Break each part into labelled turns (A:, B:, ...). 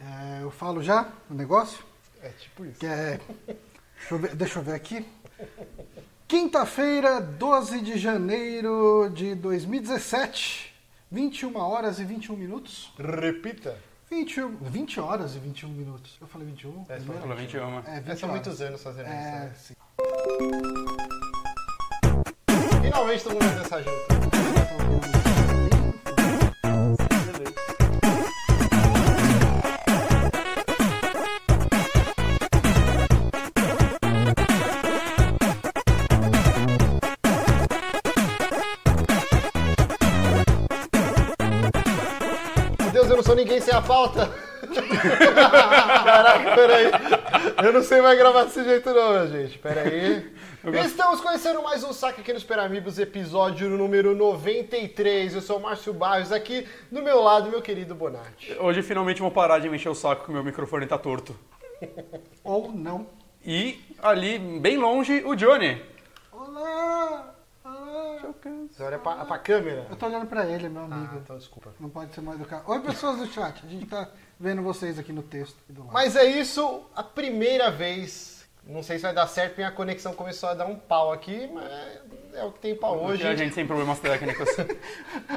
A: É, falo já o negócio?
B: É tipo isso.
A: Que é. Deixa eu ver, deixa eu ver aqui. Quinta-feira, 12 de janeiro de 2017, 21 horas e 21 minutos.
B: Repita.
A: 21, 20 horas e 21 minutos. Eu falei 21?
B: É,
A: primeiro?
B: falou
C: Falou 21.
A: É, 20
B: É, são
A: horas.
B: muitos anos fazendo
A: É,
B: isso.
A: sim.
B: né? Finalmente todo mundo faz essa junta. Meu Deus, eu não sou ninguém sem a pauta. Caraca, peraí. Eu não sei mais gravar desse jeito não, meu gente. Peraí. Estamos conhecendo mais um Saque aqui nos Peramibos, episódio número 93. Eu sou o Márcio Barros, aqui do meu lado, meu querido Bonatti.
C: Hoje finalmente vou parar de me encher o saco que o meu microfone tá torto.
A: Ou não.
C: E ali, bem longe, o Johnny.
A: Olá! Olá!
B: Você olha pra, pra câmera?
A: Eu tô olhando pra ele, meu amigo.
B: então desculpa.
A: Não pode ser mais educado. Oi, pessoas do chat. A gente tá vendo vocês aqui no texto. aqui do lado.
B: Mas é isso, a primeira vez. Não sei se vai dar certo, minha conexão começou a dar um pau aqui, mas é o que tem pra hoje.
C: Hoje a gente tem problemas técnicos.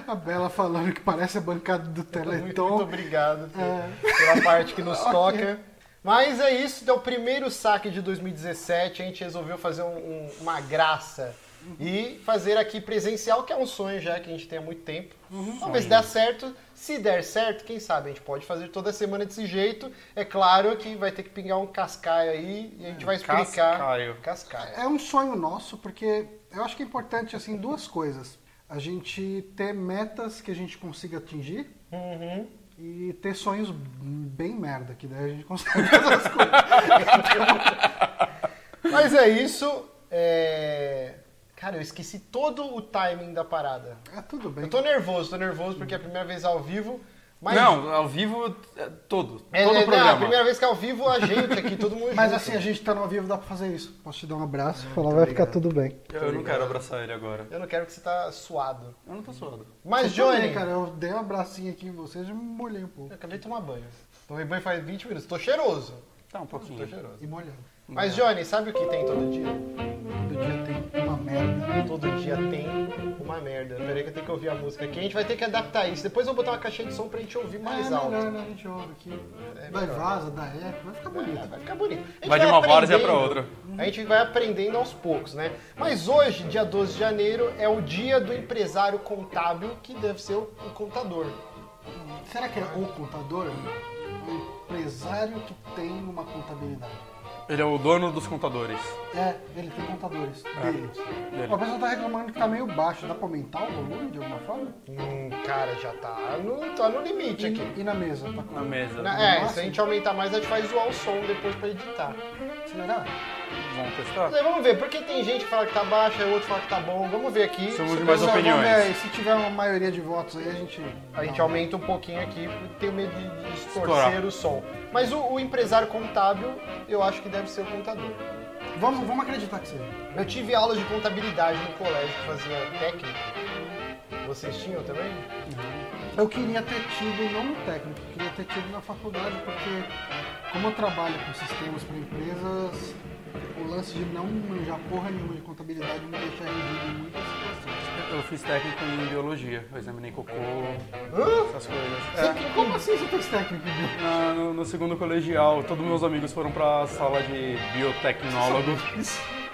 A: A Bela falando que parece a bancada do
B: Muito,
A: Teleton.
B: muito obrigado por- pela parte que nos toca. Mas é isso, então, o primeiro saque de 2017, a gente resolveu fazer um- um- uma graça e fazer aqui presencial, que é um sonho já que a gente tem há muito tempo. Talvez dê certo, se der certo, quem sabe, a gente pode fazer toda semana desse jeito. É claro que vai ter que pingar um cascaio aí e a gente vai explicar.
C: cascaio.
B: Cascaio.
A: É um sonho nosso, porque eu acho que é importante, assim, duas coisas. A gente ter metas que a gente consiga atingir
B: Uhum.
A: e ter sonhos bem merda, que daí a gente consegue fazer as coisas.
B: Mas é isso. é, Cara, eu esqueci todo o timing da parada.
A: É, tudo bem.
B: Eu tô nervoso, tô nervoso porque é a primeira vez ao vivo. Mas
C: Não, ao vivo, é, todo.
B: é,
C: todo
B: é,
C: o programa.
B: não, a primeira vez que é ao vivo a gente aqui, todo mundo
A: Mas
B: junto.
A: assim, a gente tá no ao vivo, dá pra fazer isso. Posso te dar um abraço? Falar, vai ficar tudo bem.
C: Eu não quero abraçar ele agora.
B: Eu não quero que você tá suado.
C: Eu não tô suado.
B: Mas,
A: Eu
B: Johnny,
A: também, tá cara, eu dei um abracinho aqui em você, já me molhei um
B: eu
A: pouco.
B: acabei de tomar banho. Tomei banho faz 20 minutos. Tô cheiroso.
C: Tá, um
B: Tô
C: pouquinho.
B: cheiroso.
A: E molhando.
C: É.
B: Mas, Johnny, sabe o que tem todo dia?
A: Todo dia tem uma merda.
B: Todo dia tem uma merda. Peraí que eu tenho que ouvir a música aqui. A gente vai ter que adaptar isso. Depois eu vou botar uma caixinha de som pra gente ouvir mais
A: é, melhor,
B: alto.
A: né? A gente ouve aqui.
B: É
A: da
B: melhor.
A: Vaza, da Eco, vai ficar bonito.
B: É, vai ficar bonito. A gente
C: Vai de uma várzea
B: aprendendo.
C: é pra outra.
B: A gente vai aprendendo aos poucos, né? Mas hoje, dia 12 de janeiro, é o dia do empresário contábil, que deve ser o, o contador.
A: Será que é o contador? O empresário que tem uma contabilidade.
C: Ele é o dono dos contadores.
A: É, ele tem contadores. Dele.
C: É, dele.
A: Ó, A pessoa tá reclamando que tá meio baixo. Dá pra aumentar o volume de alguma forma?
B: Hum, cara, já tá no, tá no limite aqui.
A: E, e na mesa? Tá com...
C: Na mesa.
B: Na- é,
A: Nossa.
B: se a gente aumentar mais, a gente vai zoar o som depois pra editar.
A: Será?
C: Vamos testar?
B: Mas aí, vamos ver, porque tem gente que fala que tá baixo, aí outro fala que tá bom. Vamos ver aqui.
C: Somos um-
B: Se-
C: de mais
A: Pessoal, vamos
C: opiniões.
A: ver aí, se tiver uma maioria de votos aí, a gente...
B: A gente aumenta um pouquinho aqui, porque tenho medo de distorcer
C: Estourar.
B: o som. Mas o- o empresário contábil, eu acho que deve ser o contador.
A: um- Vamos, vamos acreditar que seja.
B: Eu tive aula de contabilidade no colégio que fazia técnica. Vocês tinham também?
A: Eu queria ter tido, não no técnico, eu queria ter tido na faculdade, porque como eu trabalho com sistemas para empresas, o lance de não manjar porra nenhuma de contabilidade me deixa rendido em muitas situações.
C: Eu fiz técnico em biologia. Eu examinei cocô,
B: Hã?
C: essas coisas.
A: Você- Como assim você fez técnico? Bill?
C: Na- no, no segundo colegial, todos meus amigos foram pra sala de biotecnólogo.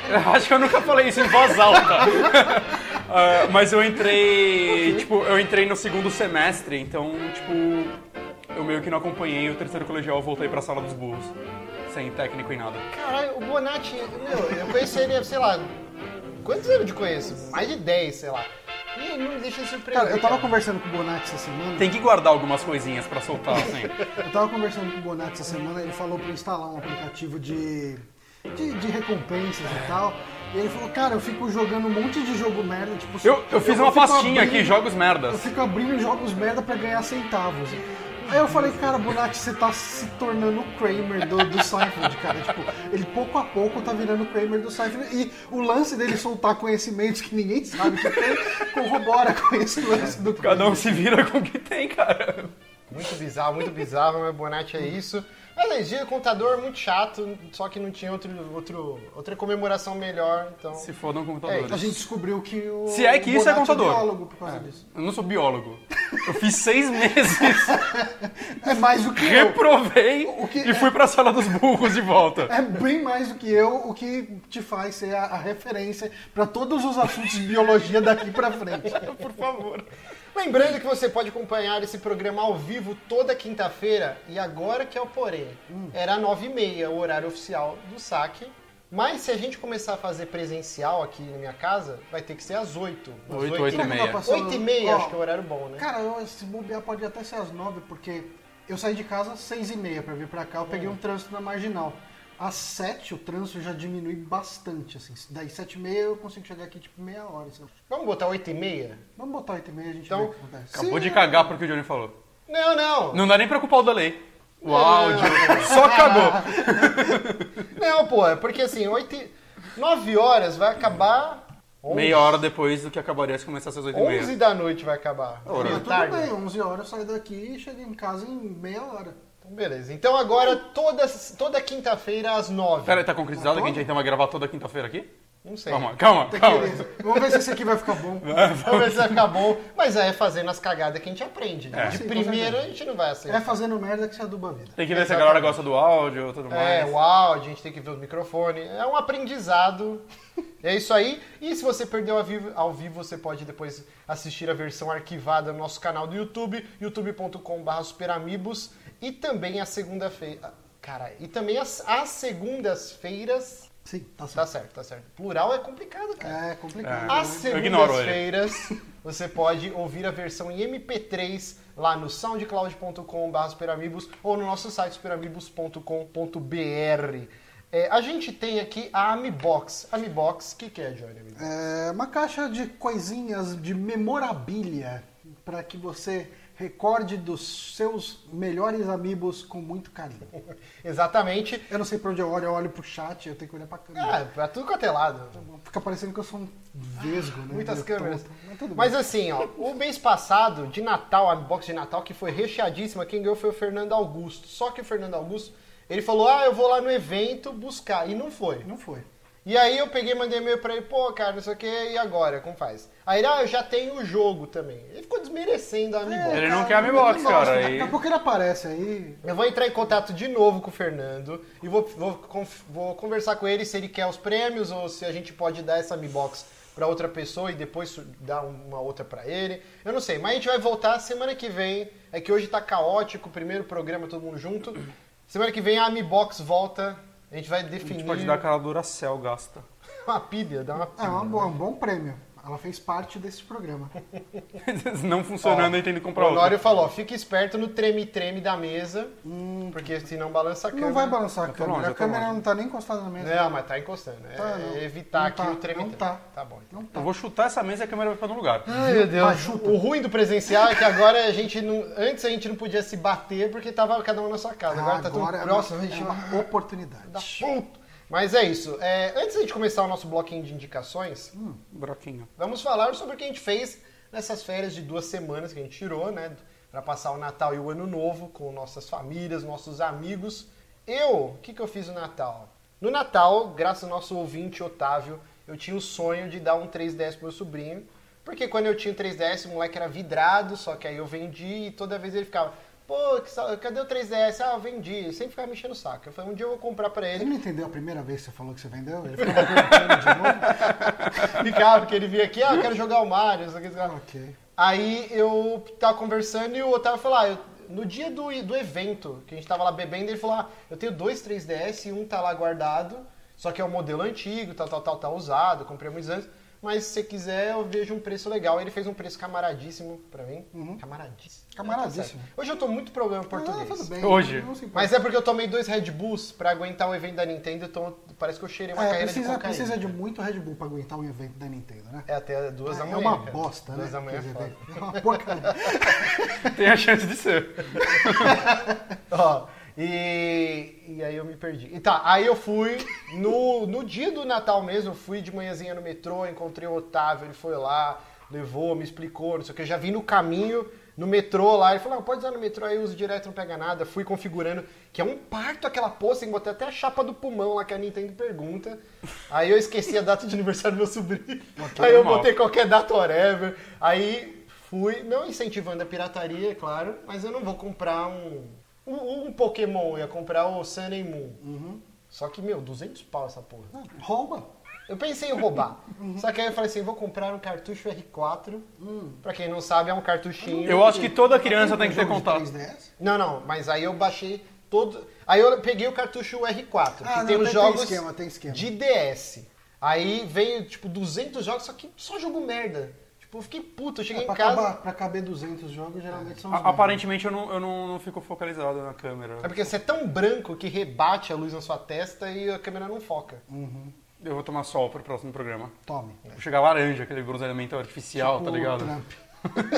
C: Eu acho que eu nunca falei isso em voz alta. Ah, mas eu entrei, tipo, eu entrei no segundo semestre, então, tipo, eu meio que não acompanhei. O terceiro colegial eu voltei pra sala dos burros, sem técnico em nada.
B: Caralho, o Bonatti, meu, eu conheci ele, sei lá, quantos anos eu te conheço? Mais de 10, sei lá. E ele não me deixa surpreender.
A: Cara, eu tava conversando com o Bonatti essa semana.
C: Tem que guardar algumas coisinhas pra soltar, assim.
A: Eu tava conversando com o Bonatti essa semana, ele falou pra eu instalar um aplicativo de, de, de recompensas e tal. E ele falou, cara, eu fico jogando um monte de jogo merda, tipo...
C: Eu, eu fiz uma
A: fico
C: pastinha aqui,
A: abrindo-
C: jogos
A: Eu
C: merdas.
A: fico abrindo jogos merda pra ganhar centavos. Aí eu falei, cara, Bonatti, você tá se tornando o Kramer do, do Seinfeld, cara. Tipo, ele pouco a pouco tá virando o Kramer do Seinfeld. E o lance dele soltar conhecimentos que ninguém
C: um
A: sabe que tem corrobora com esse lance do Kramer.
C: Cada um se vira com o que tem, cara.
B: Muito bizarro, muito bizarro, mas Bonatti é isso. Mas é isso, contador muito chato, só que não tinha outro, outro, outra comemoração melhor, então...
C: Se for não computadores.
A: É, A gente descobriu que o.
C: Se é que isso é
A: Bonatti
C: contador.
A: biólogo por causa disso.
C: Eu não sou biólogo. Eu fiz seis meses,
A: É mais do que eu.
C: reprovei
A: O que-
C: e fui pra sala dos burros de volta.
A: É bem mais do que eu, o que te faz ser a, a referência para todos os assuntos de biologia daqui para frente.
C: Por favor.
B: Lembrando que você pode acompanhar esse programa ao vivo toda quinta-feira, e agora que é o porém.
A: Hum.
B: Era 9h30 o horário oficial do saque. Mas se a gente começar a fazer presencial aqui na minha casa, vai ter que ser às 8. às 8,
C: Oito, oito e
B: h
C: meia.
B: 8h30
A: Ó,
B: acho que é o horário bom, né?
A: Cara, eu- esse bobear pode até ser às nove, porque eu saí de casa às seis e meia para vir para cá, eu peguei um trânsito na marginal. Às sete o trânsito já diminui bastante, assim. Daí sete e meia eu consigo chegar aqui tipo meia hora. assim.
B: Vamos botar 8h30?
A: Vamos botar oito e meia, a gente
B: Então,
A: vê o que acontece.
C: Acabou de cagar porque o Johnny falou.
B: Não, não.
C: Não dá nem pra culpar o delay. O áudio.
B: Não.
C: Só cagou.
B: Não, pô, é porque assim, 8 e... 9 horas vai acabar. 11,
C: Meia hora depois do que acabaria se começasse às 8 e
B: 11
C: meia.
B: da noite vai acabar.
C: Ora.
B: Meia
A: Mas
B: tarde.
A: tudo bem, 11 horas eu saio daqui e chego em casa em meia hora.
B: Então, beleza. Então agora toda, toda quinta-feira às 9.
C: Pera, tá concretizado que a gente então vai gravar toda quinta-feira aqui?
B: Não sei.
C: Calma, calma,
A: Tá,
C: calma.
A: beleza. Vamos ver se esse aqui vai ficar bom.
B: Vamos ver se vai ficar bom. Mas é fazendo as cagadas que a gente aprende. né? De
A: É. Sim, com
B: primeira a
A: certeza.
B: gente não vai
A: É
B: acertar.
A: fazendo merda que se aduba a vida.
C: Tem que ver se a
B: Exatamente.
C: galera gosta do áudio e tudo mais.
B: É, o áudio, a gente tem que ver o microfone. É um aprendizado. É isso aí. E se você perdeu ao vivo, ao vivo, você pode depois assistir a versão arquivada no nosso canal do YouTube, youtube.com.br superamibos. E também a segunda-feira. ah, Cara, e também as, as segundas-feiras.
A: Sim, tá
B: Tá
A: certo.
B: certo, tá certo. Plural é complicado, cara.
A: É complicado.
C: Ah.
B: Às
A: né?
C: Eu ignoro ele.
B: segundas-feiras, você pode ouvir a versão em MP3 lá no soundcloud.com.br superamigos ou no nosso site superamigos.com.br. É, a gente tem aqui a Amibox. Amibox, o que, que é, Johnny? Amibox?
A: É uma caixa de coisinhas de memorabilia para que você recorde dos seus melhores amigos com muito carinho.
B: Exatamente.
A: Eu não sei pra onde eu olho, eu olho pro chat, eu tenho que olhar pra câmera.
B: Ah, pra tudo quanto é lado.
A: Fica parecendo que eu sou um vesgo, né?
B: Muitas
A: Meio
B: câmeras.
A: tonto. Mas tudo
B: Mas
A: bem.
B: assim, ó, o mês passado, de Natal, a box de Natal, que foi recheadíssima, quem ganhou foi o Fernando Augusto. Só que o Fernando Augusto, ele falou, ah, eu vou lá no evento buscar. E não foi.
A: Não foi.
B: E aí eu peguei e mandei e-mail pra ele, pô, cara, não sei o que, e agora, como faz? Aí ele, ah, eu já tenho o jogo também. Ele ficou desmerecendo a Amiibo.
C: Ele
A: É, cara,
C: não quer Amiibox,
A: eu não
C: cara,
A: gosto.
C: aí-
A: Daqui a pouco ele aparece aí.
B: Eu vou entrar em contato de novo com o Fernando e vou, vou, conf- vou conversar com ele se ele quer os prêmios ou se a gente pode dar essa Mi Box pra outra pessoa e depois su- dar uma outra pra ele. Eu não sei, mas a gente vai voltar semana que vem. É que hoje tá caótico, primeiro programa, todo mundo junto. Semana que vem a Mi Box volta. A gente vai
C: A gente
B: definir
C: pode dar aquela Duracell gasta.
B: uma pilha, dar uma
A: É
B: pilha.
A: uma boa- um bom prêmio. Ela fez parte desse programa.
C: não funcionando, eu entendo comprar
B: O Honório
C: outra.
B: falou, ó, fica esperto no treme-treme da mesa, porque senão balança a câmera.
A: Hum. Não vai balançar a
C: Já tô
A: câmera.
C: longe, já
A: a
C: tô
A: câmera
C: longe.
A: não tá nem encostada na mesa.
B: Não, mas tá encostando. É,
A: Tá, não.
B: evitar
A: Não
B: aqui
A: tá,
B: o treme-treme.
A: não tá.
B: Tá bom. então.
A: Não tá.
C: Eu vou chutar essa mesa e a câmera vai ficar no lugar.
B: Ai, meu Deus.
A: Vai, chuta.
B: O ruim do presencial é que agora a gente não. Antes a gente não podia se bater porque tava cada um na sua casa. Agora, tá tudo
A: é uma-
B: próximo, a
A: é
B: gente
A: uma oportunidade.
B: dá ponto. Mas é isso. É, antes da gente começar o nosso bloquinho de indicações,
A: Hum.
C: Buraquinho.
B: vamos falar sobre o que a gente fez nessas férias de duas semanas que a gente tirou, né? Pra passar o Natal e o Ano Novo com nossas famílias, nossos amigos. Eu, o que, que eu fiz no Natal? No Natal, graças ao nosso ouvinte Otávio, eu tinha o sonho de dar um 3DS pro meu sobrinho. Porque quando eu tinha o 3DS, o moleque era vidrado, só que aí eu vendi e toda vez ele ficava, pô, que sal- cadê o 3DS? Ah, eu vendi. Eu sempre ficava mexendo o saco. Eu falei, um dia eu vou comprar pra ele.
A: Ele não entendeu a primeira vez que você falou que você vendeu? Ele ficou perguntando de novo?
B: Ficava, porque ele vinha aqui, ah, eu quero jogar o Mario, isso aqui, isso aqui.
A: Ah, Ok.
B: Aí eu tava conversando e o Otávio falou: ah, eu- no dia do, do evento, que a gente tava lá bebendo, ele falou: ah, eu tenho dois 3DS e um tá lá guardado, só que é o modelo antigo, tal, tal, tal, tá usado, eu comprei há muitos anos. Mas se você quiser, eu vejo um preço legal. Ele fez um preço camaradíssimo pra mim. Camaradíssimo.
A: Uhum. Camaradíssimo.
B: Tá certo. Hoje eu tô muito problema em português.
A: Ah, tudo bem.
C: Hoje.
A: Não se importa.
B: Mas é porque eu tomei dois Red Bulls pra aguentar o evento da Nintendo, então parece que eu cheirei uma
A: É,
B: carreira de
A: precisa,
B: cocaína.
A: precisa de muito Red Bull pra aguentar um evento da Nintendo, né?
B: É até duas
A: É,
B: da manhã.
A: uma
B: cara.
A: bosta, né?
B: Duas da manhã é
A: Quer dizer,
B: foda.
A: É uma porcaria.
C: Tem a chance de ser.
B: Ó, e, e aí eu me perdi. E tá, aí eu fui, no, no dia do Natal mesmo, eu fui de manhãzinha no metrô, encontrei o Otávio, ele foi lá, levou, me explicou, não sei o que, eu já vi no caminho, no metrô lá. Ele falou, não, pode usar no metrô, aí eu uso direto, não pega nada. Fui configurando, que é um parto aquela porra, tem que botar até a chapa do pulmão lá que a Nintendo pergunta. Aí eu esqueci a data de aniversário do meu sobrinho. aí eu
C: normal.
B: botei qualquer data whatever. Aí fui, não incentivando a pirataria, é claro, mas eu não vou comprar um, um, um Pokémon, eu ia comprar o Sun and Moon.
A: Uhum.
B: Só que, meu, 200 pau essa porra.
A: Não, rouba.
B: Eu pensei em roubar.
A: Uhum.
B: Só que aí eu falei assim, vou comprar um cartucho R4.
A: Hum.
B: Pra quem não sabe, é um cartuchinho.
C: Eu acho que toda criança tem que ter
A: um Jogo de
C: contato.
A: 3DS?
B: Não, não, mas aí eu baixei todo. Aí eu peguei o cartucho R4,
A: Ah,
B: que
A: não,
B: tem
A: tem-
B: os
A: tem
B: jogos
A: esquema, tem esquema.
B: de DS. Aí veio, tipo, 200 jogos, só que só jogo merda. Tipo, eu fiquei puto, eu cheguei
A: É,
B: em
A: pra,
B: casa...
A: acabar- pra caber 200 jogos, geralmente são os
C: A-
A: mesmos.
C: aparentemente eu, não, eu não, não fico focalizado na câmera.
B: É porque você é tão branco que rebate a luz na sua testa e a câmera não foca.
C: Eu vou tomar sol pro próximo programa.
A: Tome.
C: Vou chegar laranja, aquele bronzeamento
B: É
C: artificial,
B: Tipo,
C: tá
A: O
C: ligado?
B: né?
A: Trump.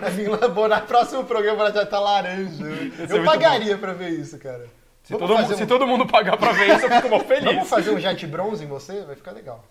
B: Vai vir elaborar próximo programa, ela já tá laranja.
C: é
B: Eu
C: muito
B: pagaria pra ver isso, cara.
C: Se,
B: Vamos
C: todo,
B: fazer
C: mundo, se
B: um-
C: todo mundo pagar pra ver isso, eu fico mal
B: Vamos
C: feliz.
B: fazer um jet bronze em você? Vai ficar legal.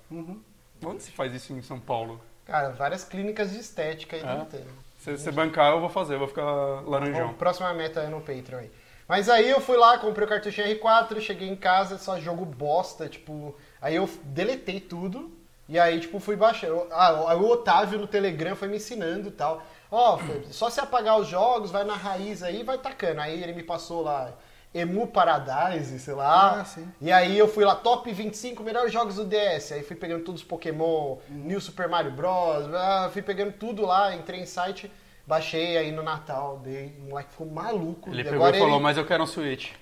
C: Onde se faz isso em São Paulo?
B: Cara, várias clínicas de estética aí
C: Ah.
B: não tem.
C: Se você bancar, eu vou fazer, eu vou ficar
B: Bom,
C: laranjão.
B: próxima meta é no Patreon aí. Mas aí eu fui lá, comprei o cartucho R4, cheguei em casa, só jogo bosta, tipo. Aí eu deletei tudo. E aí, tipo, fui baixando. Ah, o Otávio no Telegram foi me ensinando e tal. Ó, Felipe, só se apagar os jogos, vai na raiz aí e vai tacando. Aí ele me passou lá. Emu Paradise, sei lá.
A: Ah, sim.
B: E aí eu fui lá, top 25 melhores jogos do DS. Aí fui pegando todos os Pokémon, New Super Mario Bros. ah, Fui pegando tudo lá, entrei em site, baixei aí no Natal, dei. O moleque ficou maluco.
C: Ele
B: E
C: pegou
B: agora
C: e falou, mas eu quero um Switch.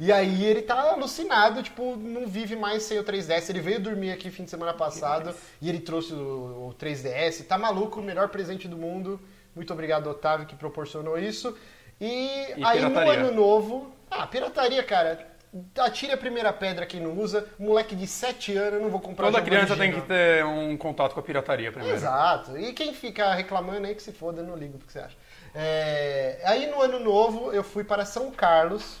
B: E aí ele tá alucinado, tipo, não vive mais sem o 3DS. Ele veio dormir aqui fim de semana passado e ele trouxe o, o 3DS. Tá maluco, o melhor presente do mundo. Muito obrigado, Otávio, que proporcionou isso. E,
C: E
B: aí no
C: pirataria.
B: ano novo. Ah, pirataria, cara. Atire a primeira pedra que não usa. Moleque de 7 anos, eu não vou comprar
C: Toda
B: jogo
C: criança tem
B: original.
C: que ter um contato com a pirataria primeiro.
B: Exato. E quem fica reclamando aí que se foda, eu não ligo pro que você acha. É, Aí no ano novo eu fui para São Carlos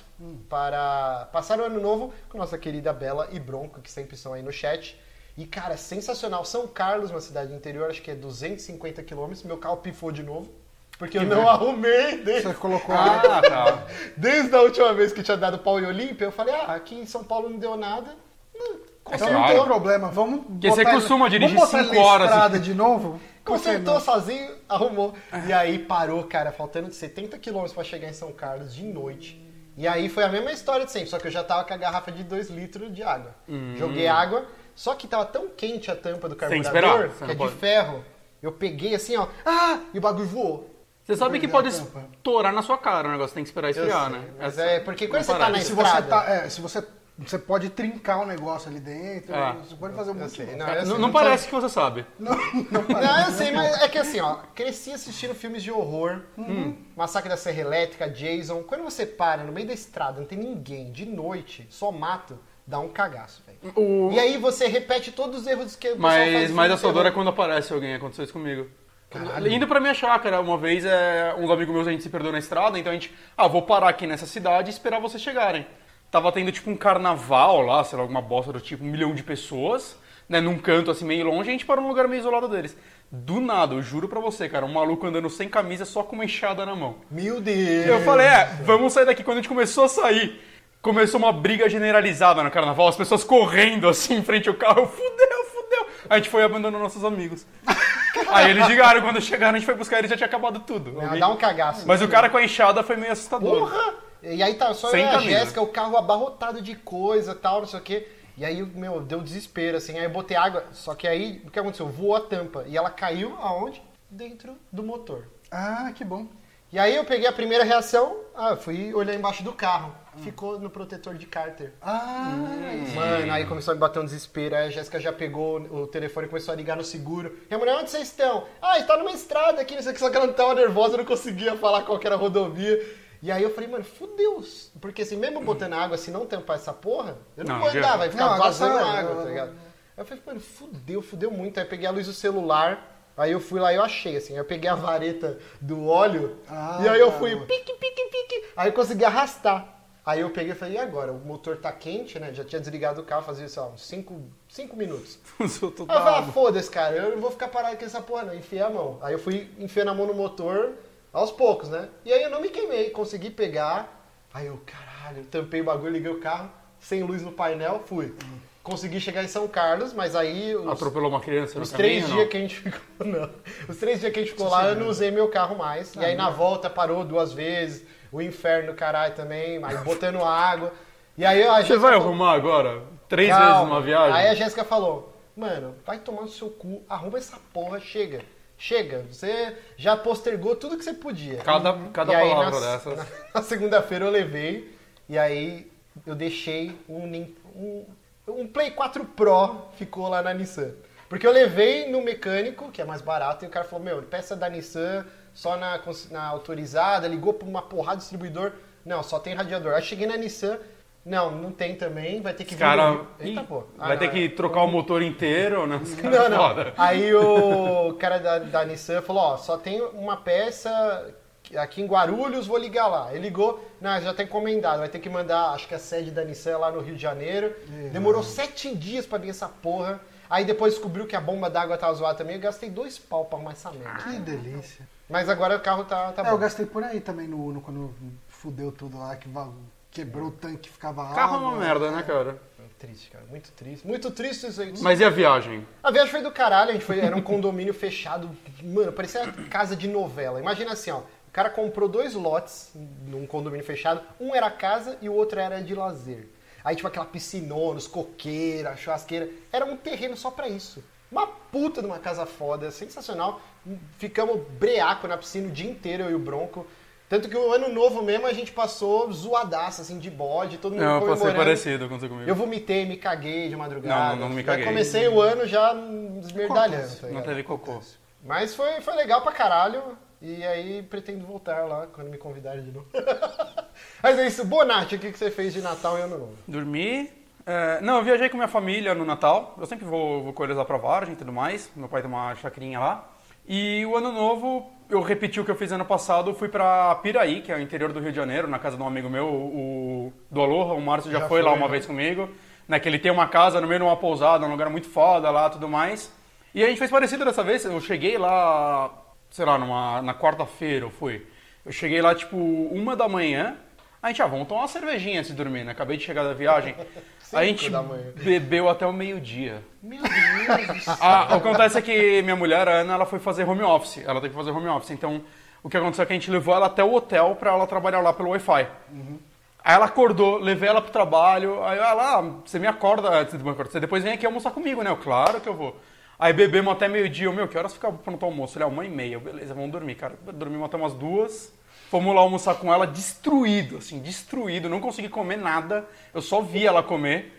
B: para passar o ano novo com nossa querida Bela e Bronco, que sempre estão aí no chat. E cara, sensacional. São Carlos, uma cidade do interior, acho que é 250 quilômetros. Meu carro pifou de novo. Porque eu não arrumei desde,
A: Você colocou a
C: Ah, tá.
B: desde a última vez que tinha dado pau e Olímpia. Eu falei, ah, aqui em São Paulo não deu nada. Não,
A: Então
C: claro.
A: não tem problema, vamos
C: Porque você
A: botar-
C: costuma dirigir
A: vamos botar ele
C: cinco
A: na
C: horas. assim.
A: estrada de novo?
B: Consertou sozinho, arrumou.
C: É.
B: E aí parou, cara, faltando 70 quilômetros pra chegar em São Carlos de noite. E aí foi a mesma história de sempre, só que eu já tava com a garrafa de 2 litros de água. Joguei água, só que tava tão quente a tampa do
C: Hum. Sem esperar,
B: carburador,
C: você
B: que
C: não
B: é de
C: pode.
B: ferro, eu peguei assim, ó, ah, e o bagulho voou.
C: Você sabe que
A: Perdeu
C: pode
A: a tampa.
C: estourar na sua cara o negócio, tem que esperar
B: Eu
C: esfriar,
B: sei,
C: né?
B: Mas
C: Essa-
B: é, porque quando
C: uma
B: você tá
C: parada.
B: na
A: E se você
B: estrada...
A: tá, é, se você você pode trincar o negócio ali dentro,
C: Ah.
A: você pode fazer um
B: Eu
A: monte de
B: sei,
A: coisa.
B: não, tá- eu
C: Não,
B: sei,
C: não
B: tô-
C: parece que você sabe.
B: Não, eu sei, mas é que assim, ó, cresci assistindo filmes de horror,
C: Uhum.
B: Hum. Massacre da Serra Elétrica, Jason. Quando você para no meio da estrada, não tem ninguém, de noite, só mato, dá um cagaço, velho.
C: O-
B: E aí você repete todos os erros que o pessoal faz né? em
C: Mas
B: filme
C: mais
B: de
C: assustador é
B: terror.
C: quando aparece alguém, aconteceu isso comigo. Indo pra minha chácara, uma vez é, uns amigos meus a gente se perdeu na estrada, então a gente, ah, vou parar aqui nessa cidade e esperar vocês chegarem. Tava tendo tipo um carnaval lá, sei lá, alguma bosta do tipo, um milhão de pessoas, né, num canto assim meio longe, a gente parou num lugar meio isolado deles. Do nada, eu juro pra você, cara, um maluco andando sem camisa, só com uma enxada na mão.
B: Meu Deus!
C: Eu falei, é, vamos sair daqui. Quando a gente começou a sair, começou uma briga generalizada no carnaval, as pessoas correndo assim em frente ao carro. Fudeu, fudeu. A gente foi abandonando nossos amigos. Aí eles ligaram, quando chegaram, a gente foi buscar, eles já tinha acabado tudo.
B: Não, dá um cagaço.
C: Mas o cara com a enxada foi meio assustador.
B: Porra! E aí tá só
C: Sem
B: eu e a
C: camisa.
B: Jéssica, o carro abarrotado de coisa tal, não sei o quê. E aí, meu, deu desespero, assim. Aí eu botei água, só que aí, o que aconteceu? Voou a tampa. E ela caiu aonde? Dentro do motor.
A: Ah, que bom.
B: E aí eu peguei a primeira reação, ah, fui olhar embaixo do carro. Ficou no protetor de cárter.
A: Ah,
B: Mano, aí começou a me bater um desespero. Aí a Jéssica já pegou o telefone e começou a ligar no seguro. E a mulher, onde vocês estão? Ah, está numa estrada aqui, não sei o que, só que ela não tava nervosa, não conseguia falar qual que era a rodovia. E aí eu falei, mano, fudeu. Porque assim, mesmo botando água, se não tampar essa porra, eu não,
C: Não,
B: vou
C: já-
B: andar, vai ficar
A: Não, agora
B: vazando
A: tá-
B: água, tá ligado? Aí eu falei, mano, fudeu, fudeu muito. Aí eu peguei a luz do celular, aí eu fui lá e eu achei, assim. Aí eu peguei a vareta do óleo,
A: Ah,
B: e aí eu
A: garoto.
B: fui pique, pique, pique. Aí eu consegui arrastar. Aí eu peguei e falei, e agora? O motor tá quente, né? Já tinha desligado o carro, fazia, sei lá, uns 5 minutos.
C: Usou
B: Aí eu falei, ah,
C: total.
B: foda-se, cara, eu não vou ficar parado com essa porra, não. Enfiei a mão. Aí eu fui enfiando a mão no motor aos poucos, né? E aí eu não me queimei, consegui pegar. Aí eu, caralho, tampei o bagulho, liguei o carro, sem luz no painel, fui. Consegui chegar em São Carlos, mas aí os,
C: Atropelou uma criança no
B: os
C: caminho,
B: três
C: não?
B: dias que a gente ficou. Não. Os três dias que a gente ficou lá, eu não usei meu carro mais.
C: Ah,
B: e aí na volta parou duas vezes, o inferno, caralho, também, aí botando água. E aí a
C: Você
B: gente
C: vai arrumar agora? Três
B: Calma.
C: vezes uma viagem?
B: Aí a Jéssica falou: Mano, vai tomar no seu cu, arruma essa porra, chega. Chega, você já postergou tudo que você podia. Uhum.
C: Cada, cada
B: E aí,
C: palavra
B: na,
C: dessas.
B: Na, na segunda-feira eu levei e aí eu deixei um, Nin- um, um Play 4 Pro ficou lá na Nissan. Porque eu levei no mecânico, que é mais barato, e o cara falou, meu, peça da Nissan só na, cons- na autorizada, ligou pra uma porrada de distribuidor. Não, só tem radiador. Aí cheguei na Nissan, não, não tem também, vai ter que
C: Os caras.
B: no- Eita, pô. Ah,
C: vai
B: não,
C: ter
B: é-
C: que trocar o motor inteiro, né? Os caras
B: não,
C: é
B: não.
C: foda.
B: Aí o cara da, da Nissan falou, ó, só tem uma peça aqui em Guarulhos, vou ligar lá. Ele ligou, não, já tá encomendado, vai ter que mandar, acho que a sede da Nissan é lá no Rio de Janeiro.
A: Uhum.
B: Demorou sete dias pra vir essa porra. Aí depois descobriu que a bomba d'água tava zoada também, eu gastei dois pau pra arrumar essa merda.
A: Que delícia.
B: Mas agora o carro Hum. tá, tá
A: Ah. É, eu
B: bom.
A: gastei por aí também no Uno, quando fudeu tudo lá, que va- quebrou o tanque, ficava água.
C: Carro é uma merda, né, cara?
B: Triste, cara, muito triste. Muito triste isso aí.
C: Mas e a viagem?
B: A viagem foi do caralho, a gente foi, era um condomínio fechado, mano, parecia casa de novela. Imagina assim, ó, o cara comprou dois lotes num condomínio fechado, um era casa e o outro era de lazer. Aí tipo aquela piscinona, os coqueira, churrasqueira, era um terreno só pra isso. Uma puta de uma casa foda, sensacional. Ficamos breaco na piscina o dia inteiro, eu e o Bronco. Tanto que o ano novo mesmo a gente passou zoadaça, assim, de bode, todo mundo
C: Não, eu passei
B: comemorando.
C: parecido, aconteceu comigo.
B: Eu vomitei, me caguei de madrugada.
C: Não, não, não me
B: Já
C: caguei.
B: comecei o ano já esmerdalhando, tá
C: Não
B: ligado?
C: teve cocô.
B: Mas foi, foi legal pra caralho. E aí pretendo voltar lá quando me convidarem de novo. Mas é isso, Bonatti, o que que você fez de Natal e Ano Novo?
C: Dormi. É, não, eu viajei com minha família no Natal. Eu sempre vou, vou com eles lá pra Vargem e tudo mais. Meu pai tem uma chacrinha lá. E o ano novo, eu repeti o que eu fiz ano passado. Fui pra Piraí, que é o interior do Rio de Janeiro, na casa de um amigo meu, o, do Aloha. O Márcio já,
B: Já
C: foi, lá
B: foi,
C: uma
B: né?
C: vez comigo. Né, que ele tem uma casa no meio de uma pousada, um lugar muito foda lá tudo mais. E a gente fez parecido dessa vez. Eu cheguei lá, sei lá, numa, na quarta-feira eu fui. Eu cheguei lá tipo uma da manhã. A gente, ah, vamos tomar uma cervejinha antes de dormir, né? Acabei de chegar da viagem.
B: Cinco
C: a gente
B: da manhã.
C: bebeu até o meio-dia.
B: Meu Deus do céu.
C: Ah, o que acontece é que minha mulher, a Ana, ela foi fazer home office. Ela tem que fazer home office. Então, o que aconteceu é que a gente levou ela até o hotel pra ela trabalhar lá pelo Wi-Fi. Aí ela acordou, levei ela pro trabalho. Aí ela, ah, você me acorda antes do banco. Você depois vem aqui almoçar comigo, né? Eu, claro que eu vou. Aí bebemos até meio-dia. Eu, Meu, que horas fica pronto o almoço? Ele, ah, uma e meia. Eu, Beleza, vamos dormir, cara. Dormimos até umas duas. Fomos lá almoçar com ela, destruído, assim, destruído. Não consegui comer nada. Eu só vi ela comer.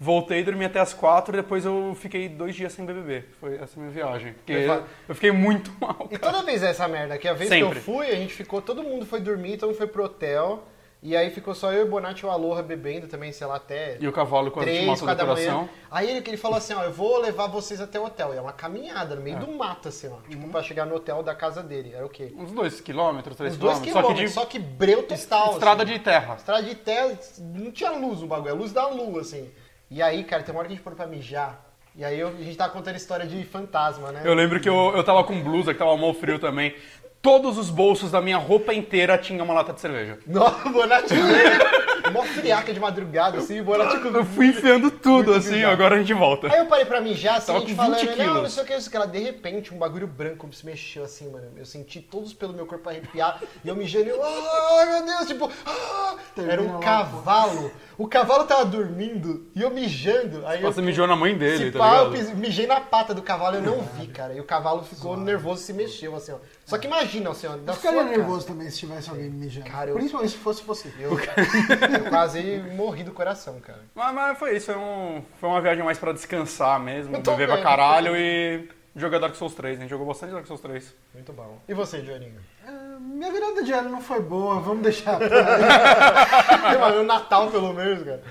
C: Voltei, dormi até as quatro. E depois eu fiquei dois dias sem BBB. Foi essa minha viagem. Porque
B: Leva-
C: eu fiquei muito mal,
B: E
C: cara.
B: toda vez é essa merda, que a vez que
C: Sempre.
B: eu fui, a gente ficou, todo mundo foi dormir, todo mundo foi pro hotel. E aí ficou só eu e o Bonatti e o Aloha bebendo também, sei lá, até
C: E o cavalo quando te
B: três,
C: mata do
B: quatro da
C: coração.
B: manhã. Aí ele, ele falou assim, ó, eu vou levar vocês até o hotel. E é uma caminhada no meio do mato, assim, ó. Tipo,
C: Uhum.
B: pra chegar no hotel da casa dele. Era o quê?
C: Uns dois quilômetros, três
B: Uns dois
C: quilômetros. Só que de
B: quilômetros, só que, breu total.
C: estrada
B: assim.
C: de terra.
B: Estrada de terra, não tinha luz no bagulho, é luz da lua, assim. E aí, cara, tem uma hora que a gente parou pra mijar. E aí eu- a gente tava contando a história de fantasma, né?
C: Eu lembro que eu, eu tava com blusa, que tava mal frio também. Todos os bolsos da minha roupa inteira tinham uma lata de cerveja.
B: Nossa, o Bonatti veio, mó friaca de madrugada, assim, o Bonatti com...
C: Eu fui enfiando tudo,
B: Muito
C: assim,
B: bizarro.
C: agora a gente volta.
B: Aí eu parei pra mijar, assim,
C: Tava
B: a gente
C: com 20
B: falando, né, não, não
C: quilos.
B: sei o que, não sei o que lá. De repente, um bagulho branco se mexeu assim, mano. Eu senti todos os pelos do meu corpo arrepiar. e eu mijando, eu, ai meu Deus, tipo, ah! era
A: Termina
B: um
A: logo.
B: cavalo. O cavalo tava dormindo e eu mijando. Aí eu,
C: Você mijou na mãe
B: se
C: dele, tá
B: pá, eu
C: ligado?
B: pis- mijei na pata do cavalo, eu não vi, cara. E o cavalo ficou nervoso e se mexeu, assim, ó. Só que imagina, assim, ó, da
A: Eu
B: sua
A: ficaria
B: cara.
A: nervoso também se tivesse alguém me mijando.
B: Cara, eu-
A: Principalmente se fosse você.
B: Eu, eu quase morri do coração, cara.
C: Mas, mas foi isso, foi, um- foi uma viagem mais pra descansar mesmo,
B: Eu tô
C: beber pra
B: vendo.
C: caralho e jogar Dark Souls 3. A gente jogou bastante Dark Souls 3.
B: Muito bom. E você, Joaninho?
A: Ah, Minha virada de ano não foi boa, vamos deixar. por aí.
B: o Natal, pelo menos, cara.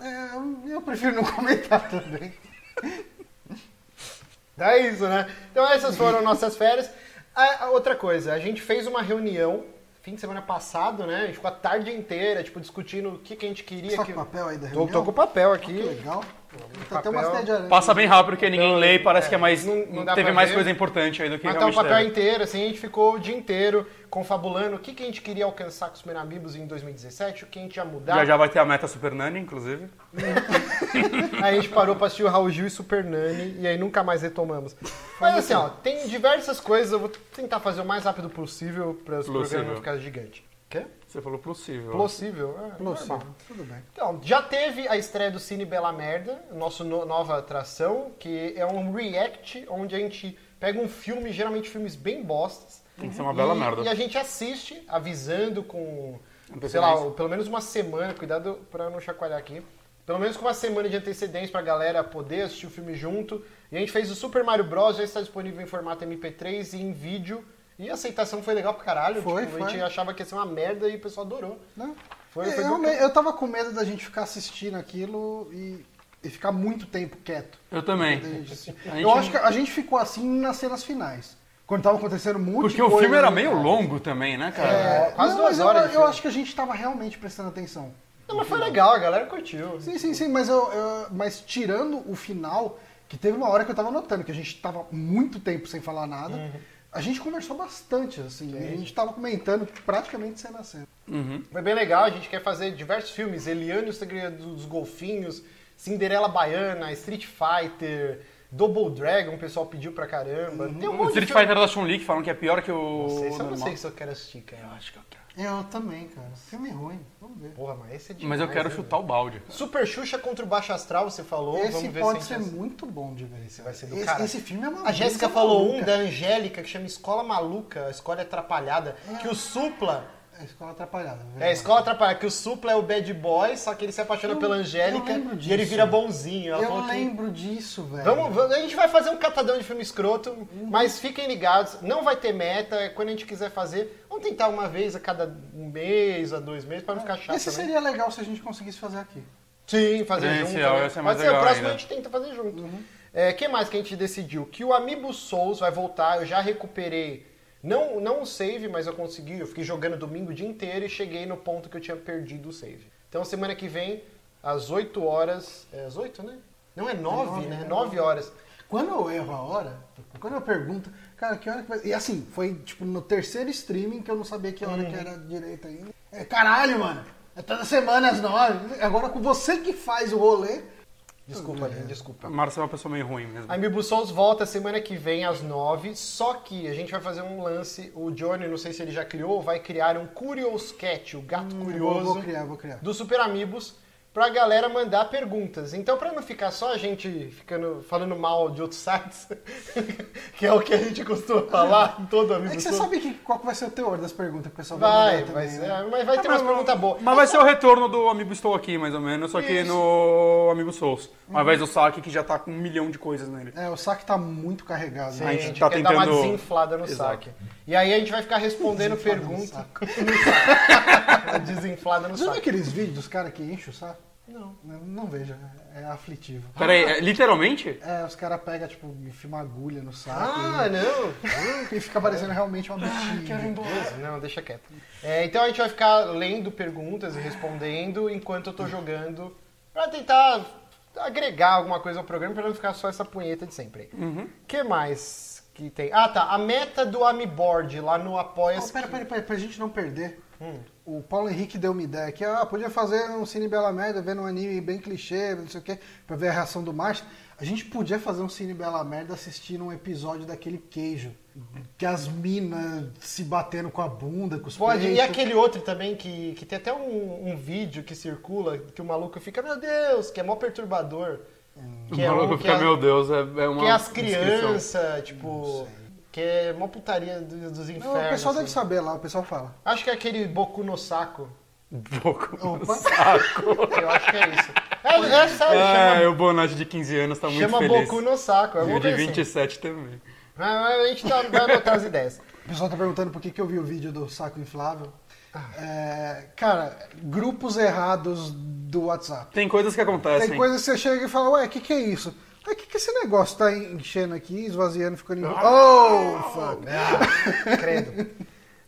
A: É, eu prefiro não comentar também.
B: É isso, né? Então essas foram nossas férias. A, a outra coisa, a gente fez uma reunião fim de semana passado, né? A gente ficou a tarde inteira, tipo, discutindo o que, que a gente queria.
A: Você tá
B: que...
A: com papel aí da
B: Tô,
A: reunião?
B: tô com o papel
A: Que
B: aqui.
A: legal. Tá até
B: Papel.
A: umas teia de aranha.
C: Passa bem rápido porque ninguém lê e parece
B: é,
C: que é mais.
B: não- não dá
C: teve
B: pra
C: mais
B: ver.
C: coisa importante aí do que
B: Mas tá o
C: realmente
B: papel
C: teve.
B: inteiro, assim, a gente ficou o dia inteiro confabulando o que, que a gente queria alcançar com os Meramibos em 2017, o que a gente ia mudar.
C: Já já vai ter a meta Super Nani, inclusive.
B: Aí a gente parou pra assistir o Raul Gil e Super Nani e aí nunca mais retomamos. Mas assim, ó, tem diversas coisas, eu vou tentar fazer o mais rápido possível para os
C: Possível.
B: programas não ficarem gigantes. Quê?
C: Você falou possível.
B: Possível? É,
A: Possível.
B: normal.
A: Tudo bem.
B: Então, já teve a estreia do Cine Bela Merda, nossa nova atração, que é um react onde a gente pega um filme, geralmente filmes bem bostas.
C: Tem que ser uma bela
B: e,
C: merda. Um
B: E a gente assiste, avisando com,
C: Antecedência.
B: sei lá, pelo menos uma semana, cuidado pra não chacoalhar aqui. Pelo menos com uma semana de antecedência pra galera poder assistir o filme junto. E a gente fez o Super Mario Bros. Já está disponível em formato MP3 e em vídeo. E a aceitação foi legal pra caralho.
A: Foi,
B: tipo, A gente
A: foi.
B: achava que ia ser uma merda e o pessoal adorou.
A: Não.
B: Foi-
A: É,
B: foi
A: eu,
B: bacana.
A: eu tava com medo da gente ficar assistindo aquilo e, e ficar muito tempo quieto.
C: Eu também.
A: Da gente assistir.
C: A gente-
A: Eu
B: é
A: acho que a gente ficou assim nas cenas finais. Quando tava acontecendo um muito.
C: Porque o filme era meio longo também, né, cara?
B: É, quase duas
A: eu,
B: horas de
A: Eu,
B: filme.
A: acho que a gente tava realmente prestando atenção.
B: Não, mas foi legal, a galera curtiu.
A: Sim, sim, sim, mas, eu, eu- mas tirando o final, que teve uma hora que eu tava notando que a gente tava muito tempo sem falar nada, a gente conversou bastante, assim, a gente tava comentando praticamente cena a cena.
B: Foi bem legal, a gente quer fazer diversos filmes. Eliane e o Segredo dos Golfinhos, Cinderela Baiana, Street Fighter, Double Dragon, o pessoal pediu pra caramba.
A: Uhum.
B: Tem um
C: O
B: monte
C: Street
B: de
C: Fighter da Chun-Li que falam que é pior que
B: filme.
C: o.
B: Não sei, só não
C: normal.
B: sei se eu quero assistir, cara. Eu acho que eu quero.
A: Eu também, cara. Filme ruim, vamos ver.
B: Porra, mas esse é demais,
C: Mas eu quero
B: né,
C: chutar o balde.
B: velho? Super Xuxa contra o Baixo Astral, você falou.
A: Esse
B: Vamos ver
A: pode
B: se a
A: ser
B: gente assiste.
A: muito bom de ver. Esse
B: vai ser do
A: esse,
B: caralho.
A: esse filme é uma
B: A Jéssica
A: brisa
B: falou um
A: maluca.
B: da Angélica que chama Escola Maluca, a Escola Atrapalhada, que o Supla
A: É a escola atrapalhada. né?
B: É, a escola atrapalhada, que o Supla é o bad boy, só que ele se apaixona
A: Eu-
B: pela
A: eu
B: Angélica
A: lembro
B: e ele
A: disso.
B: vira bonzinho. Ela falou
A: Eu
B: que-
A: lembro disso, velho.
B: Vamos, vamos- a gente vai fazer um catadão de filme escroto, mas fiquem ligados, não vai ter meta, é quando a gente quiser fazer, vamos tentar uma vez a cada um mês, a dois meses, pra não ficar chato
A: Esse
B: também.
A: seria legal se a gente conseguisse fazer aqui.
B: Sim, fazer
C: Esse
B: junto.
C: é-
B: né?
C: esse é
B: Pode
C: mais
B: ser, o
C: legal
B: próximo
C: ainda.
B: a gente tenta fazer junto.
A: Uhum.
B: É, que mais que a gente decidiu? Que o Amiibo Souls vai voltar, eu já recuperei, não, não o save, mas eu consegui, eu fiquei jogando domingo o dia inteiro e cheguei no ponto que eu tinha perdido o save. Então semana que vem, às 8 horas, é às 8, né? Não, é 9,
A: nove,
B: né?
A: né?
B: 9 horas.
A: Quando eu erro a hora, quando eu pergunto, cara, que hora que vai. E assim, foi tipo no terceiro streaming que eu não sabia que
B: Uhum.
A: hora que era direito ainda. É, caralho, mano! É toda semana às nove. Agora com você que faz o rolê.
B: Desculpa, Aline, desculpa.
C: Márcio é uma pessoa meio ruim mesmo.
B: A Amiibo Souls volta semana que vem às 9, só que a gente vai fazer um lance, o Johnny, não sei se ele já criou, vai criar um Curious Cat, o gato curioso.
A: Hum, Vou, vou criar, vou criar.
B: do Super Amigos pra galera mandar perguntas. Então, pra não ficar só a gente ficando falando mal de outros sites, que é o que a gente costuma falar em todo
A: É
B: amigo.
A: que você
B: todo.
A: sabe que- qual que vai ser o teor das perguntas que o pessoal vai
B: Vai,
A: mandar
B: vai
A: também, né?
B: ser- é,
C: Tá
B: mas vai ter umas perguntas boas.
C: Mas vai ser o retorno do Amiibo Estou Aqui, mais ou menos, só que
B: Isso.
C: no Amiibo Souls. Ao invés do saque que já tá com um milhão de coisas nele.
A: É, o saque tá muito carregado.
B: Sim,
A: né?
B: a
C: a
B: gente
C: gente tá
B: quer dar
C: tentando-
B: uma desinflada no
C: Exato.
B: saque. E aí a gente vai ficar respondendo perguntas.
A: Saco.
B: Uma desinflada no
A: Você viu
B: saque.
A: é aqueles vídeos dos caras que enchem o saco?
B: Não.
A: Não, não veja, é aflitivo.
C: Peraí, é, literalmente?
A: É, os caras pegam, tipo, enfia uma agulha no saco
B: Ah, não.
A: e, e fica parecendo realmente uma bichinha.
B: Não, deixa quieto. É, então a gente vai ficar lendo perguntas e respondendo enquanto eu tô jogando pra tentar agregar alguma coisa ao programa pra não ficar só essa punheta de sempre. O
C: Uhum.
B: que mais que tem? Ah, tá. A meta do Amiboard lá no
A: Oh,
B: Apoia-se.
A: pera, pera, pera, pra gente não perder.
B: Hum.
A: O Paulo Henrique deu uma ideia aqui, ah, podia fazer um Cine Bela Merda, vendo um anime bem clichê, não sei o quê, pra ver a reação do Márcio. A gente podia fazer um Cine Bela Merda assistindo um episódio daquele queijo. Que as minas se batendo com a bunda, com os
B: Pode. E
A: peitos.
B: aquele outro também que, que tem até um, um vídeo que circula que o maluco fica, meu Deus, que é mó perturbador.
C: Hum. O
B: Que é
C: maluco
B: um que
C: fica,
B: é-
C: meu Deus, é, é uma.
B: Que é as
C: descrição.
B: crianças, tipo. Que é mó putaria dos, dos
A: Não,
B: infernos.
A: o pessoal
B: assim.
A: deve saber lá, o pessoal fala.
B: Acho que é aquele Boku no Saco.
C: Boco.
A: Opa.
B: Eu acho que é isso. É, é sério,
C: É, o Bonatti de 15 anos tá
B: chama,
C: muito
B: chama
C: feliz.
B: Boku no Saco. É
C: E o
B: uma
C: de
B: coisa assim.
C: 27 também.
B: Ah, mas A gente tá, vai anotar as ideias.
A: O pessoal tá perguntando por que, que eu vi o vídeo do saco inflável.
B: Ah.
A: É, cara, grupos errados do WhatsApp.
C: Tem coisas que acontecem.
A: Tem coisa que você chega e fala, ué, o que, que é isso? O que, que esse negócio tá enchendo aqui, esvaziando, ficando... em- Oh, fuck.
B: Ah, credo.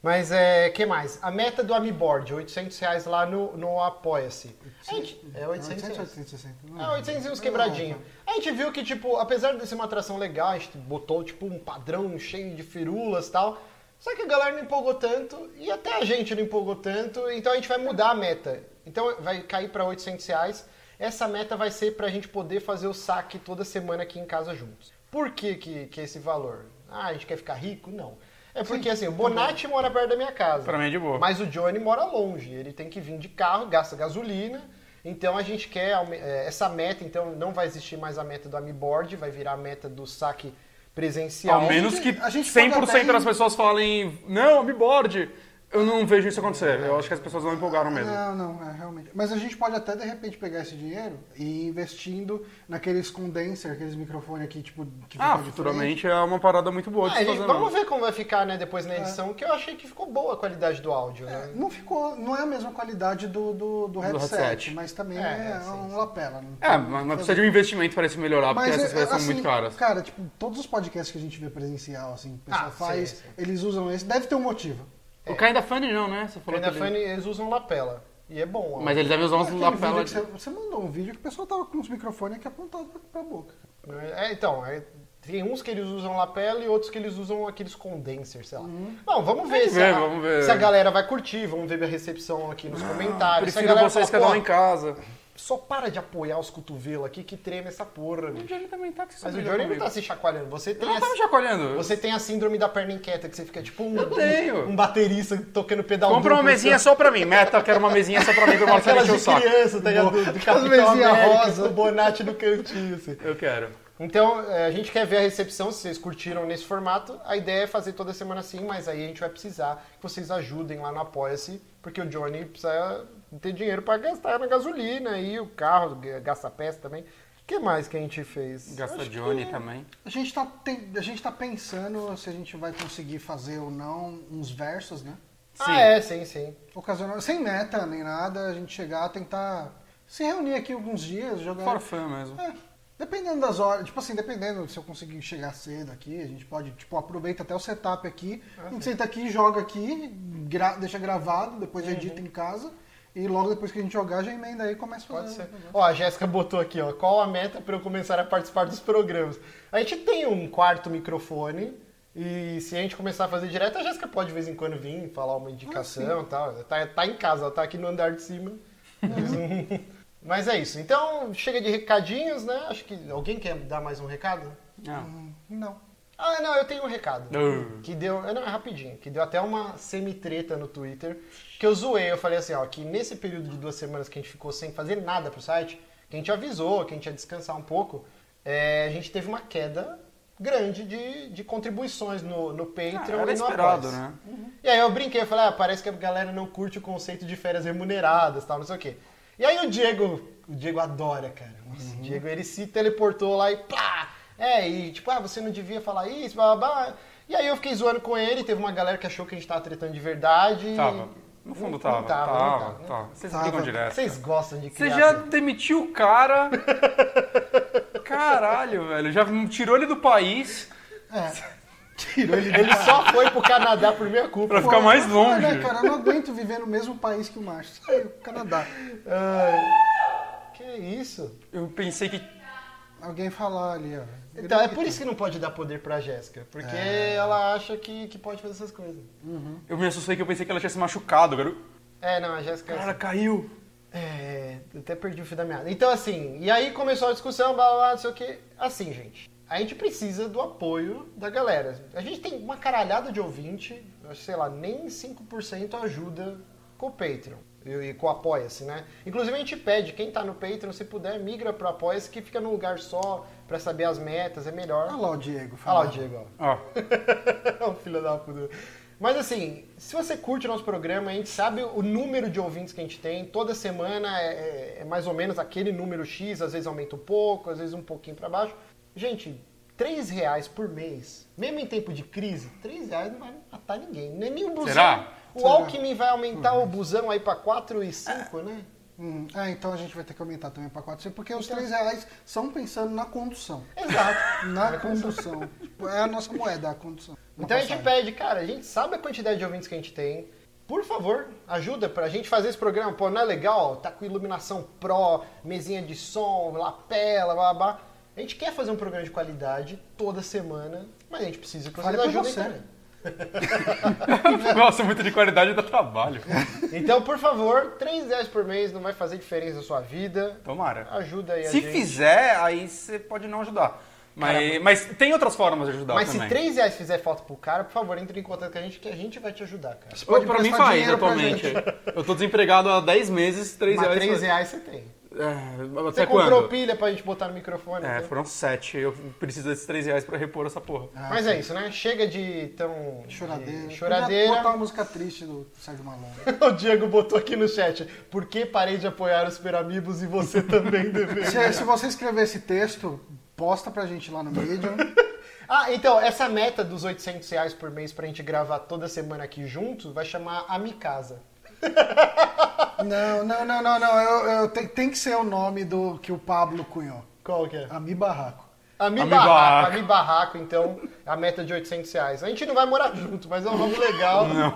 B: Mas é, que mais? A meta do Amiboard, 800 reais lá no, no Apoia-se. A gente- É
A: 800
B: 800 reais.
A: 860? Não
B: É, 800 e uns quebradinhos. A gente viu que, tipo, apesar de ser uma atração legal, a gente botou, tipo, um padrão cheio de firulas e tal. Só que a galera não empolgou tanto e até a gente não empolgou tanto, então a gente vai mudar a meta. Então vai cair para 800 reais. Essa meta vai ser pra gente poder fazer o saque toda semana aqui em casa juntos. Por que, que, que esse valor? Ah, a gente quer ficar rico? Não. É porque, assim, o Bonatti mora perto da minha casa.
C: tá Pra mim é de boa.
B: Mas o Johnny mora longe, ele tem que vir de carro, gasta gasolina. Então a gente quer aume- eh, essa meta, então não vai existir mais a meta do Amiboard, vai virar a meta do saque presencial.
C: Ao menos que
A: A gente
C: 100%
A: paga bem.
C: das pessoas falem, não, me borde. Eu não vejo isso acontecer. Eu acho que as pessoas não empolgaram mesmo.
A: Não, não, é realmente. Mas a gente pode até de repente pegar esse dinheiro e ir investindo naqueles condenser, aqueles microfones aqui, tipo, que
C: Ah,
A: fica de
C: futuramente é uma parada muito boa de
B: Ah,
C: se
B: ele-
C: fazer.
B: vamos
C: não.
B: ver como vai ficar, né, depois na edição, que eu achei que ficou boa a qualidade do áudio,
A: frente.
B: né?
A: Não ficou, não é a mesma qualidade do, do, do headset,
C: headset.
A: mas também
B: É,
A: é,
B: é, sim,
A: um
B: sim.
A: lapela. não
C: É,
A: tem-
C: mas mas precisa de um investimento para se melhorar, Ah, porque
A: Mas
C: essas
A: é-
C: coisas
A: assim,
C: são muito caras.
A: Cara, tipo, todos os podcasts que a gente vê presencial, assim, o pessoal
B: Ah, sim,
A: faz,
B: sim.
A: eles usam esse. Deve ter um motivo.
C: O Kinda Funny não, né? Você falou
B: é. Ainda é
C: que
B: foi,
C: ele-
B: eles usam lapela. E é bom. ó.
C: Mas eles devem usar uns
A: Aquele
C: lapela
A: vídeo que você, você mandou um vídeo que o pessoal tava com os microfones aqui apontados pra, pra boca.
B: É, então, é- tem uns que eles usam lapela e outros que eles usam aqueles condensers, sei lá. Bom, vamos ver,
C: Tem que
B: se,
C: ver,
B: a,
C: vamos ver.
B: se a galera vai curtir, vamos ver a recepção aqui nos comentários. se a
C: Prefiro
B: galera
C: vocês
B: fala,
C: cada um
B: "Pô,
C: em casa.
B: Só para de apoiar os cotovelos aqui que treme essa porra,
C: O
B: bicho.
C: Johnny também tá com essa
B: Mas o
C: briga
B: Johnny não
C: comigo.
B: tá se chacoalhando. Você tem,
C: Não tá me
B: a,
C: chacoalhando.
B: você tem a síndrome da perna inquieta, que você fica tipo um,
C: Eu tenho.
B: um, um baterista tocando pedal
C: Compra
B: duplo,
C: uma mesinha
B: sabe?
C: só pra mim. Meta, quero uma mesinha só pra mim pra Marcelo
B: tá assim. Aquelas
C: encher o
B: de
C: saco.
B: criança, tá ligado? Do, do Capitão
A: mesinha
B: América,
A: rosa.
B: do Bonatti no cantinho, assim.
C: Eu quero.
B: Então, é, a gente quer ver a recepção, se vocês curtiram nesse formato. A ideia é fazer toda semana assim, mas aí a gente vai precisar que vocês ajudem lá no Apoia-se, porque o Johnny precisa ter dinheiro para gastar na gasolina e o carro, g- gasta peça também. O que mais que a gente fez?
C: Gasta
B: Acho que- é.
C: Johnny também.
A: A gente, tá ten- a gente tá pensando se a gente vai conseguir fazer ou não uns versos, né?
C: Sim.
B: Ah, é, sim, sim.
A: Ocasional, sem meta nem nada, a gente chegar, tentar se reunir aqui alguns dias, jogar.
C: Forfã mesmo.
A: É, dependendo das horas, tipo assim, dependendo se eu conseguir chegar cedo aqui, a gente pode, tipo, aproveita até o setup aqui,
B: Ah,
A: a gente senta aqui, joga aqui, gra- deixa gravado,
B: Uhum.
A: depois edita em casa, e logo depois que a gente jogar, já emenda aí e começa a
B: Pode
A: fazer.
B: ser. Ó, a Jéssica botou aqui, ó. Qual a meta para eu começar a participar dos programas? A gente tem um quarto microfone. E se a gente começar a fazer direto, a Jéssica pode de vez em quando vir falar uma indicação e tal. Tá, tá em casa, ela tá aqui no andar de cima. Mas é isso. Então, chega de recadinhos, né? Acho que alguém quer dar mais um recado?
C: Ah.
A: Não.
B: Ah, não, eu tenho um recado.
C: Uh.
B: Que deu. Não, é rapidinho. Que deu até uma semi-treta no Twitter. Que eu zoei. Eu falei assim, ó, que nesse período de duas semanas que a gente ficou sem fazer nada pro site, que a gente avisou, que a gente ia descansar um pouco, é, a gente teve uma queda grande de, de contribuições no, no Patreon
C: Ah, era
B: e no
C: esperado,
B: Apoia-se.
C: né?
B: Uhum. E aí eu brinquei, eu falei, ah, parece que a galera não curte o conceito de férias remuneradas, tal, não sei o quê. E aí o Diego, o Diego adora, cara.
C: Uhum.
B: Nossa, o Diego, ele se teleportou lá e pá! É, e tipo, ah, você não devia falar isso, blá, blá, blá. E aí eu fiquei zoando com ele, teve uma galera que achou que a gente tava tretando de verdade.
C: Tava. No fundo
B: Não
C: tava.
B: tava, não
C: Tava,
B: tava, né?
C: tava. Vocês
A: Tava.
C: brigam direto.
B: Vocês gostam de
C: Você
B: criar... assim.
C: já demitiu o cara. Caralho, velho. Já tirou ele do país
A: É.
B: Tirou ele, ele só foi pro Canadá por minha culpa.
C: pra ficar mais
A: Não,
C: longe.
A: né, cara, eu não aguento viver no mesmo país que o Márcio. Saiu, Canadá.
B: Ai, que isso?
C: Eu pensei que.
A: Alguém falar ali, ó.
B: Então, é por isso que não pode dar poder pra Jéssica. Porque
C: É.
B: ela acha que, que pode fazer essas coisas.
C: Eu me assustei que eu pensei que ela tinha se machucado, cara.
B: É, não, a Jéssica...
C: Cara, caiu.
B: É, eu até perdi o fio da meada. Então, assim, e aí começou a discussão, blá blá, blá não sei o que. Assim, gente, a gente precisa do apoio da galera. A gente tem uma caralhada de ouvinte, eu acho, sei lá, nem 5% ajuda com o Patreon e, e com o Apoia-se, né? Inclusive, a gente pede, quem tá no Patreon, se puder, migra pro Apoia-se, que fica num lugar só pra saber as metas, é melhor.
A: Olha lá o Diego.
B: Olha lá o
A: falando.
B: Diego, ó.
C: Ó,
B: É um filho da puta. Mas assim, se você curte o nosso programa, a gente sabe o número de ouvintes que a gente tem. Toda semana é, é- é mais ou menos aquele número X, às vezes aumenta um pouco, às vezes um pouquinho pra baixo. Gente, 3 reais por mês, mesmo em tempo de crise, 3 reais não vai matar ninguém. Nem, nem o busão.
C: Será?
B: O Alckmin vai aumentar o busão aí pra 4 e 5, né? Então-
A: Hum, Ah, então a gente vai ter que aumentar também para 400, porque os 3 reais são pensando na condução.
B: Exato.
A: Na condução. Tipo, é a nossa moeda, a condução. Uma
B: Então a gente
A: passagem.
B: pede, cara, a gente sabe a quantidade de ouvintes que a gente tem. Por favor, ajuda pra gente fazer esse programa. Pô, não é legal? Tá com iluminação pro, mesinha de som, lapela, blá, blá, blá. A gente quer fazer um programa de qualidade toda semana, mas a gente precisa que vocês
A: Fale por
B: ajudem
A: você.
B: também.
C: Nossa, muito de qualidade dá trabalho.
B: Então, por favor, 3 reais por mês não vai fazer diferença na sua vida.
C: Tomara.
B: Ajuda aí a
C: Se
B: gente.
C: fizer, aí você pode não ajudar. Mas, mas tem outras formas de ajudar
B: Mas se
C: também.
B: 3 reais fizer falta pro cara, por favor, entre em contato com a gente que a gente vai te ajudar, cara.
A: Você pode
C: pra mim
A: emprestar
C: faz
A: dinheiro pra
C: atualmente.
A: gente.
C: Eu tô desempregado há 10 meses, 3
B: Mas
C: reais.
B: 3 reais você tem.
C: É,
B: Você
C: até
B: comprou
C: quando?
B: pilha pra gente botar no microfone.
C: É,
B: então.
C: foram 7. Eu preciso desses 3 reais pra repor essa porra.
B: Mas é isso, né? Chega de tão.
A: Ah, Choradeira.
B: de
A: Podia botar
B: É, choradeira.
A: uma música triste do Sérgio Malandro.
B: o Diego botou aqui no chat. Por que parei de apoiar os Super Amigos e você também deveria?
A: Se, se você escrever esse texto, posta pra gente lá no Medium.
B: ah, então, essa meta dos 800 reais por mês pra gente gravar toda semana aqui junto vai chamar Amicasa.
A: Não, não, não, não, não. Eu, eu- tem, tem que ser o nome do que o Pablo cunhou.
B: Qual que é?
A: Ami Barraco.
B: Ami
C: Ami
B: Barraco.
C: Barraco.
B: Ami Barraco, então, a meta de 800 reais. A gente não vai morar junto, mas é um nome legal.
C: Não,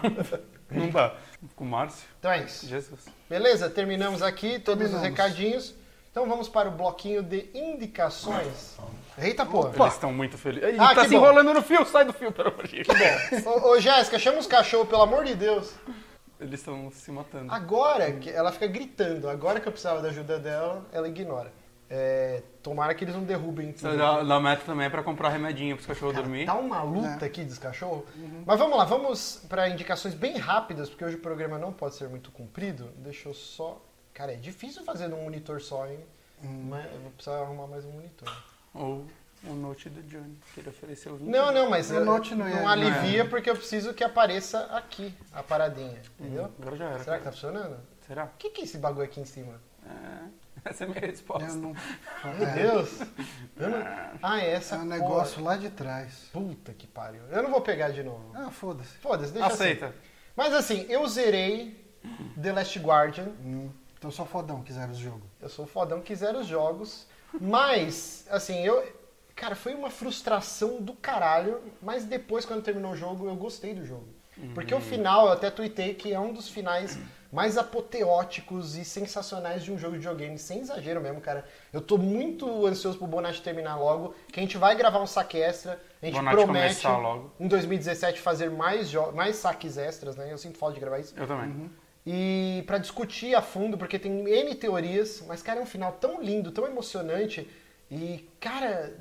C: não dá. Com o Márcio?
B: Então é isso.
C: Jesus.
B: Beleza? Terminamos aqui todos os
A: Terminamos.
B: recadinhos. Então vamos para o bloquinho de indicações. Eita
C: Eles
B: porra!
C: estão muito felizes. Ih,
B: Ah,
C: tá
B: que
C: se
B: bom.
C: enrolando no fio, sai do fio, pelo amor de Deus.
B: Ô, ô, Jéssica, chama os cachorros, pelo amor de Deus.
C: Eles estão se matando.
B: Ah, Agora, que ela fica gritando, agora que eu precisava da ajuda dela, ela ignora. É, tomara que eles não derrubem tudo.
C: Da, da meta também é pra comprar remedinho pros cachorros dormir.
B: Tá uma
A: É.
B: luta aqui dos cachorros.
A: Uhum.
B: Mas vamos lá, vamos para indicações bem rápidas, porque hoje o programa não pode ser muito comprido. Deixa eu só. Cara, é difícil fazer num monitor só, hein?
A: Hum.
B: Mas eu vou precisar arrumar mais um monitor.
C: Ou o note do Johnny, que ele ofereceu 20.
B: Não, não, mas
A: No né?
B: eu-
A: note não
B: não,
A: ia- não
B: alivia porque eu preciso que apareça aqui a paradinha, entendeu?
A: Hum.
C: Agora já era.
B: Será que tá funcionando?
C: Será?
B: O que, que é esse bagulho aqui em cima?
C: É, essa é a minha
A: Eu
C: resposta.
A: não-
B: Meu
A: é,
B: Deus! Eu não- Ah, é essa
A: é um
B: porra.
A: negócio lá de trás.
B: Puta que pariu. Eu não vou pegar de novo.
A: Ah, foda-se.
B: Foda-se, deixa assim.
C: Aceita.
B: Mas assim, eu zerei The Last Guardian.
A: Hum, Então só fodão que zera os jogos.
B: Eu sou fodão que zero os jogos. Mas, assim, eu. Cara, foi uma frustração do caralho. Mas depois, quando terminou o jogo, eu gostei do jogo. Porque
C: Uhum.
B: o final, eu até tuitei que é um dos finais mais apoteóticos e sensacionais de um jogo de videogame, sem exagero mesmo, cara. Eu tô muito ansioso pro Bonatti terminar logo, que a gente vai gravar um saque extra, a gente
C: Bonatti
B: promete
C: começar logo.
B: em 2017 fazer mais, jo- mais saques extras, né? Eu sinto falta de gravar isso
C: Eu também.
B: Uhum. e pra discutir a fundo, porque tem N teorias, mas, cara, é um final tão lindo, tão emocionante e, cara,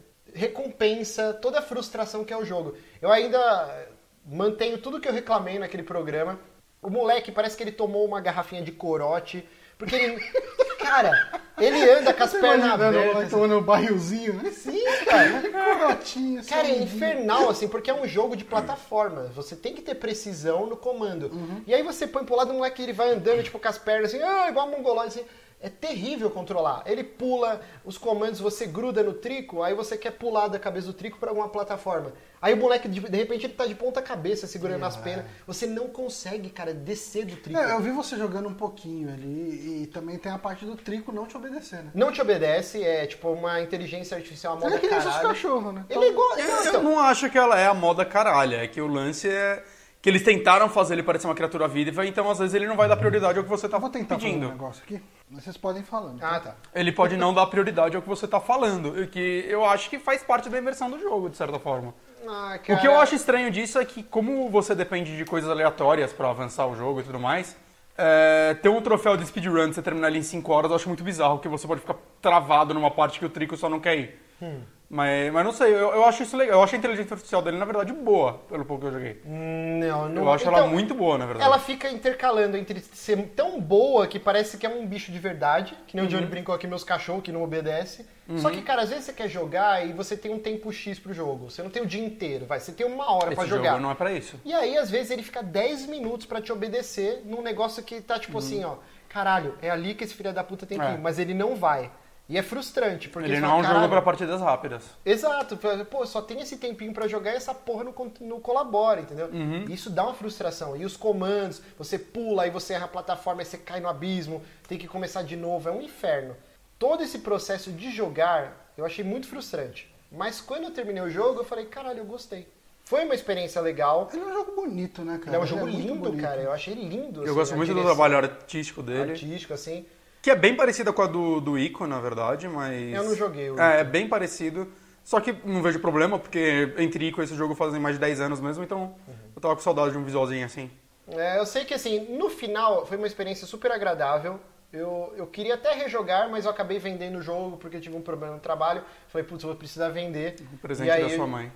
B: recompensa toda a frustração que é o jogo. Eu ainda mantenho tudo que eu reclamei naquele programa. O moleque parece que ele tomou uma garrafinha de corote, porque ele. cara, ele anda com as pernas
A: vai
B: abertas.
A: tomando um barrilzinho, né?
B: Sim, cara.
A: Corotinho,
B: Cara, é
A: sabe?
B: infernal, assim, porque é um jogo de plataforma. Você tem que ter precisão no comando.
C: Uhum.
B: E aí você põe pro lado do moleque ele vai andando, tipo, com as pernas assim, ah, igual a mongolóide, assim. É terrível controlar. Ele pula, os comandos você gruda no trico, aí você quer pular da cabeça do trico pra alguma plataforma. Aí o moleque, de, de repente, ele tá de ponta cabeça segurando as penas. Você não consegue, cara, descer do trico.
A: Não, eu vi você jogando um pouquinho ali e também tem a parte do trico não te obedecer, né?
B: Não te obedece, é tipo uma inteligência artificial a
A: Ele
B: moda
A: é que nem esses
B: caralho.
A: cachorros, né?
B: Ele é igual...
C: Eu,
B: não,
C: eu
B: então-
C: não acho que ela é a moda caralha. É que o lance é que eles tentaram fazer ele parecer uma criatura viva, então às vezes ele não vai dar prioridade ao que você tá
A: Eu vou tentar fazer um
C: pedindo.
A: negócio aqui. mas Vocês podem ir falando.
B: Ah, tá.
C: Ele pode não dar prioridade ao que você tá falando, o que eu acho que faz parte da imersão do jogo, de certa forma.
B: Ah,
C: O que eu
B: cara.
C: acho estranho disso é que, como você depende de coisas aleatórias pra avançar o jogo e tudo mais, é, ter um troféu de speedrun, você terminar ele em 5 horas, eu acho muito bizarro, porque você pode ficar travado numa parte que o trico só não quer ir.
B: Hum.
C: Mas, mas não sei, eu, eu acho isso legal. Eu acho a inteligência artificial dele, na verdade, boa, pelo pouco que eu joguei.
B: Não, não.
C: Eu acho ela
B: Então,
C: muito boa, na verdade.
B: Ela fica intercalando entre ser tão boa que parece que é um bicho de verdade, que nem o Johnny
C: Uhum.
B: brincou aqui, meus cachorros que não obedece. Só que, cara, às vezes você quer jogar e você tem um tempo X pro jogo. Você não tem o dia inteiro, vai. Você tem uma hora pra
C: Esse
B: jogar.
C: jogo não é pra isso.
B: E aí, às vezes, ele fica 10 minutos pra te obedecer num negócio que tá tipo assim, ó. Caralho, é ali que esse filho da puta tem que
C: Uhum. É.
B: ir, mas ele não vai. E é frustrante, porque
C: Ele
B: você
C: não é
B: fala,
C: um jogo
B: "Caralho,
C: pra partidas rápidas.
B: Exato, pra- pô, só tem esse tempinho pra jogar e essa porra não, con- não colabora, entendeu?
C: Uhum.
B: Isso dá uma frustração. E os comandos, você pula, aí você erra a plataforma, aí você cai no abismo, tem que começar de novo, é um inferno. Todo esse processo de jogar eu achei muito frustrante. Mas quando eu terminei o jogo, eu falei, caralho, eu gostei. Foi uma experiência legal.
A: Ele é um jogo bonito, né, cara?
B: Ele é um
A: Ele
B: jogo
A: muito
B: lindo,
A: bonito.
B: cara. Eu achei lindo.
C: Eu
B: assim,
C: gosto
B: a
C: muito do
B: direção
C: trabalho artístico dele.
B: Artístico, assim.
C: Que é bem parecida com a do, do Ico, na verdade, mas.
B: Eu não joguei o
C: É, é bem parecido. Só que não vejo problema, porque entre Ico e esse jogo fazem mais de 10 anos mesmo, então
B: Uhum.
C: eu tava com saudade de um visualzinho assim.
B: É, eu sei que assim, no final foi uma experiência super agradável. Eu, eu queria até rejogar, mas eu acabei vendendo o jogo porque eu tive um problema no trabalho. Falei, putz, eu vou precisar vender.
C: O presente
B: E aí-
C: da sua mãe.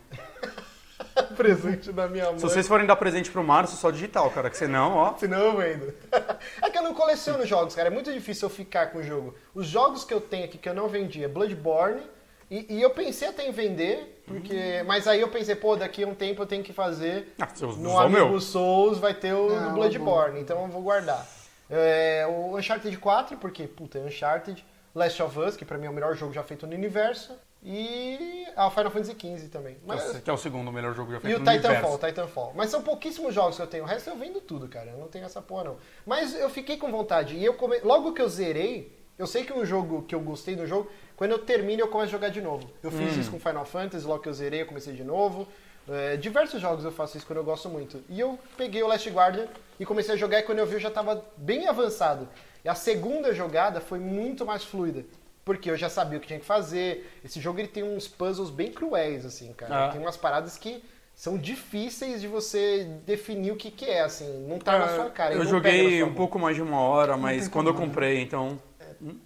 B: presente da minha mãe.
C: Se vocês forem dar presente pro Márcio, só digital, cara, que senão, ó.
B: Senão eu vendo. é que eu não coleciono jogos, cara. É muito difícil eu ficar com o jogo. Os jogos que eu tenho aqui que eu não vendi é Bloodborne. E, e eu pensei até em vender, porque. Mas aí eu pensei, pô, daqui a um tempo eu tenho que fazer.
C: Ah, se eu
B: no
C: usar o meu.
B: Amigo Souls vai ter o
A: Ah,
B: do Bloodborne, então eu vou guardar. É, o Uncharted 4, porque, puta, é Uncharted. Last of Us, que pra mim é o melhor jogo já feito no universo. E. Ah, o Final Fantasy XV também. Mas-
C: Que é o segundo melhor jogo já
B: e
C: feito
B: o
C: no
B: Titanfall,
C: universo.
B: Titanfall. Mas são pouquíssimos jogos que eu tenho. O resto eu vendo tudo, cara. Eu não tenho essa porra, não. Mas eu fiquei com vontade. E eu come... logo que eu zerei, eu sei que um jogo que eu gostei do jogo, quando eu termino, eu começo a jogar de novo. Eu fiz
C: Hum.
B: isso com Final Fantasy, logo que eu zerei, eu comecei de novo. É, diversos jogos eu faço isso quando eu gosto muito. E eu peguei o Last Guardian e comecei a jogar, e quando eu vi, eu já tava bem avançado. E a segunda jogada foi muito mais fluida. Porque eu já sabia o que tinha que fazer. Esse jogo ele tem uns puzzles bem cruéis, assim, cara.
C: Ah.
B: Tem umas paradas que são difíceis de você definir o que, que é, assim. Não tá na sua cara.
C: Ah, eu
B: ele não pega na
C: joguei
B: sua mão.
C: um
B: É,
C: pouco mais de uma hora, mas
A: tem
C: quando eu
A: como, né?
C: comprei, então.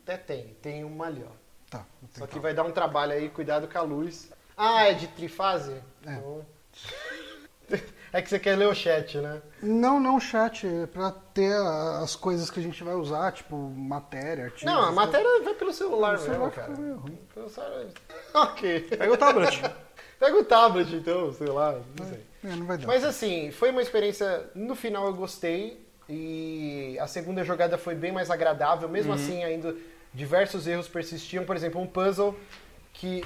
B: Até tem, tem uma ali, ó.
A: Tá.
B: Só que vai dar um trabalho aí, cuidado com a luz. Ah, é de trifase?
A: É.
B: Então- É que você quer ler o chat, né?
A: Não, não, chat, é pra ter a- as coisas que a gente vai usar, tipo matéria, artigo.
B: Não, a matéria vai pelo celular
A: O celular
B: mesmo,
A: fica
B: cara.
A: é meio ruim.
B: Pelo celular- Ok.
C: Pega o tablet.
B: Pega o tablet então, sei lá, não sei.
A: É, não vai dar.
B: Mas assim, foi uma experiência. No final eu gostei. E a segunda jogada foi bem mais agradável. Mesmo
C: Uhum.
B: assim, ainda diversos erros persistiam. Por exemplo, um puzzle que,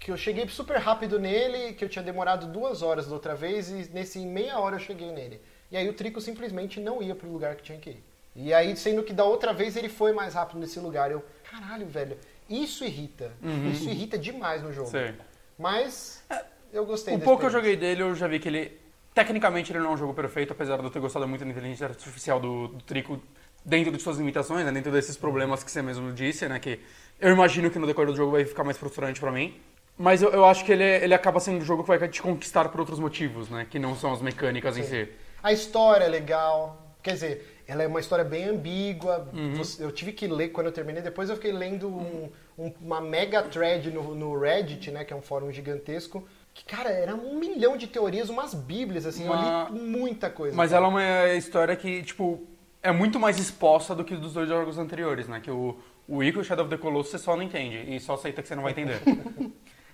B: que eu cheguei super rápido nele, que eu tinha demorado duas horas da outra vez, e nesse em meia hora eu cheguei nele. E aí o Trico simplesmente não ia pro lugar que tinha que ir. E aí, sendo que da outra vez ele foi mais rápido nesse lugar. Eu, caralho, velho, isso irrita.
C: Uhum.
B: Isso irrita demais no jogo.
C: Sei.
B: Mas eu gostei
C: O
B: da
C: É, um pouco que eu
B: experiência.
C: joguei dele, eu já vi que ele. Tecnicamente, ele não é um jogo perfeito, apesar de eu ter gostado muito da inteligência artificial do, do Trico, dentro de suas limitações, né, dentro desses problemas que você mesmo disse, né? Que eu imagino que no decorrer do jogo vai ficar mais frustrante pra mim. Mas eu, eu acho que ele, é- ele acaba sendo um jogo que vai te conquistar por outros motivos, né? Que não são as mecânicas em si.
B: A história é legal. Quer dizer, ela é uma história bem ambígua.
C: Uhum.
B: Você- Eu tive que ler quando eu terminei. Depois eu fiquei lendo um- um- uma mega thread no, no Reddit, né? Que é um fórum gigantesco. Que, cara, era um milhão de teorias, umas bíblias, assim.
C: Uma-
B: Eu li muita coisa.
C: Mas
B: cara.
C: ela é uma história que, tipo, é muito mais exposta do que dos dois jogos anteriores, né? Que o, o Ico e o Shadow of the Colossus você só não entende. E só aceita que você não vai entender.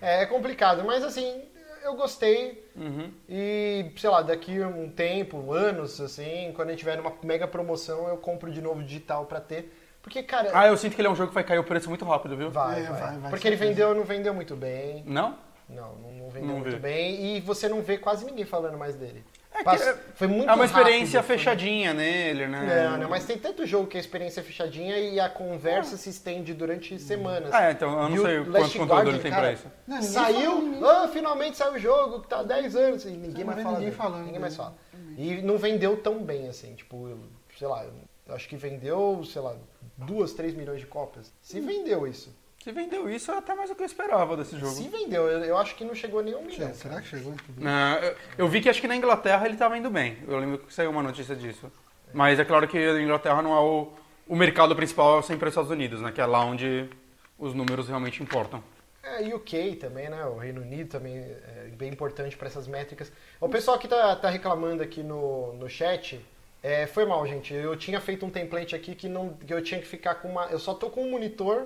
B: É, é complicado, mas assim, eu gostei.
C: Uhum.
B: E, sei lá, daqui um tempo, anos, assim, quando a gente tiver numa mega promoção, eu compro de novo digital pra ter. Porque, cara,
C: ah, eu sinto que ele é um jogo que vai cair o preço muito rápido, viu?
B: vai,
A: É,
B: vai,
A: vai, vai,
B: Porque ele
A: certeza.
B: vendeu, não vendeu muito bem.
C: Não?
B: Não, não, não vendeu
C: Não
B: muito
C: vê.
B: bem. E você não vê quase ninguém falando mais dele.
C: que
B: Passa-
C: é-
B: foi muito
C: É uma experiência
B: rápido, foi-
C: fechadinha nele, né?
B: Não, é não, mas tem tanto jogo que a experiência é fechadinha e a conversa se estende durante semanas.
C: Ah, então eu
B: E
C: não
B: o
C: sei o quanto
B: Last
C: conteúdo
B: Guardian,
C: ele tem
B: cara,
C: pra isso.
A: Não, ninguém
B: Saiu, ah, finalmente saiu o jogo, que tá há 10 anos, e
A: Não
B: ninguém mais
A: vê
B: fala.
A: ninguém
B: dele,
A: falando né?
B: Ninguém
A: dele.
B: mais fala. E não vendeu tão bem, assim, tipo, eu- sei lá, eu acho que vendeu, sei lá, 2, 3 milhões de cópias. Se
A: Hum.
B: vendeu isso.
C: Se vendeu isso, é até mais do que eu esperava desse jogo.
B: Se vendeu, eu, eu acho que não chegou a nenhum milhão.
A: Não, será que chegou? em tudo?
C: Não, eu- Né, eu vi que acho que na Inglaterra ele tava indo bem. Eu lembro que saiu uma notícia disso. Mas é claro que a Inglaterra não é o. O mercado principal é sempre os Estados Unidos, né? Que é lá onde os números realmente importam.
B: É, e UK também, né? O Reino Unido também é bem importante para essas métricas. O pessoal que tá, tá reclamando aqui no, no chat, é, foi mal, gente. Eu tinha feito um template aqui que, não, que eu tinha que ficar com uma. Eu só tô com um monitor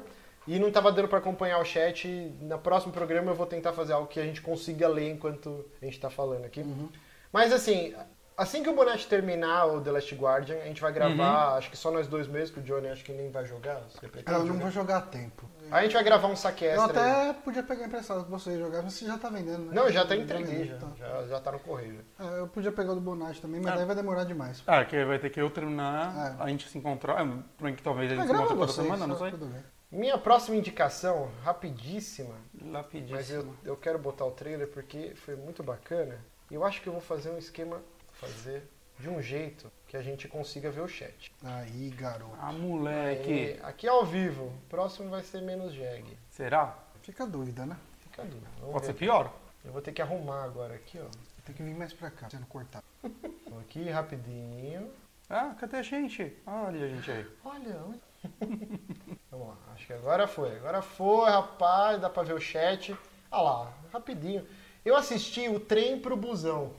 B: e não tava dando para acompanhar o chat. Na próximo
A: Uhum.
B: programa eu vou tentar fazer algo que a gente consiga ler enquanto a gente tá falando aqui. Mas assim, Assim que o Bonatti terminar o The Last Guardian, a gente vai gravar, acho que só nós dois mesmo, que o Johnny acho que nem vai jogar. Você pretende
A: Eu Uhum. Ah, não
B: jogar?
A: vou jogar a tempo.
B: Aí a gente vai gravar um saque
A: Eu
B: extra. aí.
A: até podia pegar emprestado pra você jogar, mas você já tá vendendo, né?
B: Não, já tá
A: vendendo,
B: entregue, já.
A: tá.
B: Já, já tá no correio. já.
A: É, eu podia pegar o do Bonatti também, mas
C: Ah.
A: daí vai demorar demais.
C: Ah, que vai ter que eu terminar,
A: É.
C: a gente se encontrar. Ah, bem que talvez a gente
A: Ah,
C: se
A: grava
C: encontre toda
A: vocês,
C: semana, não
A: tá
C: sei.
A: tudo bem.
B: Minha próxima indicação, rapidíssima, mas
C: Lapidíssimo.
B: eu, eu quero botar o trailer porque foi muito bacana. Eu acho que eu vou fazer um esquema, fazer de um jeito que a gente consiga ver o chat.
A: Aí, garoto.
C: Ah, moleque.
B: E aqui ao vivo, próximo vai ser menos jag.
C: Será?
A: Fica a dúvida, né?
B: Fica duro. Vamos
C: Pode
B: ver
C: ser
B: aqui.
C: pior?
B: Eu vou ter que arrumar agora aqui, ó.
A: Tem que vir mais pra cá, sendo cortado.
B: Vou Aqui rapidinho.
C: Ah, cadê a gente? Olha a gente aí.
B: Olha, olha. Vamos lá, acho que agora foi. Agora foi, rapaz, dá pra ver o chat. Ah lá, rapidinho. Eu assisti o trem pro busão.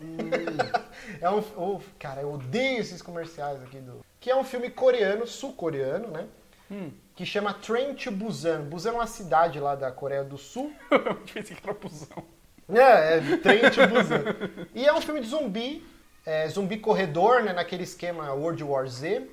B: é um, oh, cara, eu odeio esses comerciais aqui do. Que é um filme coreano, sul-coreano, né?
C: Hum.
B: Que chama Train to Busan. Busan é uma cidade lá da Coreia do Sul.
C: Eu pensei que era busão.
B: É, é Train to Busan. e é um filme de zumbi, é, zumbi corredor, né, naquele esquema World War Z.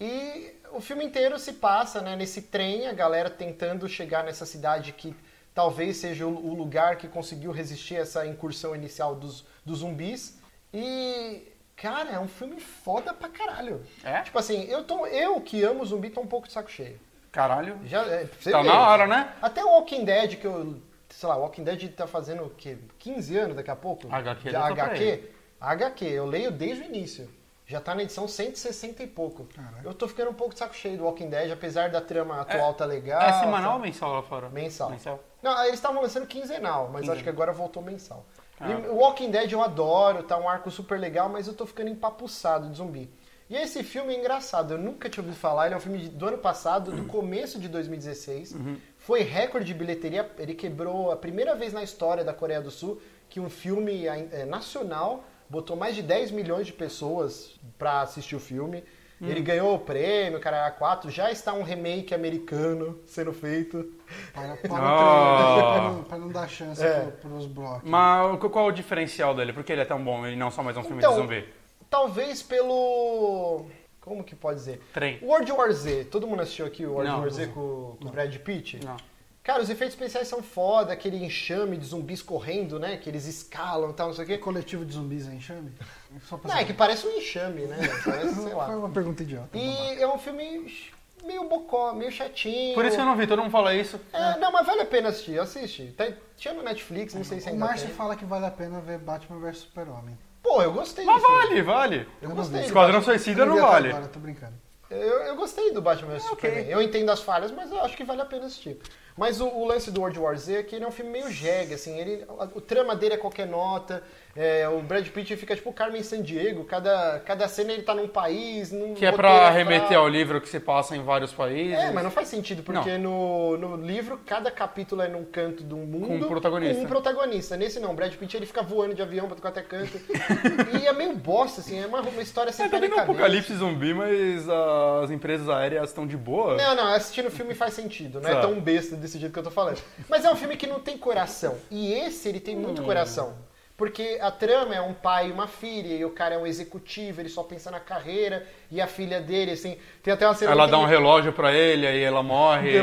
B: E o filme inteiro se passa né, nesse trem, a galera tentando chegar nessa cidade que talvez seja o, o lugar que conseguiu resistir a essa incursão inicial dos, dos zumbis. E, cara, é um filme foda pra caralho.
C: É?
B: Tipo assim, eu, tô, eu que amo zumbi tô um pouco de saco cheio.
C: Caralho.
B: Já, é, pra você
C: Tá
B: ver.
C: na hora, né?
B: Até o Walking Dead, que eu. Sei lá, o Walking Dead tá fazendo o quê? 15 anos daqui a pouco?
C: HQ,
B: Já
C: ele tá pra
B: HQ? HQ, eu leio desde o início. Já tá na edição 160 e pouco.
A: Caralho.
B: Eu tô ficando um pouco de saco cheio do Walking Dead, apesar da trama atual tá legal.
A: Ah,
C: é semanal ou
B: tá-
C: mensal lá fora?
B: Mensal.
C: Mensal.
B: Não, eles estavam lançando quinzenal, mas acho
C: Quinzenal.
B: que agora voltou mensal. E
C: Ah.
B: o Walking Dead eu adoro, tá um arco super legal, mas eu tô ficando empapuçado de zumbi. E esse filme é engraçado, eu nunca tinha ouvido falar, ele é um filme de- do ano passado, do começo de 2016.
C: Uhum.
B: Foi recorde de bilheteria, ele quebrou a primeira vez na história da Coreia do Sul que um filme eh, nacional botou mais de 10 milhões de pessoas pra assistir o filme.
C: Hum.
B: Ele ganhou o prêmio, cara, a 4 já está um remake americano sendo feito.
A: Para, para,
C: Ah.
A: pra, não, pra não dar chance
B: É.
A: pro, pros blocos.
C: Mas qual- qual é o diferencial dele? Por que ele é tão bom e não só mais um filme
B: Então,
C: de zumbi?
B: Talvez pelo. Como que pode dizer?
C: Trem.
B: World War Z. Todo mundo assistiu aqui o World
C: Não,
B: War Z
C: não.
B: com, com o Brad Pitt?
C: Não.
B: Cara, os efeitos especiais são foda, aquele enxame de zumbis correndo, né? Que eles escalam e tal, não sei o quê.
A: Coletivo de zumbis é enxame? Só pra
B: Não, é que
A: saber.
B: parece um enxame, né? Parece, sei
A: Foi
B: lá.
A: uma pergunta idiota. babaca.
B: E é um filme meio bocó, meio chatinho.
C: Por isso que eu não vi, todo mundo fala isso.
B: É, não, mas vale a pena assistir, assiste. Tá, tinha no Netflix, não sei se
A: O
B: ainda
A: Márcio
B: tem.
A: fala que vale a pena ver Batman vs Super-Homem.
B: Pô, eu gostei
C: Mas
B: do filme.
C: vale, vale.
A: Eu
B: Eu
A: não
B: gostei.
A: vi.
B: do
C: Esquadrão um Suicida
A: Eu
C: não
A: vi até
C: vale.
A: Agora, tô brincando.
B: Eu, eu gostei do Batman vs
C: É, ok.
B: Superman. Eu entendo as falhas, mas eu acho que vale a pena assistir. Mas o, o lance do World War Z é que ele é um filme meio jegue, assim. Ele, a- o trama dele é qualquer nota. é, o Brad Pitt fica tipo o Carmen San Diego. Cada, cada cena ele tá num país. Num
C: Que é
B: roteiro
C: pra remeter
B: fraco.
C: ao livro que se passa em vários países.
B: É, mas não faz sentido, porque no, no livro cada capítulo é num canto do mundo.
C: Com um protagonista.
B: com um protagonista. Nesse não, o Brad Pitt ele fica voando de avião pra qualquer canto. e é meio bosta, assim. É uma, uma história sem
C: É,
B: pé
C: também
B: nem
C: não é um
B: cabeça.
C: apocalipse zumbi, mas as empresas aéreas estão de boa.
B: Não, não, assistindo o filme faz sentido, não é
C: Tá.
B: tão besta desse jeito que eu tô falando. Mas é um filme que não tem coração. E esse, ele tem muito coração. Porque a trama é um pai e uma filha, e o cara é um executivo, ele só pensa na carreira, e a filha dele, assim. Tem até uma cena.
C: Ela
B: que
C: dá um
B: ele-
C: relógio pra ele, aí ela morre.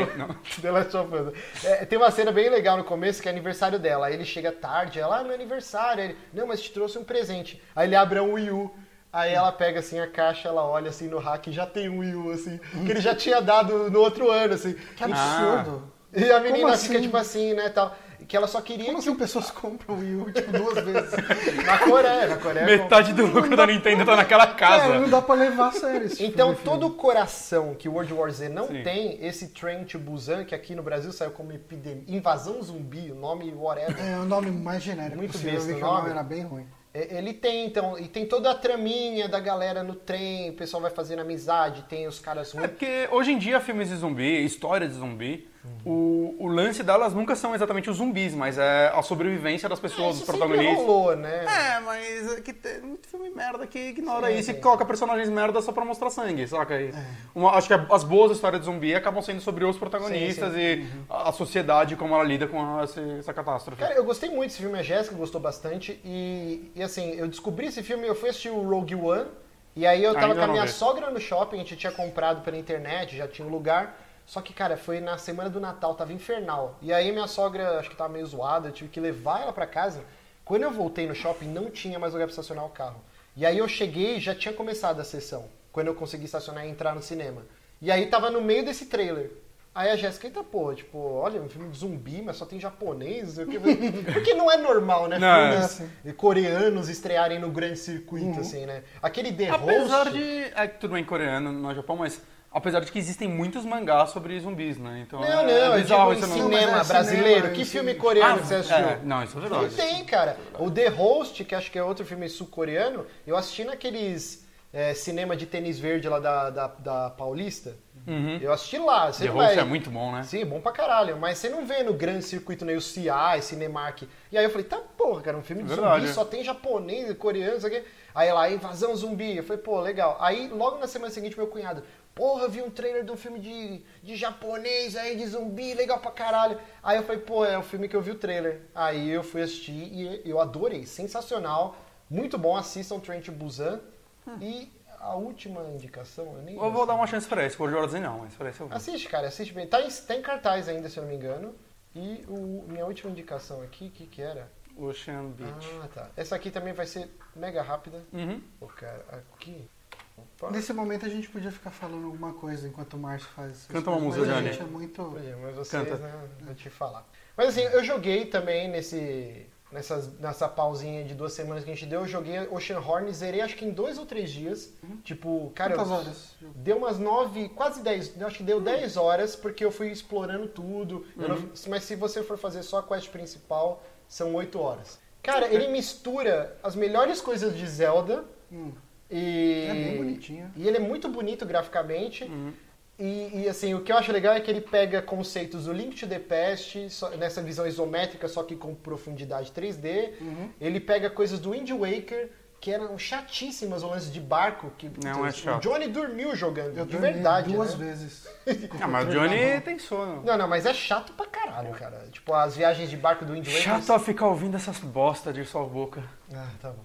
B: The-
C: Não.
B: The Last of Us. É, tem uma cena bem legal no começo que é aniversário dela. Aí ele chega tarde, ela, ah, meu aniversário. Aí ele, não, mas te trouxe um presente. Aí ele abre um Wii U. Aí ela pega assim a caixa, ela olha assim no hack e já tem um Wii U, assim, que ele já tinha dado no outro ano, assim.
C: Ah.
A: Que absurdo.
B: E a menina
A: Como
B: fica
A: assim?
B: tipo assim, né, tal. Que ela só queria
A: Como
B: que
A: assim pessoas compram o Wii U tipo, duas vezes?
B: na Coreia, na Coreia.
C: Metade do lucro da Nintendo tá naquela
A: Cara, É, não
C: casa.
A: dá pra levar a sério esse tipo
B: Então,
A: de filme.
B: todo o coração que World War Z não
C: Sim.
B: tem, esse Train to Busan, que aqui no Brasil saiu como epidemia, invasão zumbi, o nome whatever,
A: É o nome mais genérico
B: Muito
A: possível.
B: besta
A: eu vi
B: o
A: que o nome
B: nome.
A: era bem ruim.
B: É, Ele tem, então, e tem toda a traminha da galera no trem, o pessoal vai fazendo amizade, tem os caras
C: É
B: ruins.
C: porque hoje em dia filmes de zumbi, histórias de zumbi, o, o lance delas nunca são exatamente os zumbis, mas é a sobrevivência das pessoas, dos
B: Isso sempre
C: protagonistas.
B: rolou, né?
C: É, mas é que tem muito filme merda que ignora
B: Sim,
C: isso e
B: sim. É.
C: coloca personagens merda só pra mostrar sangue, saca? E uma- acho que é, as boas histórias de zumbi acabam sendo sobre os protagonistas
B: Sim,
C: e a a sociedade, como ela lida com essa, essa catástrofe.
B: Cara, eu gostei muito desse filme, a Jéssica gostou bastante, e, e assim, eu descobri esse filme, eu fui assistir o Rogue One, e aí eu tava
C: Ainda
B: com a
C: não
B: minha
C: vi.
B: sogra no shopping, a gente tinha comprado pela internet, já tinha um lugar. Só que, cara, foi na semana do Natal, tava infernal. E aí minha sogra, acho que tava meio zoada, eu tive que levar ela pra casa. Quando eu voltei no shopping, não tinha mais lugar pra estacionar o carro. E aí eu cheguei, já tinha começado a sessão, quando eu consegui estacionar e entrar no cinema. E aí tava no meio desse trailer. Aí a Jéssica, eita pô, tipo, olha, um filme de zumbi, mas só tem japonês, não sei o quê. porque não é normal, né?
C: Não,
B: Filmes coreanos estrearem no grande circuito, assim, né? Aquele The
C: Uhum. Apesar
B: Host-
C: de. É que tudo bem coreano no Japão, mas. Apesar de que existem muitos mangás sobre zumbis, né? Então
B: Não,
C: é,
B: não,
C: é
B: eu
C: bizarro
B: digo
C: isso
B: em
C: não-
A: mas é cinema,
B: cinema brasileiro. que
A: em
B: filme
A: cinema.
B: coreano
C: Ah,
B: que você assistiu?
C: é, não, isso é
B: Não
C: verdade.
B: tem, cara. O The Host, que acho que é outro filme sul-coreano, eu assisti naqueles é, cinema de tênis verde lá da, da, da Paulista. Eu assisti lá. Você
C: Uhum. The
B: não
C: Host
B: vai-
C: é muito bom, né?
B: Sim, bom pra caralho. Mas você não vê no grande circuito, nem o CI, Cinemark. E aí eu falei, tá porra, cara, um filme de
C: Verdade.
B: zumbi só tem japonês e coreano, isso aqui. Aí lá, invasão zumbi. Eu falei, pô, legal. Aí logo na semana seguinte, meu cunhado, porra, eu vi um trailer de um filme de, de japonês aí, de zumbi, legal pra caralho. Aí eu falei, pô, é o filme que eu vi o trailer. Aí eu fui assistir e eu adorei. Sensacional. Muito bom, assistam Train to Busan. E a última indicação, eu nem
C: Eu vou dar uma chance pra esse, por Jordan não, mas pra esse eu vou.
B: Assiste, cara, assiste bem. Tá em, tá em cartaz ainda, se eu não me engano. E o, minha última indicação aqui, o que que era?
C: Ocean Beach.
B: Ah, tá. Essa aqui também vai ser mega rápida.
C: Uhum.
B: Ô, cara, aqui... Opa.
A: Nesse momento a gente podia ficar falando alguma coisa enquanto o Márcio faz isso.
C: Canta uma
A: Mas
C: música,
A: a
C: Johnny.
A: gente é muito.
B: Olha, Mas vocês,
C: Canta.
B: né, vou te falar. Mas assim, eu joguei também nesse... Nessas, nessa pausinha de duas semanas que a gente deu, eu joguei Ocean Horn e zerei acho que em dois ou três dias. Tipo, cara,
A: Uhum. Quantas
B: eu-
A: horas?
B: Deu umas nove, quase 10, acho que deu 10 horas, porque eu fui explorando tudo. Eu
A: Uhum.
B: não- mas se você for fazer só a quest principal, são 8 horas. Cara, ele mistura as melhores coisas de Zelda
A: Hum,
B: e.
A: é bem bonitinho.
B: E ele é muito bonito graficamente. E, e, assim, o que eu acho legal é que ele pega conceitos do Link to the Past, só- nessa visão isométrica, só que com profundidade 3D. Ele pega coisas do Wind Waker, que eram chatíssimas, o lance de barco. Que,
C: Não, é
B: o
C: chato.
B: Johnny dormiu jogando,
A: Eu
B: de
A: dormi
B: verdade.
A: duas
B: né?
A: vezes.
C: Ah, mas o Johnny tem sono.
B: Não, não, mas é chato pra caralho, cara. Tipo, as viagens de barco do Wind Waker.
C: Chato a ficar ouvindo essas bosta de sol boca.
B: Ah, tá bom.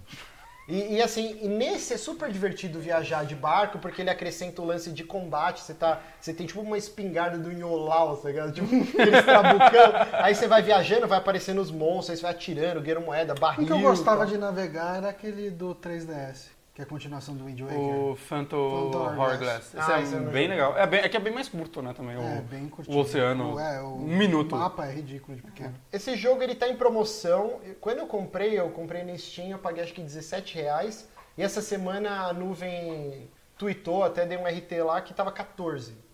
B: E, e, assim, e nesse é super divertido viajar de barco, porque ele acrescenta o lance de combate. Você, tá, você tem tipo uma espingarda do Nholau, tá ligado? Tipo, aqueles trabucão. aí você vai viajando, vai aparecendo os monstros, aí você vai atirando, ganhando moeda, barril.
A: O que eu gostava
B: tal.
A: de navegar era aquele do 3DS, que é a continuação do Wind Waker.
C: O Phantom
A: Phantom
C: Hourglass.
A: Hourglass.
C: Esse
B: é? Ah, esse eu
C: é
B: não
C: bem
B: vi.
C: legal. É, bem, é que é bem mais curto, né, também. O,
A: É, bem curtinho.
C: o oceano.
A: O- é, o
C: um minuto.
A: mapa é ridículo de pequeno.
B: Esse jogo ele tá em promoção. Quando eu comprei, eu comprei na Steam, eu paguei acho que 17 reais. E essa semana a nuvem tweetou, até dei um RT lá, que tava 14.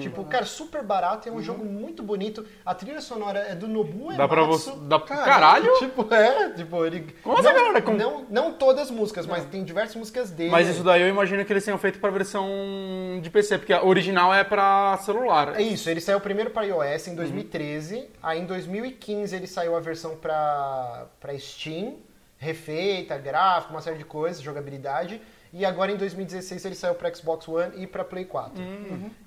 B: Tipo, cara, super barato, é um jogo muito bonito. A trilha sonora é do Nobu
C: Uhum. Dá pra
B: Ematsu.
C: você. Dá... Caralho!
B: Tipo, é, tipo, ele.
C: Como essa galera com-
B: não, não todas as músicas, mas tem diversas músicas dele. é-
C: Mas isso daí eu imagino que eles tenham feito pra versão de PC, porque a original é pra celular.
B: É isso, ele saiu primeiro para iOS em 2013, aí em 2015 ele saiu a versão para Steam, refeita, gráfico, uma série de coisas, jogabilidade, e agora em 2016 ele saiu para Xbox One e para Play 4.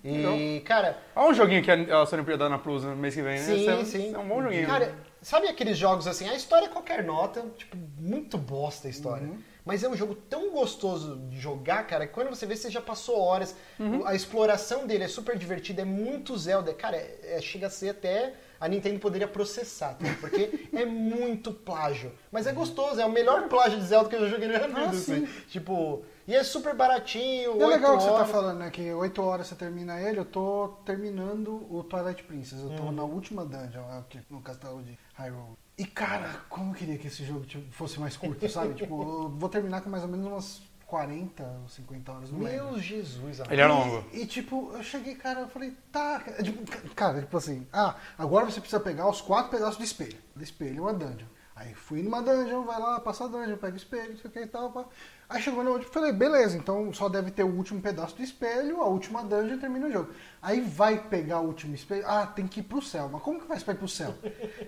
B: E, cara,
C: Olha um joguinho que a a Sony podia dar na Plus no mês que vem, né?
B: Sim,
C: Esse é,
B: sim.
C: É um bom joguinho.
B: Cara, sabe aqueles jogos assim, a história é qualquer nota, tipo, muito bosta a história.
A: Uhum.
B: Mas é um jogo tão gostoso de jogar, cara, que quando você vê, você já passou horas.
A: Uhum.
B: O- A exploração dele é super divertida, é muito Zelda. Cara, é- é- chega a ser até. A Nintendo poderia processar, tá? porque é muito plágio. Mas é gostoso, é o melhor plágio de Zelda que eu já joguei na minha vida.
A: Uhum. Ah,
B: assim. Tipo, e é super baratinho.
A: E é legal o que você tá
B: horas.
A: falando, né? Que 8 horas você termina ele, eu tô terminando o Twilight Princess. Eu tô
B: Hum.
A: na última dungeon, lá, que- no castelo de Hyrule. E cara, como eu queria que esse jogo tipo, fosse mais curto, sabe? Tipo, eu vou terminar com mais ou menos umas 40 ou 50 horas no
B: Meu Jesus, amor.
C: Ele é longo.
A: E, e, tipo, eu cheguei, cara, eu falei, tá. cara, tipo, ca- cara, tipo assim, ah, agora você precisa pegar os quatro pedaços do espelho. Do espelho é uma dungeon. Aí fui numa dungeon, vai lá, passa a dungeon, pega o espelho, não sei o que e tal. pá. Aí chegou na última, falei, beleza, então só deve ter o último pedaço do espelho, a última dungeon e termina o jogo. Aí vai pegar o último espelho, ah, tem que ir pro céu. Mas como que faz pra ir pro céu?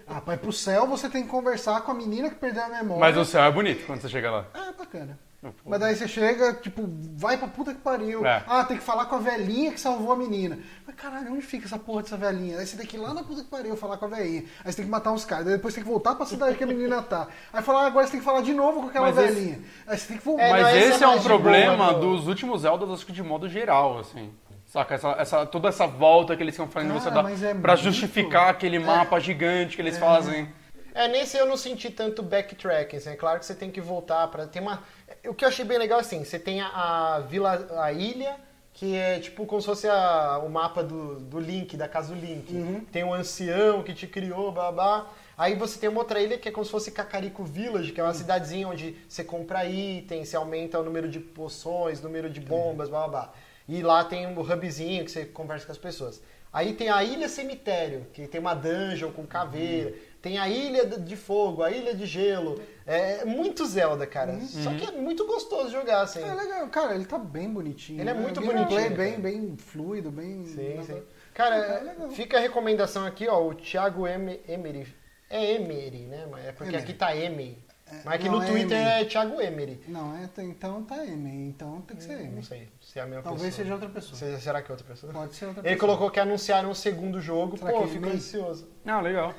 A: ah, pra ir pro céu você tem que conversar com a menina que perdeu a memória.
B: né?
C: Mas o céu é bonito quando você chega lá.
A: Ah, é bacana. Mas daí você chega, tipo, vai pra puta que pariu.
C: É.
A: Ah, tem que falar com a velhinha que salvou a menina. Mas caralho, onde fica essa porra dessa velhinha? Aí você tem que ir lá na puta que pariu falar com a velhinha. Aí você tem que matar uns caras. Daí depois você tem que voltar pra cidade que a menina tá. Aí falar, agora você tem que falar de novo com aquela
C: Mas esse-
A: velhinha. Aí você tem que voltar.
B: É,
C: Mas
B: não, esse
C: esse é
B: é
C: um
B: mais de boa,
C: problema
B: não.
C: dos últimos Zeldas, acho que de modo geral, assim. Saca? Essa, essa- toda essa volta que eles estão fazendo
B: Ah,
A: Cara,
C: você dá
A: mas é
C: pra
A: muito.
C: justificar aquele mapa gigante que eles fazem.
B: É, nesse eu não senti tanto backtracking, assim. É claro que você tem que voltar pra. Tem uma. O que eu achei bem legal assim, você tem a, a vila, a ilha, que é tipo como se fosse a- o mapa do, do Link, da casa do Link. Tem o ancião que te criou, babá. Aí você tem uma outra ilha que é como se fosse Cacarico Village, que é uma cidadezinha onde você compra itens, você aumenta o número de poções, número de bombas, blá blá blá. E lá tem um hubzinho que você conversa com as pessoas. Aí tem a Ilha Cemitério, que tem uma dungeon com caveira.
A: Uhum.
B: Tem a Ilha de- de Fogo, a Ilha de Gelo. É muito Zelda, cara. Só que é muito gostoso jogar, assim.
A: É Uhum. legal, cara, ele tá bem bonitinho.
B: Ele é
A: né?
B: muito
A: O gameplay
B: bonitinho,
A: bem,
B: cara.
A: bem fluido, bem.
B: Sim,
A: nada-
B: sim. Cara,
A: Ah,
B: é- fica a recomendação aqui, ó. O Thiago em Emery. É Emery, né? mas É porque
A: Emery.
B: aqui tá Emery. Mas aqui
A: não,
B: no
A: é
B: Twitter
A: Emery.
B: é Thiago Emery.
A: Não, é, então tá M, então tem que ser M.
B: Não sei se é a mesma
A: Talvez seja
B: pessoa.
A: outra pessoa.
B: Seja- Será que é outra pessoa?
A: Pode ser outra
B: Ele
A: pessoa.
B: colocou que anunciaram um segundo jogo.
A: Será
B: Pô,
A: que
B: eu
A: é
B: fico
A: Emery?
B: ansioso.
C: Ah, legal.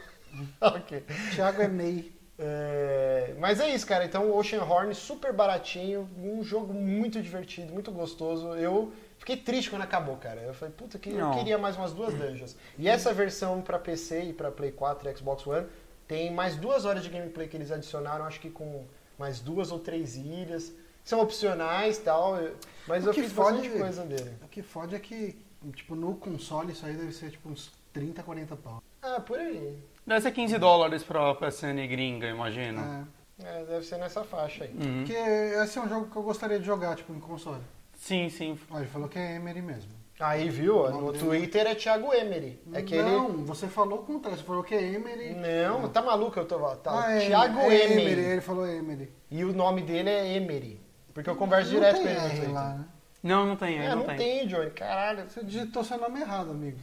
B: ok.
A: Thiago é MEI.
B: É, mas é isso, cara. Então, Ocean Horn, super baratinho, um jogo muito divertido, muito gostoso. Eu fiquei triste quando acabou, cara. Eu falei, puta, que eu
C: Não.
B: queria mais umas duas dungeons. E essa versão pra PC e pra Play 4 e Xbox One tem mais duas horas de gameplay que eles adicionaram, acho que com mais duas ou três ilhas. São opcionais e tal, eu- mas
A: O
B: eu
A: que
B: fiz
A: fode-
B: bastante coisa dele.
A: O que fode é que, tipo, no console isso aí deve ser tipo uns 30, 40 pau.
B: Ah, por aí.
C: Deve ser 15 dólares pra PSN gringa, imagino.
A: É,
B: É, deve ser nessa faixa aí.
C: Uhum.
A: porque esse é um jogo que eu gostaria de jogar, tipo, em console.
C: Sim, sim.
A: Ó, ele falou que é Emery mesmo.
B: Aí, viu?
A: Não,
B: No
A: não.
B: Twitter é Thiago Emery. É que ele-
A: Não, você falou o contrário, você falou que é Emery.
B: Não, tá maluco? Eu tô. ó, Tá,
A: Ah,
B: o
A: é,
B: Thiago
A: é
B: Emery.
A: Ele falou Emery.
B: E o nome dele é Emery. Porque eu converso direto com
A: tem
B: ele no
A: R
B: Twitter.
A: lá, né?
C: Não, não tem, aí
B: É,
C: não,
B: não tem. Johnny. Caralho.
A: Você digitou seu nome errado, amigo.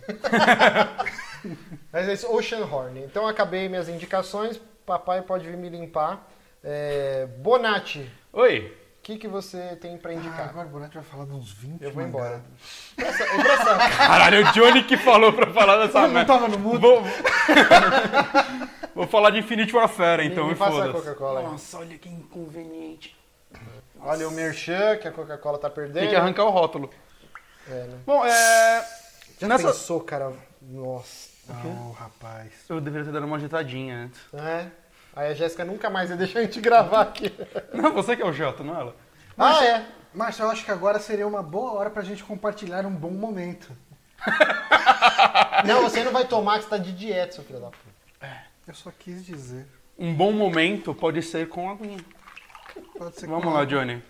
B: Mas é isso, Ocean Horn. Então acabei minhas indicações. Papai pode vir me limpar. É, Bonatti, o
C: Oi.
B: que, que você tem pra
A: Ah,
B: indicar?
A: agora o Bonatti vai falar de uns 20
B: eu vou
A: mangá.
B: embora. Presta- ô, presta-
C: Caralho, o Johnny que falou pra falar dessa
A: Eu não
B: tá
C: merda.
A: tava no mundo.
C: né? Vou... Vou falar de Infinity Warfare, então,
B: me
C: me
B: passa a
C: foda-se.
B: Coca-Cola. aí.
C: olha que inconveniente.
B: Olha o merchan que a Coca-Cola tá perdendo.
C: Tem que arrancar o rótulo.
B: É, né?
C: Bom, é.
B: Já
C: Nessa-
B: pensou, cara? Nossa.
A: Não, rapaz.
C: Eu deveria ter dado uma agitadinha antes.
B: Né? Aí a Jéssica nunca mais ia deixar a gente gravar aqui.
C: Não, você que é o Jota, não ela.
B: Ah, é?
A: Márcio, eu acho que agora seria uma boa hora pra gente compartilhar um bom momento.
B: Não, você não vai tomar que você tá de dieta, seu filho da puta.
A: Eu só quis dizer.
C: Um bom momento pode ser com a
B: Hum,
C: aguinha.
A: Pode
B: tá
A: ser que
C: Vamos
A: não.
C: lá, Johnny.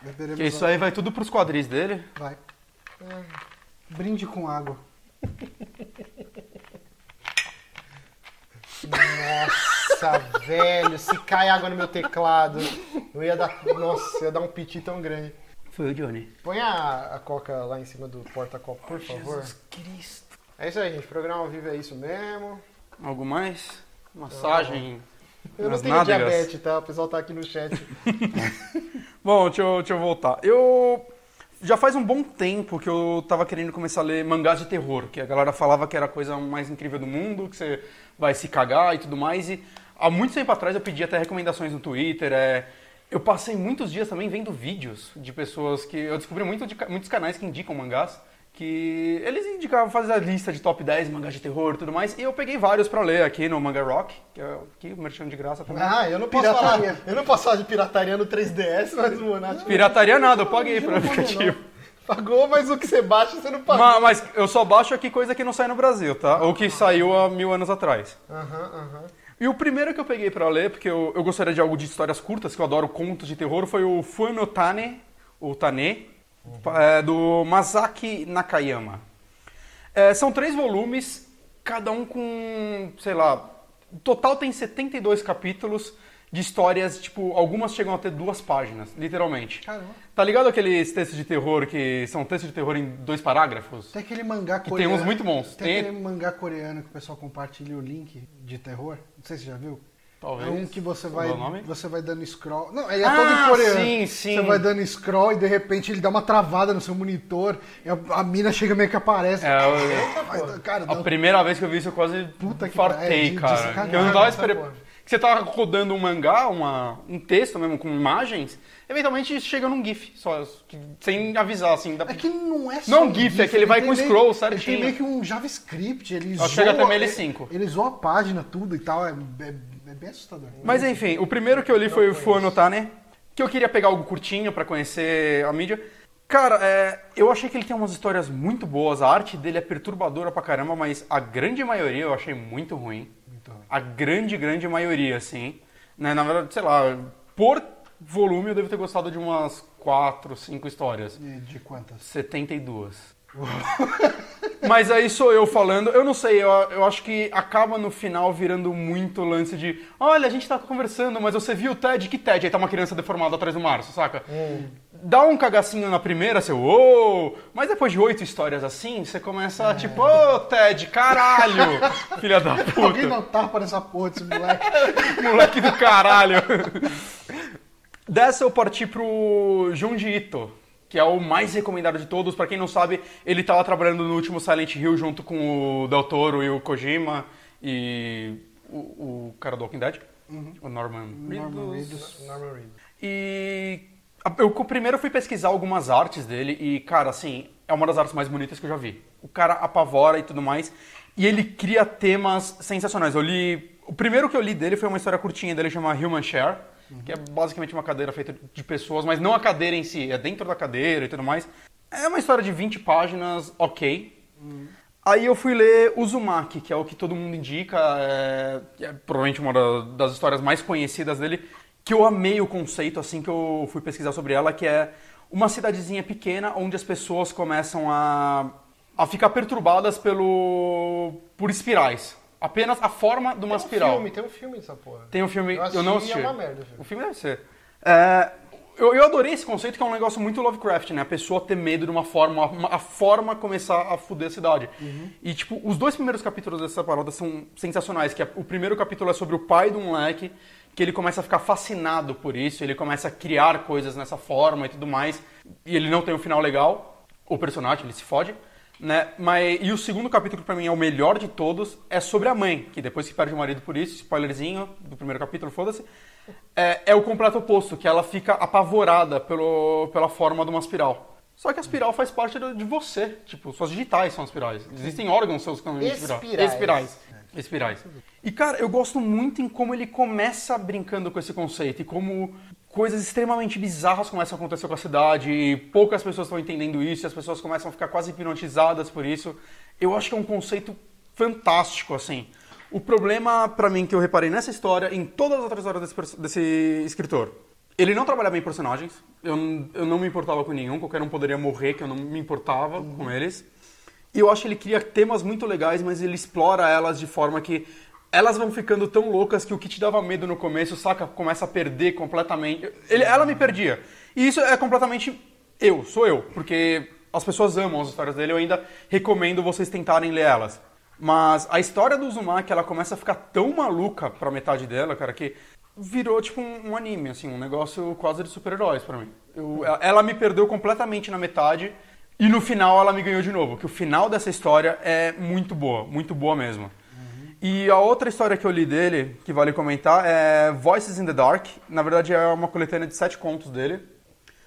A: Beberemos
C: Que isso é- aí vai tudo pros quadris dele.
A: água. Vai. Brinde com água.
B: Nossa, velho, se cai água no meu teclado, eu ia dar. Nossa, eu ia dar um piti tão grande.
C: Foi o Johnny.
B: Põe a, a coca lá em cima do porta-copo, por favor.
C: Cristo.
B: É isso aí, gente. Programa ao vivo é isso mesmo.
C: Algo mais? Massagem.
B: Eu
C: Nas
B: não tenho
C: nádegas.
B: diabetes, tá? O pessoal tá aqui no chat.
C: Bom, deixa eu, deixa eu voltar. Eu. Já faz um bom tempo que eu tava querendo começar a ler mangás de terror, que a galera falava que era a coisa mais incrível do mundo, que você vai se cagar e tudo mais. E há muito tempo atrás eu pedi até recomendações no Twitter. é, Eu passei muitos dias também vendo vídeos de pessoas que. Eu descobri muito de ca- muitos canais que indicam mangás, que eles indicavam fazer a lista de top 10 mangás de terror e tudo mais. E eu peguei vários pra ler aqui no Manga Rock, que é aqui, merchan de graça também.
B: Ah, eu não posso
A: Pirataria.
B: falar. Eu não posso falar de pirataria no 3DS, mas o Monati
C: Pirataria nada, eu paguei pro
A: Não, não, não.
C: aplicativo.
B: pagou, mas o que você baixa, você não pagou.
C: Ma- Mas, eu só baixo aqui coisa que não sai no Brasil, tá? Ou que saiu há mil anos atrás.
B: Aham, aham.
C: E o primeiro que eu peguei pra ler, porque eu, eu gostaria de algo de histórias curtas, que eu adoro contos de terror, foi o Fuenotane, ou Tane, pa- é, do Masaki Nakayama. É, são três volumes, cada um com, sei lá, o total tem 72 capítulos de histórias, tipo, algumas chegam a ter duas páginas, literalmente.
A: Caramba.
C: Tá ligado aqueles textos de terror que são textos de terror em dois parágrafos?
A: Tem aquele mangá
C: tem
A: coreano.
C: uns muito bons.
A: Tem,
C: Tem-
A: aquele mangá coreano que o pessoal compartilha o link de terror. Não sei se você já viu. É
C: Talvez.
A: um que você
C: Qual
A: vai,
C: é o nome?
A: você vai dando scroll. Não, ele é
C: Ah,
A: todo em coreano.
C: sim, sim.
A: Você vai dando scroll e de repente ele dá uma travada no seu monitor. e a, a mina chega meio que aparece.
C: É, eu-
A: Mas, cara,
C: A
A: dá- um
C: primeira vez que eu vi isso, eu quase
A: Puta que pariu, é
C: fartei,
A: de- de
C: cara.
A: sacanagem
C: Que eu não tava
A: essa
C: esperando.
A: porra.
C: Que você tava rodando um mangá, uma, um texto mesmo, com imagens, eventualmente chega num GIF, só, que- sem avisar, assim. dá-
A: é que não é só.
C: Não, GIF, é que ele vai com
A: meio-
C: scroll certinho.
A: Ele tem meio que um JavaScript. Ele
C: Ó,
A: zoa,
C: chega até
A: ele,
C: ML5.
A: ele zoa a página, tudo e tal. É, é- é bem assustador.
C: Mas enfim, o primeiro que eu li foi o Fuano Tane, que eu queria pegar algo curtinho pra conhecer a mídia. Cara, é, eu achei que ele tem umas histórias muito boas, a arte dele é perturbadora pra caramba, mas a grande maioria eu achei muito ruim. A grande, grande maioria, assim. Né, Na verdade, sei lá, por volume eu devo ter gostado de umas 4, 5 histórias.
A: E de quantas?
C: 72. Mas aí sou eu falando, eu não sei, eu, eu acho que acaba no final virando muito lance de olha, a gente tá conversando, mas você viu o Ted? Que Ted? Aí tá uma criança deformada atrás do Março, saca? Dá um cagacinho na primeira, seu ô, mas depois de oito histórias assim, você começa tipo, ô Ted, caralho, filha da
A: Alguém
C: puta,
A: dá um tapa nessa porra desse moleque.
C: moleque do caralho. Dessa eu parti pro Junji Ito, que é o mais recomendado de todos. Pra quem não sabe, ele tava trabalhando no último Silent Hill junto com o Del Toro e o Kojima e o, o cara do Walking Dead, o Norman
A: Norman
C: Reedus.
A: Reedus.
B: Norman Reed.
C: E a- eu co- primeiro fui pesquisar algumas artes dele e, cara, assim, é uma das artes mais bonitas que eu já vi. O cara apavora e tudo mais. E ele cria temas sensacionais. Eu li. O primeiro que eu li dele foi uma história curtinha dele chama Human Share, que é basicamente uma cadeira feita de pessoas, mas não a cadeira em si, é dentro da cadeira e tudo mais. É uma história de 20 páginas, ok. Aí eu fui ler Uzumaki, que é o que todo mundo indica, é, que é provavelmente uma da- das histórias mais conhecidas dele, que eu amei o conceito assim que eu fui pesquisar sobre ela, que é uma cidadezinha pequena onde as pessoas começam a, a ficar perturbadas pelo por espirais. Apenas a forma de
B: Tem
C: uma
B: um
C: espiral.
B: filme, tem um filme dessa porra.
C: Tem um filme.
B: Eu
C: Eu,
B: assisti
C: não
B: e é
C: assisti.
B: uma merda o filme.
C: O filme deve ser. É, eu, eu adorei esse conceito, que é um negócio muito Lovecraft, né? A pessoa ter medo de uma forma, uma- a forma começar a fuder a cidade.
B: Uhum.
C: E, tipo, os dois primeiros capítulos dessa parada são sensacionais. Que é- o primeiro capítulo é sobre o pai do moleque, que ele começa a ficar fascinado por isso, ele começa a criar coisas nessa forma e tudo mais. E ele não tem um final legal, o personagem, ele se fode né? Mas, e o segundo capítulo, que pra mim, é o melhor de todos, é sobre a mãe, que depois que perde o marido por isso, spoilerzinho do primeiro capítulo, foda-se, é, é o completo oposto, que ela fica apavorada pelo, pela forma de uma espiral. Só que a espiral faz parte do- de você, tipo, suas digitais são espirais. Existem órgãos seus que são espiral-
B: Espirais.
C: espirais. Espirais. E, cara, eu gosto muito em como ele começa brincando com esse conceito e como coisas extremamente bizarras começam a acontecer com a cidade e poucas pessoas estão entendendo isso e as pessoas começam a ficar quase hipnotizadas por isso. Eu acho que é um conceito fantástico, assim. O problema, pra mim, que eu reparei nessa história, e em todas as outras histórias desse, perso- desse escritor, ele não trabalhava em personagens, eu, n- eu não me importava com nenhum, qualquer um poderia morrer, que eu não me importava com eles. E eu acho que ele cria temas muito legais, mas ele explora elas de forma que elas vão ficando tão loucas que o que te dava medo no começo, saca, começa a perder completamente. Ele- ela me perdia. E isso é completamente eu, sou eu, porque as pessoas amam as histórias dele, eu ainda recomendo vocês tentarem ler elas. Mas a história do Uzumaki, ela começa a ficar tão maluca pra metade dela, cara, que virou tipo um, um anime, assim, um negócio quase de super-heróis pra mim. Eu- ela- ela me perdeu completamente na metade. E no final ela me ganhou de novo, que o final dessa história é muito boa, muito boa mesmo. E a outra história que eu li dele, que vale comentar, é Voices in the Dark. Na verdade é uma coletânea de sete contos dele.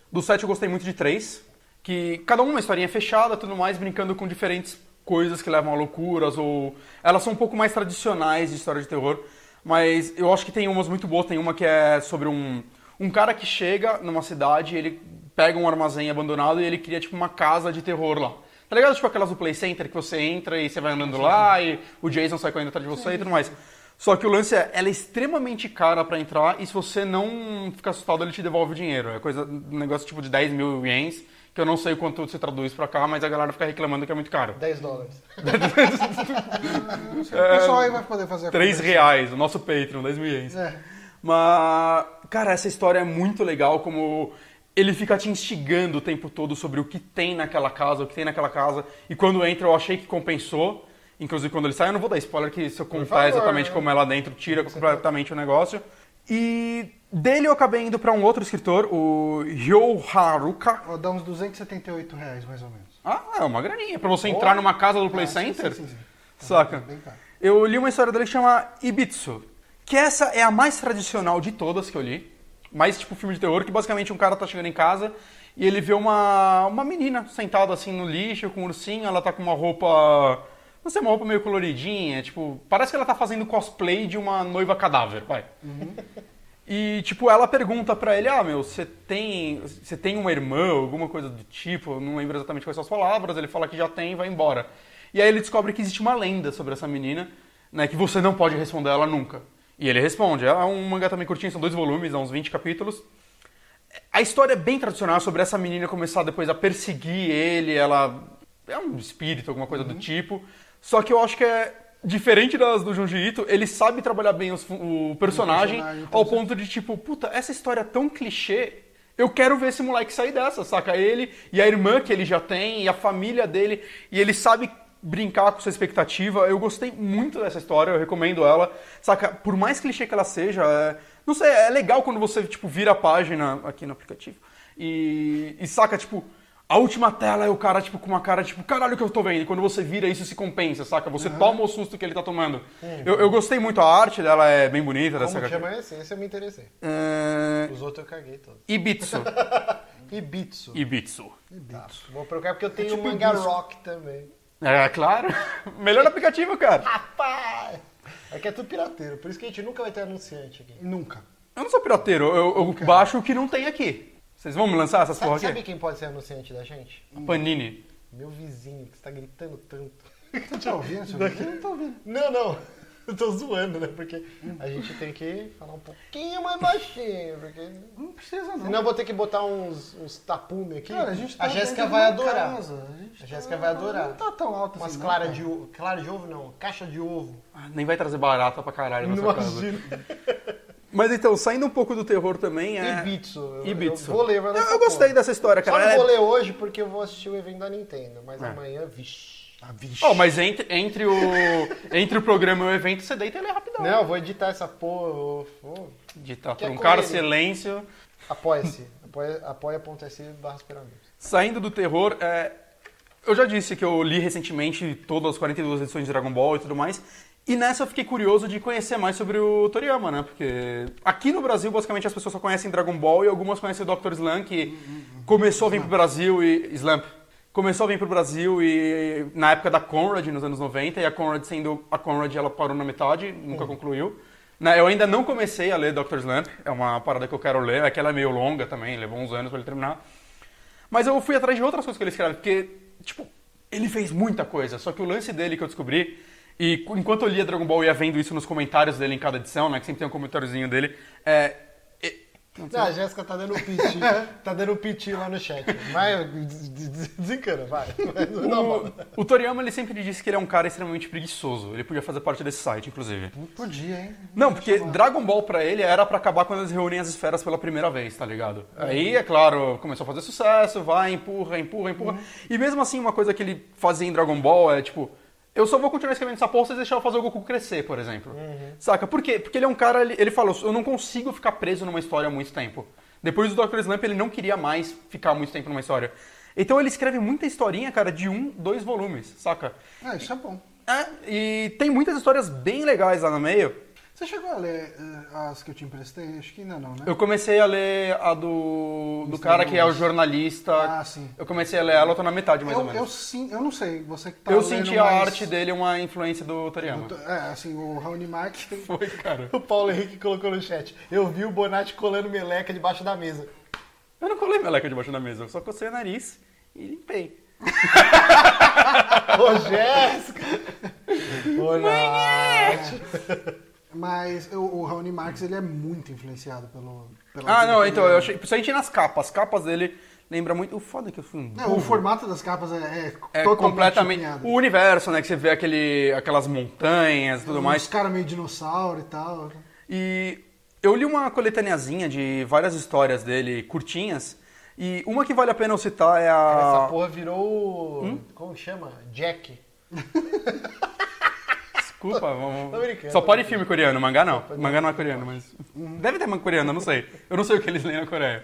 C: Dos sete eu gostei muito de três, que cada uma uma historinha fechada, tudo mais, brincando com diferentes coisas que levam a loucuras, ou... Elas são um pouco mais tradicionais de história de terror, mas eu acho que tem umas muito boas. Tem uma que é sobre um, um cara que chega numa cidade, ele pega um armazém abandonado e ele cria, tipo, uma casa de terror lá. Tá ligado? Tipo aquelas do Play Center que você entra e você vai andando lá e o Jason sai correndo atrás de você e tudo mais. Só que o lance é, ela é extremamente cara pra entrar e se você não ficar assustado, ele te devolve o dinheiro. É coisa, um negócio tipo de 10 mil ienes, que eu não sei quanto se traduz pra cá, mas a galera fica reclamando que é muito caro.
B: 10 dólares.
C: É,
A: o pessoal aí vai poder fazer a
C: 3
A: conversa.
C: reais, o nosso Patreon, 10 mil ienes.
A: É.
C: Mas, cara, essa história é muito legal, como ele fica te instigando o tempo todo sobre o que tem naquela casa, o que tem naquela casa. E quando entra, eu achei que compensou. Inclusive, quando ele sai, eu não vou dar spoiler, que se eu contar
B: favor,
C: exatamente
B: né?
C: como é lá dentro, tira completamente o negócio. E dele eu acabei indo pra um outro escritor, o Ryo Haruka.
A: Ó, Dá uns 278 reais, mais ou menos.
C: Ah, é uma graninha. Pra você entrar numa casa do Play
A: Ah, sim,
C: Center,
A: sim, Tá, sim, sim.
C: saca?
A: Bem caro.
C: Eu li uma história dele que chama Ibitsu, que essa é a mais tradicional de todas que eu li. Mais tipo filme de terror, que basicamente um cara tá chegando em casa e ele vê uma, uma menina sentada assim no lixo com um ursinho, ela tá com uma roupa. Não sei, uma roupa meio coloridinha, tipo. Parece que ela tá fazendo cosplay de uma noiva cadáver, vai. E, tipo, ela pergunta pra ele, ah, meu, você tem, você tem uma irmã, alguma coisa do tipo, eu não lembro exatamente quais são as palavras, ele fala que já tem e vai embora. E aí ele descobre que existe uma lenda sobre essa menina, né, que você não pode responder ela nunca. E ele responde, é um mangá também curtinho, são dois volumes, dá uns 20 capítulos. A história é bem tradicional sobre essa menina começar depois a perseguir ele, ela é um espírito, alguma coisa do tipo. Só que eu acho que é diferente das do Junji Ito, ele sabe trabalhar bem os fu- o personagem,
A: personagem,
C: ao
A: tá
C: ponto de tipo, puta, essa história é tão clichê, eu quero ver esse moleque sair dessa, saca? Ele e a irmã que ele já tem e a família dele, e ele sabe brincar com sua expectativa. Eu gostei muito dessa história, eu recomendo ela. Saca, por mais clichê que ela seja, é- não sei, é legal quando você tipo vira a página aqui no aplicativo e, e saca tipo a última tela é o cara, tipo, com uma cara, tipo, caralho o que eu tô vendo. E quando você vira, isso se compensa, saca? Você toma o susto que ele tá tomando. Eu, eu gostei muito, a arte dela é bem bonita. dessa
B: Como
C: HQ.
B: chama esse? Esse eu me interessei.
C: É,
B: Os outros eu caguei todos.
C: Ibitsu.
B: Ibitsu.
C: Ibitsu.
B: Tá, vou procurar porque eu tenho
A: tipo
B: manga
A: Ibitsu.
B: rock também.
C: É, claro. Melhor aplicativo, cara.
B: Rapaz! Aqui é tudo pirateiro, por isso que a gente nunca vai ter anunciante aqui.
A: Nunca.
C: Eu não sou pirateiro, eu, eu baixo o que não tem aqui. Vocês vão me lançar essas
B: Sabe,
C: porra
B: sabe
C: aqui?
B: quem pode ser anunciante da gente?
C: Panini.
B: Meu vizinho, que está gritando tanto.
A: Você tá ouvindo? seu vídeo? Eu não tô ouvindo.
B: Não, não. Eu tô zoando, né? Porque a gente tem que falar um pouquinho mais baixinho, porque...
A: Não precisa, não.
B: Senão eu vou ter que botar uns, uns tapume aqui.
A: Cara, a gente tá
B: Jéssica
A: dentro
B: vai
A: de uma
B: adorar.
A: casa, A, gente
B: A Jéssica vai adorar.
A: Não tá tão alta
B: Umas
A: assim. não,
B: claras
A: cara.
B: de ovo. Clara de ovo não, caixa de ovo.
C: Ah, Nem vai trazer barata pra caralho na sua É casa. Mas então, saindo um pouco do terror também, é...
B: Ibitsu. Eu,
C: Ibitsu.
B: Eu vou ler, vai
C: Eu,
B: nessa
C: eu gostei
B: porra.
C: dessa história,
B: Só
C: cara.
B: não
C: Ela é-
B: vou ler hoje porque eu vou assistir o evento da Nintendo. Mas
C: É.
B: amanhã, vixe.
A: Ah, vixe.
C: Oh, mas entre, entre, o, entre o programa e o evento, você deita ele rapidão.
B: Não, eu vou editar essa porra. eu vou-
C: De tá,
B: Que
C: por um
B: correria.
C: cara silêncio.
B: Apoia-se. Apoia- Apoia.se barra superamigos.
C: Saindo do terror, é, eu já disse que eu li recentemente todas as 42 edições de Dragon Ball e tudo mais. E nessa eu fiquei curioso de conhecer mais sobre o Toriyama, né? Porque aqui no Brasil, basicamente, as pessoas só conhecem Dragon Ball e algumas conhecem o Dr. Slump, que começou a vir pro Brasil e... Slump. Começou a vir pro Brasil e na época da Conrad, nos anos 90, e a Conrad sendo... A Conrad, ela parou na metade, nunca concluiu. Né, eu ainda não comecei a ler Dr. Slump, é uma parada que eu quero ler, é que ela é meio longa também, levou uns anos pra ele terminar. Mas eu fui atrás de outras coisas que ele escreve, porque, tipo, ele fez muita coisa. Só que o lance dele que eu descobri, e cu- enquanto eu lia Dragon Ball e ia vendo isso nos comentários dele em cada edição, né? Que sempre tem um comentáriozinho dele, é. e-
B: Não, a Jéssica tá dando piti. tá dando piti lá no chat. Vai, des- des- desencana, vai. Vai, normal.
C: O, o Toriyama ele sempre disse que ele é um cara extremamente preguiçoso. Ele podia fazer parte desse site, inclusive.
A: Podia, hein?
C: Não, porque Dragon Ball pra ele era pra acabar quando eles reúnem as esferas pela primeira vez, tá ligado? Aí, é claro, começou a fazer sucesso, vai, empurra, empurra, empurra. E mesmo assim, uma coisa que ele fazia em Dragon Ball é tipo. Eu só vou continuar escrevendo essa porra se deixar eu fazer o Goku crescer, por exemplo. Saca? Por quê? Porque ele é um cara. Ele, ele falou: eu não consigo ficar preso numa história há muito tempo. Depois do Dr. Slump, ele não queria mais ficar muito tempo numa história. Então ele escreve muita historinha, cara, de um, dois volumes, saca?
A: Ah, isso é bom.
C: É, e tem muitas histórias bem legais lá no meio.
A: Você chegou a ler eh, as que eu te emprestei? Acho que ainda não, né?
C: Eu comecei a ler a do, do cara que é o jornalista.
A: Ah, sim.
C: Eu comecei a ler ela, eu tô na metade mais
A: eu,
C: ou
A: eu
C: menos.
A: sim, eu não sei, você que tá
C: Eu,
A: lendo
C: senti a
A: mais-
C: arte dele uma influência do Toriyama.
A: É, assim, o Raoni Mack.
C: Foi, cara.
B: O Paulo Henrique colocou no chat. Eu vi o Bonatti colando meleca debaixo da mesa.
C: Eu não colei meleca debaixo da mesa, eu só cocei o nariz e limpei.
B: Ô, Jéssica!
A: é!
B: Bonatti!
A: Mas eu- o Raoni Marx ele é muito influenciado pelo. pela
C: Ah, não,
A: literatura.
C: então, eu achei. Principalmente nas capas. As capas dele lembra muito. O foda é que eu fui um.
A: É,
C: burro.
A: o formato das capas é, é
C: É
A: totalmente
C: completamente.
A: chupinhado.
C: O universo, né? Que você vê aquele, aquelas montanhas e tudo mais.
A: Os caras meio dinossauro e tal.
C: E eu li uma coletaneazinha de várias histórias dele, curtinhas, e uma que vale a pena eu citar é
B: Essa
C: a. Hum?
B: porra virou. Como que chama? Jack.
C: desculpa. Vamos...
B: tô brincando.
C: Só pode filme coreano, mangá não. Mangá não é coreano, mas. Deve ter manga coreana, eu não sei. Eu não sei o que eles leem na Coreia.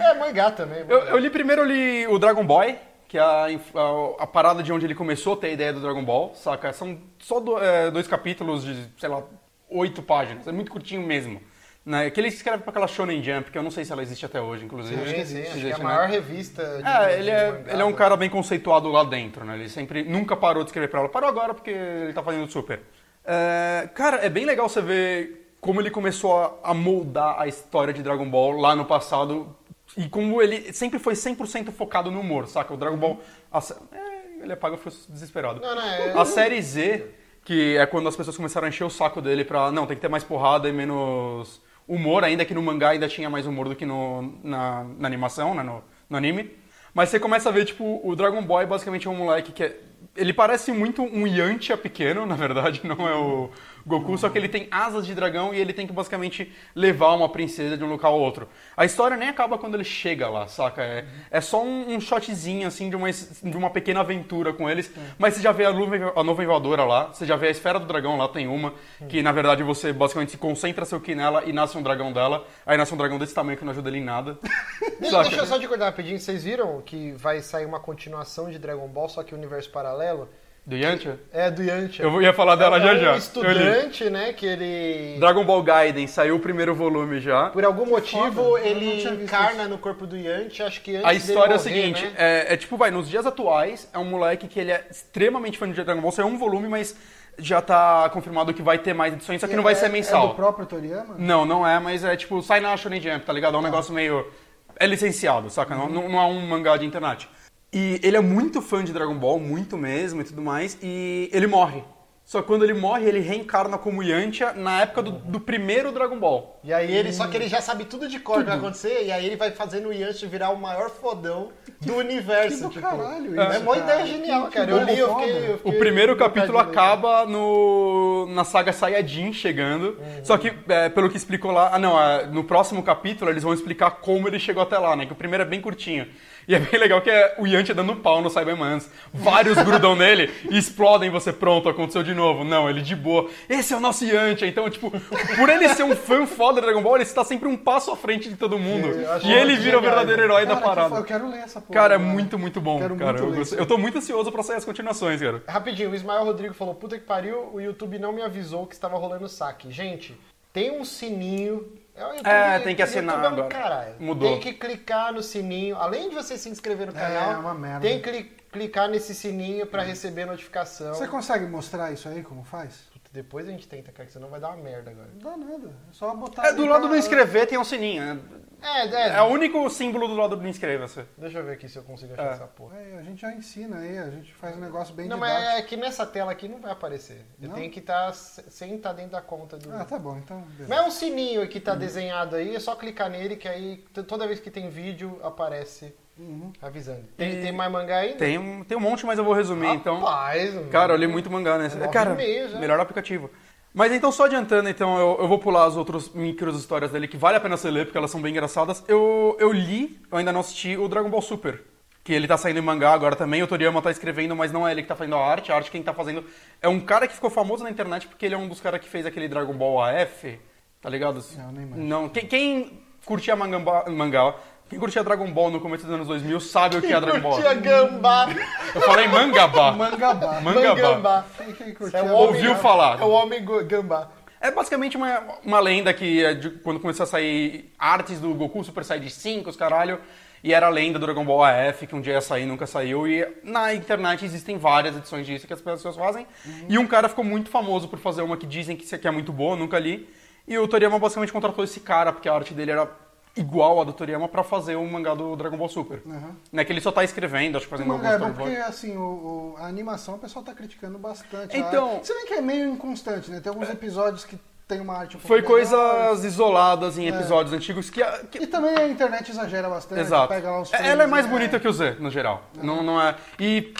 B: É, mangá também.
C: Eu,
B: mangá.
C: eu li primeiro eu li o Dragon Boy, que é a, inf- a, a parada de onde ele começou a ter a ideia do Dragon Ball, saca? São só do- é, dois capítulos de, sei lá, oito páginas. É muito curtinho mesmo. Né? Que ele escreve pra aquela Shonen Jump, que eu não sei se ela existe até hoje, inclusive.
B: Sim, sim, acho que é a
C: Existe, né?
B: maior revista de
C: É, ele
B: de
C: é,
B: mangá,
C: ele é um
B: né?
C: cara bem conceituado lá dentro, né? Ele sempre nunca parou de escrever pra ela. Parou agora porque ele tá fazendo super. É, cara, é bem legal você ver como ele começou a, a moldar a história de Dragon Ball lá no passado e como ele sempre foi 100% focado no humor, saca? O Dragon Ball. a sé- é, ele apaga, eu fico desesperado.
B: Não,
C: Ah,
B: não, é-
C: A série Z, que é quando as pessoas começaram a encher o saco dele pra. Não, tem que ter mais porrada e menos humor, ainda que no mangá ainda tinha mais humor do que no, na, na animação, né, no, no anime. Mas você começa a ver, tipo, o Dragon Boy basicamente é um moleque que é. Ele parece muito um Yantia pequeno, na verdade, não é o Goku, só que ele tem asas de dragão e ele tem que basicamente levar uma princesa de um local ao outro. A história nem acaba quando ele chega lá, saca? É, é só um, um shotzinho, assim, de uma, es- de uma pequena aventura com eles, mas você já vê a nuvem, a nuvem voadora lá, você já vê a esfera do dragão lá, tem uma, que na verdade você basicamente se concentra seu ki nela e nasce um dragão dela, aí nasce um dragão desse tamanho que não ajuda ele em nada.
B: Deixa,
C: saca?
B: deixa eu só te acordar rapidinho. Vocês viram que vai sair uma continuação de Dragon Ball, só que universo paralelo?
C: Do Yantia?
B: É do Yantia.
C: Eu ia falar dela
B: é
C: já
B: um
C: já. Eu li.
B: estudante, né, que ele...
C: Dragon Ball Gaiden saiu o primeiro volume já.
B: Por algum motivo,
A: foda, eu não
B: ele
A: tinha visto
B: encarna no corpo do Yantia, acho que antes
C: A história é o
B: dele morrer,
C: seguinte,
B: né?
C: é, é tipo, vai, nos dias atuais, é um moleque que ele é extremamente fã de Dragon Ball, saiu um volume, mas já tá confirmado que vai ter mais edições, só que não vai
A: É-
C: ser
A: É do
C: mensal.
A: próprio Toriyama?
C: Não, não é, mas é tipo, sai na Shonen Jump, tá ligado? É um negócio meio... É licenciado, saca? Não- Não, não é um mangá de internet. E ele é muito fã de Dragon Ball, muito mesmo e tudo mais, e ele morre. Só que quando ele morre, ele reencarna como Yantia na época do, do primeiro Dragon Ball.
B: E aí ele, só que ele já sabe tudo de cor que vai acontecer, e aí ele vai fazendo o Yantia virar o maior fodão do universo.
A: que do
B: tipo.
A: caralho
B: é
A: isso,
B: uma
A: cara.
B: ideia genial,
A: Que-
B: cara.
A: que
B: Eu li, eu
A: foda.
B: fiquei... eu
C: O
B: fiquei
C: primeiro
B: com vontade
C: capítulo
A: tá
B: de ler.
C: acaba no, na saga Saiyajin chegando.
A: Uhum.
C: Só que, é, pelo que explicou lá. Ah, não, é, no próximo capítulo eles vão explicar como ele chegou até lá, né? Que o primeiro é bem curtinho. E é bem legal que é o Yantia dando pau no Cybermans. Vários grudam nele e explodem você, pronto, aconteceu de novo. Não, ele de boa. Esse é o nosso Yantia. Então, tipo, por ele ser um fã foda de Dragon Ball, ele está sempre um passo à frente de todo mundo.
A: É,
B: Eu acho
C: E ele
B: muito
C: vira o
B: genial.
C: verdadeiro herói da
A: Cara, que fo- eu
C: parada.
A: quero ler essa porra.
C: Cara, é muito, muito bom,
A: Quero
C: cara.
A: muito
C: Eu
A: ler
C: gosto-
A: isso.
C: eu tô muito ansioso pra sair as continuações, cara.
B: Rapidinho, o Ismael Rodrigo falou: puta que pariu, o YouTube não me avisou que estava rolando saque. Gente, tem um sininho. É, o YouTube-
C: É, tem que
B: o
C: assinar
B: YouTube é um
C: agora.
B: Caralho.
C: Mudou.
B: Tem que clicar no sininho. Além de você se inscrever no
A: É,
B: canal,
A: é uma merda. Hum.
B: tem que cli- clicar nesse sininho pra receber notificação.
A: Você consegue mostrar isso aí, como faz?
B: Puta, Depois a gente tenta, cara, que senão vai dar uma merda agora.
A: Não dá nada. É só botar...
C: É,
A: ali
C: do lado
A: pra-
C: do inscrever tem um sininho. né?
B: É,
C: É o
B: é.
C: único símbolo do lado do inscreva-se.
B: Deixa eu ver aqui se eu consigo achar
C: É.
B: essa porra.
A: É, a gente já ensina aí, a gente faz um negócio bem
B: Ah. Não, mas
A: didático.
B: é que nessa tela aqui não vai aparecer. Eu
A: Não?
B: tenho que estar sem estar dentro da conta do.
A: Ah, tá Hum. bom, então... beleza.
B: Mas é um sininho que tá desenhado aí, é só clicar nele que aí t- toda vez que tem vídeo aparece
A: Uhum.
B: avisando. Tem,
C: E-
B: tem mais mangá ainda?
C: Tem um, tem um monte, mas eu vou resumir, então.
B: Rapaz, mano.
C: Cara, eu li muito mangá nessa.
B: Nove e
C: Cara,
B: meia já.
C: melhor aplicativo. Mas então, só adiantando, então, eu, eu vou pular as outras micros histórias dele que vale a pena você ler, porque elas são bem engraçadas. Eu, eu li, eu ainda não assisti, o Dragon Ball Super. Que ele tá saindo em mangá agora também, o Toriyama tá escrevendo, mas não é ele que tá fazendo a arte. A arte quem tá fazendo é um cara que ficou famoso na internet porque ele é um dos caras que fez aquele Dragon Ball AF, tá ligado?
B: É,
A: Não, nem mais.
C: Não, quem, quem curtia mangamba- mangá, quem curtia Dragon Ball no começo dos anos 2000 sabe o que é Dragon Ball.
B: Curtia gambá.
C: Eu falei mangabá.
A: Mangabá.
C: mangabá.
B: Mangambá.
A: Quem, quem
B: Você
A: curtiu?
B: é um
A: agora?
B: homem-
C: Ouviu falar.
B: É o homem go- gambá.
C: É basicamente uma, uma lenda que é de- quando começou a sair artes do Goku Super Saiyajin 5, os caralho, e era a lenda do Dragon Ball AF, que um dia ia sair e nunca saiu, e na internet existem várias edições disso que as pessoas fazem, e um cara ficou muito famoso por fazer uma que dizem que isso aqui é muito boa, eu nunca li, e o Toriyama basicamente contratou esse cara, porque a arte dele era igual à do Toriyama, pra fazer o mangá do Dragon Ball Super.
A: Aham.
C: Né, que ele só tá escrevendo, acho que fazendo alguns
A: Mangá é bom
C: storyboards.
A: porque, assim, o, o- a animação o pessoal tá criticando bastante.
C: Então-
A: A... Se bem que é meio inconstante, né? Tem alguns episódios que tem uma arte um pouco
C: Foi
A: melhor.
C: coisas isoladas
A: É.
C: em episódios antigos que, a- que
A: E também a internet exagera bastante.
C: Exato.
A: Pega lá uns
C: É-
A: frames,
C: Ela é mais
A: né?
C: bonita que o Z, no geral. Não, não é. E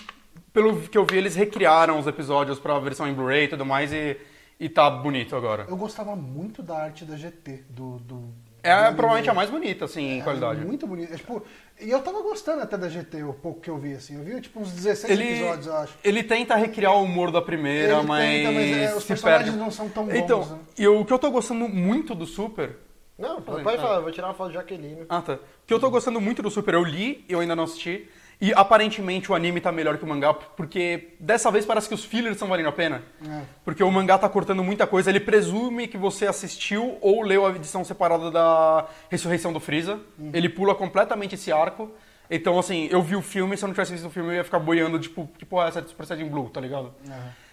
C: pelo que eu vi, eles recriaram os episódios pra versão em Blu-ray e tudo mais e, e tá bonito agora.
A: Eu gostava muito da arte da GT, do, do
C: É provavelmente a mais bonita, assim, em qualidade.
A: Muito bonito. É, tipo, e eu tava gostando até da GT, o pouco que eu vi, assim. Eu vi tipo uns 16
C: Ele,
A: episódios, eu acho.
C: ele tenta recriar o humor da primeira,
A: Ele
C: mas,
A: tenta, mas, é, os
C: se
A: personagens
C: perde.
A: não são tão bons,
C: então,
A: né?
C: e o que eu tô gostando muito do Super...
B: Não,
C: Falei,
B: pode pode
C: ah.
B: falar, eu vou tirar uma foto de Jaqueline.
C: Ah, tá. O que eu tô gostando muito do Super, eu li, eu ainda não assisti. E aparentemente o anime tá melhor que o mangá, porque dessa vez parece que os fillers estão valendo a pena.
A: É.
C: Porque o mangá tá cortando muita coisa, ele presume que você assistiu ou leu a edição separada da Ressurreição do Freeza. Ele pula completamente esse arco. Então, assim, eu vi o filme, se eu não tivesse visto o filme, eu ia ficar boiando, tipo, que porra é essa de Super Saiyajin Blue, tá ligado?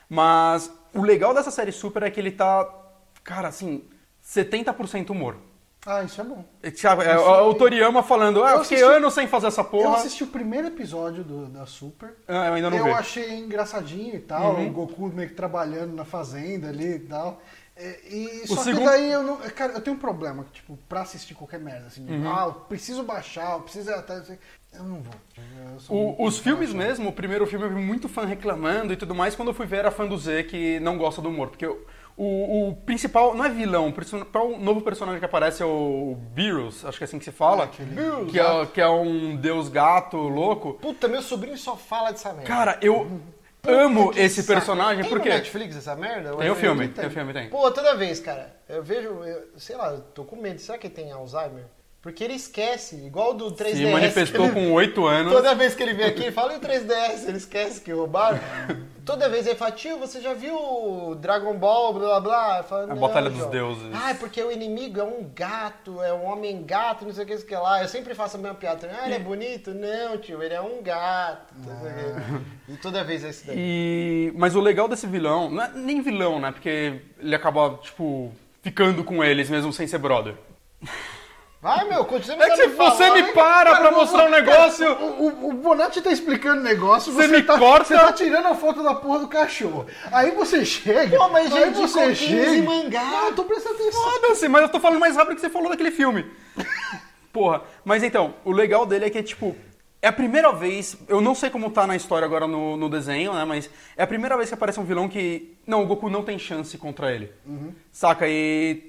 C: Mas o legal dessa série Super é que ele tá, cara, assim, 70% humor.
A: Ah, isso é bom.
C: É, Thiago, é, é o Toriyama falando, ah,
A: Eu
C: eu fiquei
A: assisti-
C: anos sem fazer essa
A: Eu
C: porra.
A: assisti o primeiro episódio do- da Super.
C: Ah, eu ainda não
A: eu
C: vi. Uhum.
A: achei engraçadinho e tal, o Goku meio que trabalhando na fazenda ali e tal. É, E, só que
C: segundo-
A: daí eu não. Cara, eu tenho um problema, que, tipo, pra assistir qualquer merda, assim,
C: Uhum.
A: ah, eu preciso baixar, eu preciso ir atrás. assim, Eu não vou. Eu sou
C: O-
A: muito-
C: os filmes mesmo, o primeiro filme eu vi muito fã reclamando e tudo mais. Quando eu fui ver, era fã do Z que não gosta do humor. Porque o, o- o principal, não é vilão, o principal novo personagem que aparece é o Beerus, acho que é assim que se fala.
A: É, aquele-
B: Beerus,
C: que, é, que é um deus gato louco.
B: Puta, meu sobrinho só fala dessa merda.
C: Cara, eu amo esse
B: Saca.
C: personagem,
B: Tem
C: por
B: no
C: quê?
B: Netflix essa merda?
C: Tem o
B: Eu-
C: filme,
B: eu-
C: tem o filme, tem.
B: Pô, toda vez, cara, eu vejo, eu- sei lá, eu tô com medo. Será que ele tem Alzheimer? Porque ele esquece, igual do
A: é
B: 3DS.
C: Se manifestou
B: que ele-
C: com um 8 anos.
B: Toda vez que ele vem aqui, ele fala, e o 3DS? Ele esquece que roubaram. toda vez ele fala, tio, você já viu o Dragon Ball, blá blá blá? Eu falo,
C: A
B: "Não,
C: Batalha dos
B: João."
C: Deuses.
B: Ah, é porque o inimigo é um gato, é um homem gato, não sei o que, não sei o que lá. Eu sempre faço a mesma piada. também. Ah, ele é bonito? Não, tio, ele é um gato. não sei
C: Ah.
B: o quê. E toda vez é isso daí.
C: E- Mas o legal desse vilão, não é nem vilão, né? Porque ele acaba, tipo, ficando com eles mesmo sem ser brother.
B: Vai, meu, continua
C: É que se você me para pra mostrar um negócio.
A: É, O, o, o Bonatti tá explicando o negócio,
C: Você
A: você,
C: me
A: tá,
C: corta?
A: você tá tirando a foto da porra do cachorro. Aí você chega.
B: Pô, mas
A: aí
B: gente, com
A: você
B: 15
A: chega.
B: mangá.
A: Não, eu tô prestando atenção.
C: Foda-se, mas eu tô falando mais rápido que você falou daquele filme. Porra. Mas então, o legal dele é que, tipo, é a primeira vez. Eu não sei como tá na história agora no, no desenho, né? Mas é a primeira vez que aparece um vilão que. Não, o Goku não tem chance contra ele. Saca? E.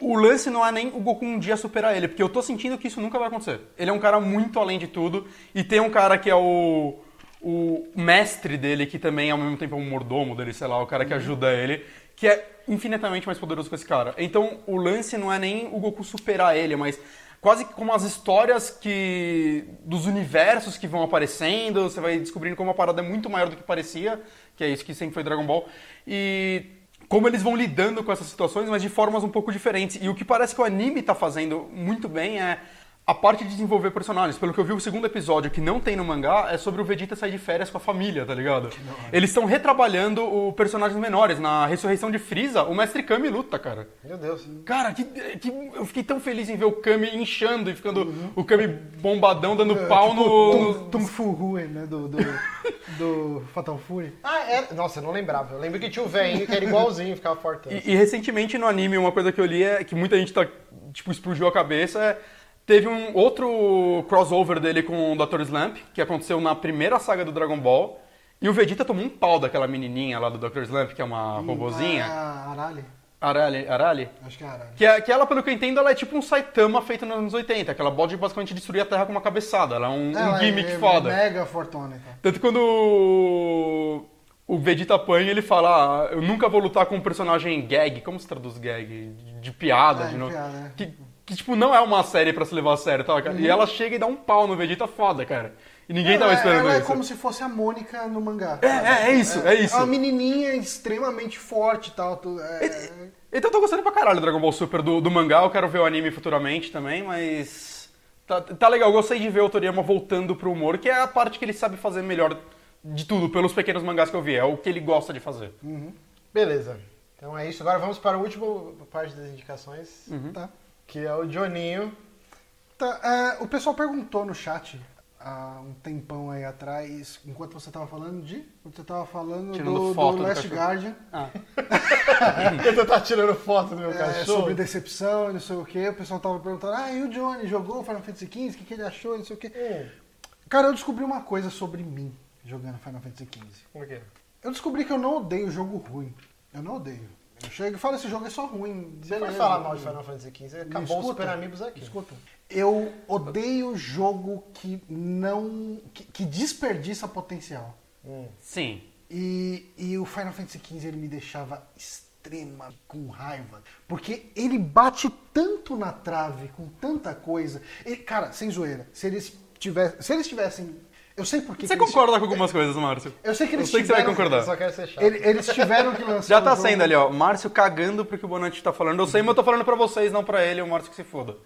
C: O lance não é nem o Goku um dia superar ele, porque eu tô sentindo que isso nunca vai acontecer. Ele é um cara muito além de tudo, e tem um cara que é o, o mestre dele, que também ao mesmo tempo é um mordomo dele, sei lá, o cara que ajuda ele, que é infinitamente mais poderoso que esse cara. Então o lance não é nem o Goku superar ele, mas quase que como as histórias que. dos universos que vão aparecendo, você vai descobrindo como a parada é muito maior do que parecia, que é isso que sempre foi Dragon Ball. E como eles vão lidando com essas situações, mas de formas um pouco diferentes. E o que parece que o anime tá fazendo muito bem é a parte de desenvolver personagens. Pelo que eu vi, o segundo episódio, que não tem no mangá, é sobre o Vegeta sair de férias com a família, tá ligado? Eles estão retrabalhando o personagens menores. Na ressurreição de Frieza, o Mestre Kami luta, cara.
B: Meu Deus.
C: Cara, que, que- eu fiquei tão feliz em ver o Kami inchando e ficando o Kami bombadão dando pau no, no-
A: Tum, Tum Fu Hue, né? Do, do, do Fatal Fury.
B: Ah, era... Nossa, eu não lembrava. Eu lembro que tinha o velhinho que era igualzinho, ficava fortão.
C: E, e recentemente no anime, uma coisa que eu li é que muita gente tá, tipo, explodiu a cabeça é. Teve um outro crossover dele com o Dr. Slump, que aconteceu na primeira saga do Dragon Ball. E o Vegeta tomou um pau daquela menininha lá do Dr. Slump, que é uma robozinha.
A: Ah, A Arale.
C: Arale, Arale?
A: Acho que é a Arale.
C: Que, é- que ela, pelo que eu entendo, ela é tipo um Saitama feito nos anos 80, que ela pode basicamente destruir a Terra com uma cabeçada. Ela é um, um
A: Ela
C: gimmick foda.
A: Mega então. fortuna e tal.
C: Tanto quando o- o Vegeta apanha, ele fala: ah, Eu nunca vou lutar com um personagem gag. Como se traduz gag? De, de piada,
A: Ah,
C: de
A: de
C: novo.
A: piada, é.
C: que, que, tipo, não é uma série pra se levar a sério, tá, cara? E ela chega e dá um pau no Vegeta foda, cara. E ninguém
A: Ela-
C: tava esperando
A: ela
C: isso.
A: é como se fosse a Mônica no mangá.
C: É, é, é isso, é isso.
A: uma menininha extremamente forte e tal. tudo, é-
C: Então eu tô gostando pra caralho do Dragon Ball Super do, do mangá, eu quero ver o anime futuramente também, mas. Tá, tá legal, eu gostei de ver o Toriyama voltando pro humor, que é a parte que ele sabe fazer melhor de tudo, pelos pequenos mangás que eu vi, é o que ele gosta de fazer.
A: Hum.
B: Beleza. Então é isso. Agora vamos para a última parte das indicações,
C: Uhum.
A: tá.
B: que é o Johninho.
A: Tá, é, o pessoal perguntou no chat há um tempão aí atrás, enquanto você tava falando de. Quando você tava falando
C: Tirando
A: do,
C: foto
A: do
C: do
A: Last
C: cachorro.
A: Guardian.
C: Ah.
B: Porque tu tá tirando foto do meu
A: é,
B: cachorro.
A: sobre decepção e não sei o que, o pessoal tava perguntando, ah, e o Johnny jogou Final Fantasy XV, o que, que ele achou, e não sei o que.
B: Hum,
A: Cara, eu descobri uma coisa sobre mim jogando Final Fantasy XV.
B: como é que é?
A: Eu descobri que eu não odeio jogo ruim. Eu não odeio. Chega e fala, esse jogo é só ruim.
B: Você pode
A: beleza.
B: falar mal de Final Fantasy XV? Acabou
A: Escuta,
B: os Super Amigos aqui.
A: Escuta. Eu odeio jogo que não. que, que desperdiça potencial.
C: Sim.
A: E, e o Final Fantasy XV ele me deixava extrema com raiva. Porque ele bate tanto na trave com tanta coisa. Ele- cara, sem zoeira. Se eles tivessem. Se eles tivessem. Eu sei porque.
C: Você
A: que eles-
C: concorda com algumas coisas, Márcio?
A: Eu sei que eles
C: Eu sei que você vai
A: tiveram-
C: concordar.
B: Eu só quero ser chato.
A: ele- Eles tiveram que lançar.
C: Já tá
A: o jogo-
C: saindo ali, ó. Márcio cagando porque o Bonatti tá falando. Eu sei, mas eu tô falando pra vocês, não pra ele. O Márcio que se foda.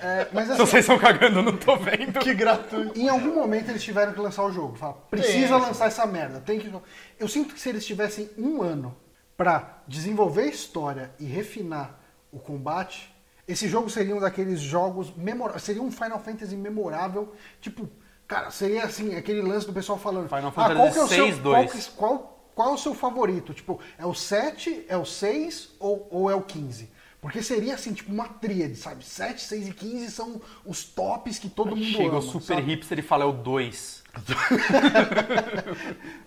A: É, mas
C: Se
A: assim,
C: vocês estão cagando, eu não tô vendo.
B: Que gratuito.
A: Em algum momento eles tiveram que lançar o jogo. Fala,
B: Sim, sim.
C: É.
A: precisa lançar essa merda. Tem que... Eu sinto que se eles tivessem um ano pra desenvolver a história e refinar o combate, esse jogo seria um daqueles jogos memoráveis. Seria um Final Fantasy memorável. Tipo, cara, seria assim, aquele lance do pessoal falando.
C: Final
A: "Ah, qual que é o
C: Fantasy
A: seu-
C: 6,
A: qual
C: 2.
A: que- qual, qual é o seu favorito? Tipo, é o 7, é o 6 ou, ou é o 15? Porque seria assim, tipo, uma tríade, sabe? 7, 6 e 15 são os tops que todo mundo
C: Chega
A: ama.
C: o super
A: sabe?
C: hipster e fala, é o 2.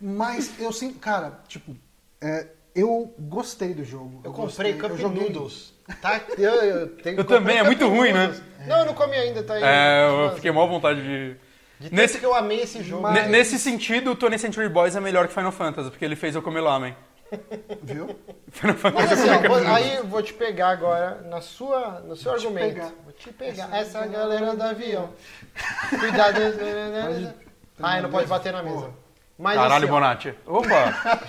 A: Mas eu sinto, cara, tipo, é, eu gostei do jogo.
B: Eu
A: gostei,
B: comprei Cup
A: eu joguei.
B: Noodles. Tá? Eu, eu, tenho-
C: Eu também,
B: comprei
C: é muito
B: Cup
C: ruim, né?
B: Noodles. Não, eu não comi ainda, tá aí.
C: É, eu
B: Mas-
C: fiquei mal vontade de...
B: De
C: Nesse-
B: nesse que eu amei esse jogo.
C: Ne- Nesse sentido, o 20 Century Boys é melhor que Final Fantasy, porque ele fez eu comer lamen.
A: Viu?
C: Final
B: Mas
C: Fantasy
B: assim,
C: eu
B: ó,
C: comer
B: vou-
C: lamen.
B: aí eu vou te pegar agora na sua, no seu
A: Vou te
B: argumento.
A: pegar. é
B: Vou te pegar. Essa, galera do avião. Cuidado. né, Ai, Ah, não pode bater na mesa. Mas,
C: Caralho,
B: assim, ó,
C: Bonatti. Opa!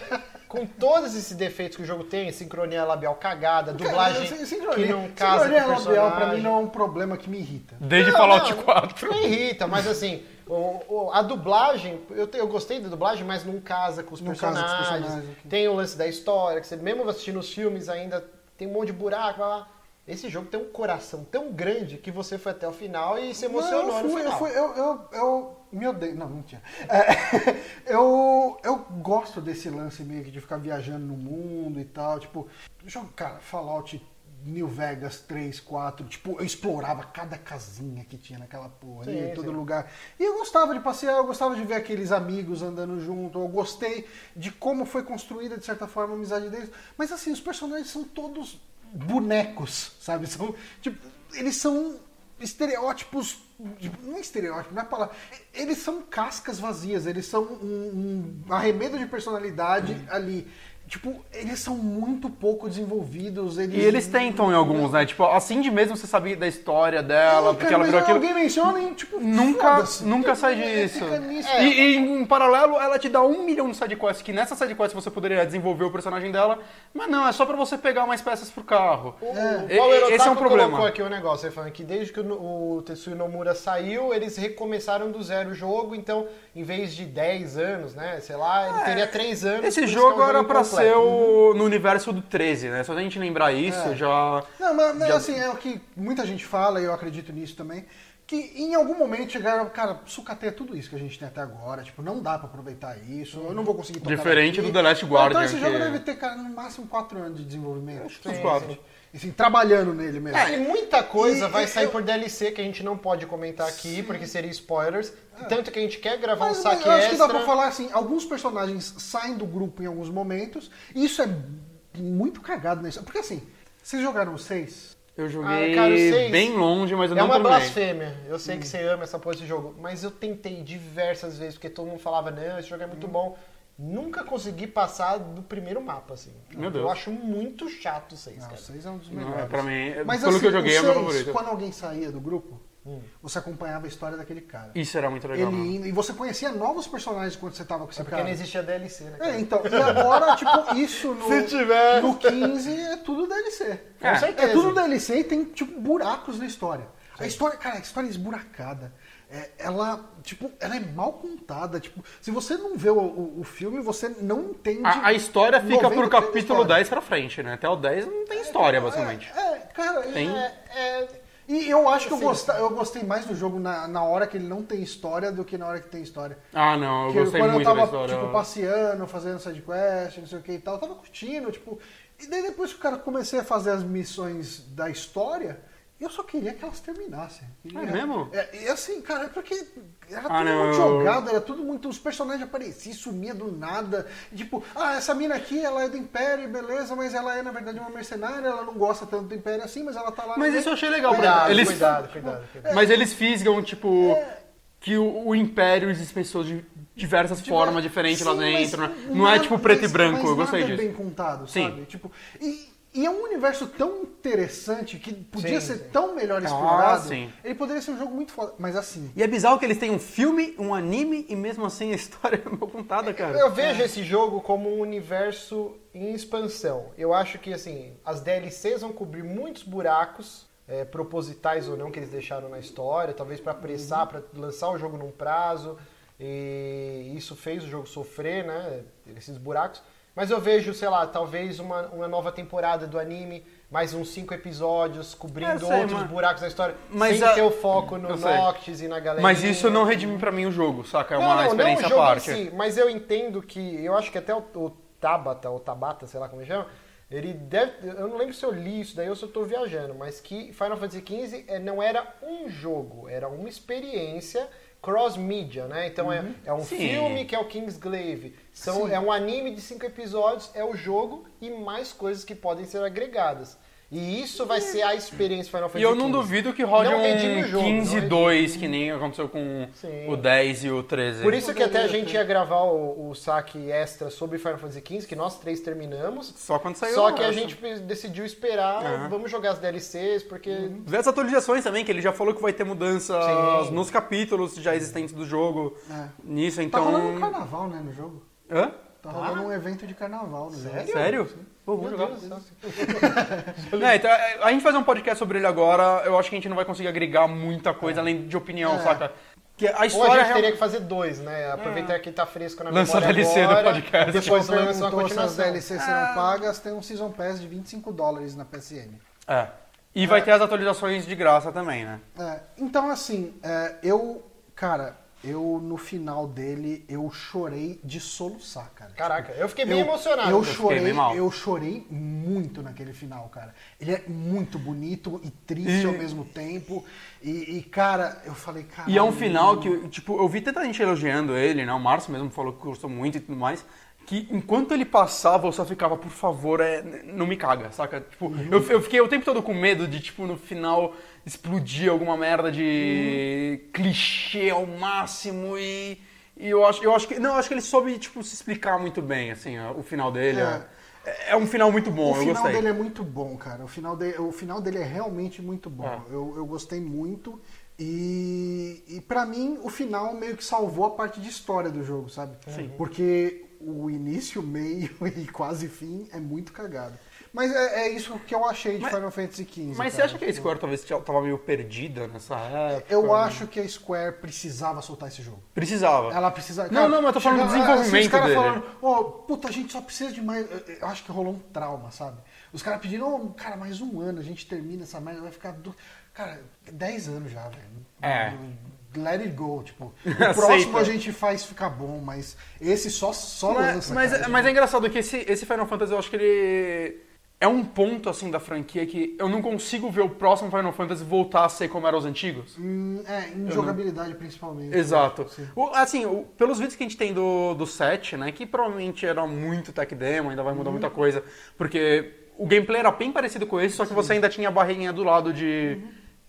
B: com todos esses defeitos que o jogo tem, sincronia labial cagada, dublagem
A: Cara, sin-
B: que
A: sincronia-
B: não casa
A: sincronia
B: com o
A: labial pra mim
B: personagem.
A: não é um problema que me irrita.
C: Desde
B: Não,
C: Fallout
B: não,
C: 4.
B: Me irrita, mas assim, o- o- a dublagem, eu, te- eu gostei da dublagem, mas não casa com os
A: Não casa com os
B: personagens.
A: personagens, ok.
B: Tem o lance da história, que você mesmo assistindo os filmes ainda tem um monte de buraco. blá, blá. Esse jogo tem um coração tão grande que você foi até o final e se emocionou
A: Não, eu
B: no
A: fui,
B: final.
A: eu fui, eu, eu, eu me odeio. Não, mentira. É, eu, eu gosto desse lance meio que de ficar viajando no mundo e tal. Tipo, jogo, cara, Fallout New Vegas 3, 4. Tipo, eu explorava cada casinha que tinha naquela porra, ali,
B: Sim,
A: em todo
B: sim.
A: lugar. E eu gostava de passear, eu gostava de ver aqueles amigos andando junto. Eu gostei de como foi construída, de certa forma, a amizade deles. Mas assim, os personagens são todos bonecos, sabe? São, tipo, eles são estereótipos. tipo, Não é estereótipo, não é palavra. Eles são cascas vazias, eles são um, um arremedo de personalidade ali. Tipo, eles são muito pouco desenvolvidos. Eles...
C: E eles tentam em alguns, né? Tipo, assim de mesmo você sabe da história dela,
A: Sim,
C: porque
A: cara,
C: ela
A: mas
C: virou aquilo.
A: Alguém menciona e, tipo,
C: Nunca,
A: foda-se.
C: nunca sai
A: Fica-
C: disso.
A: fica nisso.
C: E, e em paralelo, ela te dá um milhão de sidequests, que nessa sidequest você poderia desenvolver o personagem dela, mas não, é só pra você pegar umas peças pro carro.
B: O-
C: E-
B: O Power
C: e- esse é um
B: Otaku colocou
C: problema.
B: aqui o negócio, ele falando que desde que o, o Tetsuya Nomura saiu, eles recomeçaram do zero o jogo, então em vez de 10 anos, né, sei lá, ele teria 3 anos. por
C: É, Esse
B: isso que é um
C: jogo era pra
B: incompleto.
C: ser o, no universo do 13, né? Só se a gente lembrar isso, já...
A: Não, mas mas,
C: Já-
A: assim, é o que muita gente fala, e eu acredito nisso também, que em algum momento chegaram, cara, sucateia tudo isso que a gente tem até agora, tipo, não dá pra aproveitar isso, eu não vou conseguir tocar
C: Diferente
A: daqui.
C: do The Last Guardian,
A: Então esse jogo
C: que-
A: deve ter, cara, no máximo 4 anos de desenvolvimento. Acho
C: uns quatro.
A: Assim, trabalhando nele mesmo.
B: É, e muita coisa
A: E-
B: vai
A: e
B: sair
A: eu-
B: por DLC que a gente não pode comentar aqui, porque seria spoilers. Tanto que a gente quer gravar um
A: É. Mas, mas
B: saque
A: Então, eu acho que dá
B: extra.
A: pra falar assim, alguns personagens saem do grupo em alguns momentos, e isso é muito cagado nisso. Porque assim, vocês jogaram os seis?
C: Eu joguei
B: Ah, cara, o seis
C: bem longe, mas eu
B: É
C: não
B: uma
C: terminei.
B: blasfêmia. Eu sei
A: Hum.
B: que você ama essa porra desse jogo, mas eu tentei diversas vezes, porque todo mundo falava, não, esse jogo é
A: Hum.
B: muito bom. Nunca consegui passar do primeiro mapa, assim.
C: Meu
B: Eu
C: Deus.
B: acho muito chato vocês,
A: Não,
B: cara.
A: os seis é um dos
C: Não,
A: melhores.
C: é pra mim, é-
A: Mas
C: pelo
A: assim,
C: que eu joguei, é
A: o
C: meu
A: seis,
C: favorito.
A: Quando alguém saía do grupo,
C: Hum.
A: você acompanhava a história daquele cara.
C: Isso era muito legal. mano.
A: Ele indo, e você conhecia novos personagens quando você tava com esse
B: É porque
A: cara.
B: não existia DLC, né? cara?
A: É, então, e agora, tipo, isso no,
B: Se tiver.
A: no 15 é tudo DLC.
C: Com
A: é,
B: certeza.
A: é tudo DLC e tem, tipo, buracos na história. A história, cara, a história é esburacada. É, ela, tipo, ela é mal contada. Tipo, se você não vê o, o- o filme, você não entende.
C: A, a história fica
A: 90%
C: pro
A: da
C: capítulo
A: história.
C: 10 pra frente, né? Até o 10 não tem história, basicamente.
A: É, é, cara, é-
C: Tem.
A: é- E eu acho que eu,
B: Sim.
A: gosta- eu gostei mais do jogo na, na hora que ele não tem história do que na hora que tem história.
C: Ah, não, eu
A: Que
C: gostei
A: quando
C: muito
A: eu tava,
C: da história.
A: tipo, passeando, fazendo side quest, não sei o que e tal, eu tava curtindo, tipo. E daí depois que o cara comecei a fazer as missões da história, Eu só queria que elas terminassem. Eu
C: É
A: queria-
C: mesmo?
A: É, e assim, cara, é porque era tudo
C: Ah, não.
A: muito jogado, era tudo muito. Os personagens apareciam, sumiam do nada. E, tipo, ah, essa mina aqui, ela é do Império, beleza, mas ela é, na verdade, uma mercenária, ela não gosta tanto do Império assim, mas ela tá lá.
C: Mas
A: no
C: isso eu
A: meio.
C: achei legal pra
B: Cuidado,
C: eles.
B: cuidado, cuidado, cuidado.
C: Mas eles fisgam, tipo. Que o, o Império dispensou de diversas formas diferentes lá
A: Tipo, Sim,
C: dentro.
A: mas
C: né? Não é
A: nada-
C: tipo preto
A: mas-
C: e branco,
A: mas
C: eu gostei
A: nada é
C: disso.
A: bem contado,
C: Sim.
A: sabe? Tipo, e, e é um universo tão interessante que podia
B: Sim, Ah,
A: ser
B: sim.
A: tão melhor explorado.
C: sim.
A: Ele poderia ser um jogo muito foda, mas assim.
C: E é bizarro que eles têm um filme, um anime e mesmo assim a história é mal contada, cara.
B: Eu vejo esse jogo como um universo em expansão. Eu acho que assim, as DLCs vão cobrir muitos buracos, é, propositais ou não, que eles deixaram na história, talvez pra apressar, pra lançar o jogo num prazo. E isso fez o jogo sofrer, né? Esses buracos. Mas eu vejo, sei lá, talvez uma, uma nova temporada do anime, mais uns cinco episódios, cobrindo
C: É, Eu sei,
B: outros
C: mano.
B: buracos da história,
C: Mas
B: sem
C: a-
B: ter o foco no
C: Eu sei.
B: Noctis e na galera.
C: Mas isso não redime pra mim o jogo, saca? É uma
B: né? não,
C: experiência
B: não o jogo
C: à
B: em
C: parte.
B: si, mas eu entendo que. Eu acho que até o, o Tabata, ou Tabata, sei lá como ele chama, ele deve. Eu não lembro se eu li isso daí ou se eu tô viajando, mas que Final Fantasy XV é, não era um jogo, era uma experiência cross-mídia, né? Então é, é um
C: Uhum. Sim.
B: filme que é o Kingsglaive, são, é um anime de cinco episódios, é o jogo e mais coisas que podem ser agregadas. E isso vai ser a experiência Final Fantasy
C: E eu não
B: XV.
C: duvido que rode
B: Não redime o
C: um
B: jogo, não
C: 15
B: redime.
C: 2 que nem aconteceu com
B: Sim.
C: o 10 e o 13.
B: Por isso que até a gente ia gravar o, o saque extra sobre Final Fantasy XV, que nós três terminamos.
C: Só quando saiu. É.
B: Só que a
C: essa.
B: gente decidiu esperar,
C: Aham.
B: vamos jogar as DLCs, porque.
C: Diversas atualizações também, que ele já falou que vai ter mudanças
B: Sim.
C: nos capítulos já existentes do jogo.
A: É.
C: Nisso,
A: Tá
C: então.
A: rolando um carnaval, né, no jogo?
C: Hã?
A: Tá rolando um evento de carnaval no jogo.
C: Sério? Pô, vamos
B: Meu
C: jogar.
B: Deus, nossa.
C: É, então, é, a gente fazer um podcast sobre ele agora, eu acho que a gente não vai conseguir agregar muita coisa além de opinião,
A: É.
C: saca? Que a
B: Ou a
C: história. é
B: gente
C: real- É.
B: teria que fazer dois, né? Aproveitar que tá fresco na
C: Lançar
B: memória
C: DLC do
B: agora,
C: podcast.
B: Depois
A: Só
B: lança é uma
A: perguntou se um as
B: continuação. Ah.
A: DLCs serão pagas, tem um Season Pass de 25 dólares na PSN.
C: É. E vai ter as atualizações de graça também, né?
A: É, então, assim, é, eu, cara, eu no final dele, eu chorei de soluçar, cara.
B: Caraca, eu fiquei bem emocionado.
A: Eu
B: Fiquei
A: chorei,
C: bem mal.
A: eu chorei muito naquele final, cara. Ele é muito bonito e triste
C: E-
A: ao mesmo tempo. E, e, cara, eu falei, cara.
C: E é um final que, tipo, eu vi tanta gente elogiando ele, né? O Márcio mesmo falou que gostou muito e tudo mais. Que enquanto ele passava, eu só ficava, por favor, é, n- não me caga, saca? Tipo,
A: Uhum.
C: eu, eu fiquei o tempo todo com medo de, tipo, no final explodir alguma merda
A: Uhum.
C: de clichê ao máximo e. E eu acho, eu acho que. Não, eu acho que ele soube, tipo, se explicar muito bem, assim, ó, o final dele.
A: É.
C: É, é um final muito bom,
A: o
C: eu
A: final
C: gostei.
A: dele é muito bom, cara. O final, de- o final dele é realmente muito bom.
C: Ah.
A: Eu, eu gostei muito. E, e para mim, o final meio que salvou a parte de história do jogo, sabe? Porque o início, meio e quase fim é muito cagado. Mas é, é isso que eu achei de
C: Mas-
A: Final Fantasy XV.
C: Mas você
A: cara.
C: acha que a Square talvez tava meio perdida nessa época?
A: Eu acho que a Square precisava soltar esse jogo.
C: Precisava.
A: Ela precisa.
C: Não, não, mas eu tô falando do
A: chega- é, assim,
C: desenvolvimento
A: os caras
C: dele.
A: falando, ó, puta, a gente só precisa de mais. eu- Eu acho que rolou um trauma, sabe? Os caras pedindo, ô, cara, mais um ano, a gente termina essa merda, vai ficar. Do... Cara, 10 anos já, velho.
C: É.
A: Let it go, tipo.
C: Aceita.
A: O próximo a gente faz ficar bom, mas esse só, só
C: Mas,
A: lança.
C: mas-
A: cara.
C: mas é engraçado que esse, esse Final Fantasy, eu acho que ele é um ponto, assim, da franquia que eu não consigo ver o próximo Final Fantasy voltar a ser como eram os antigos.
A: Hum, é, em jogabilidade principalmente.
C: Exato.
A: Sim.
C: O- assim, o- pelos vídeos que a gente tem do, do 7, né, que provavelmente era muito tech demo, ainda vai
A: Uhum.
C: mudar muita coisa, porque o gameplay era bem parecido com esse, só que você ainda tinha a barrinha do lado de...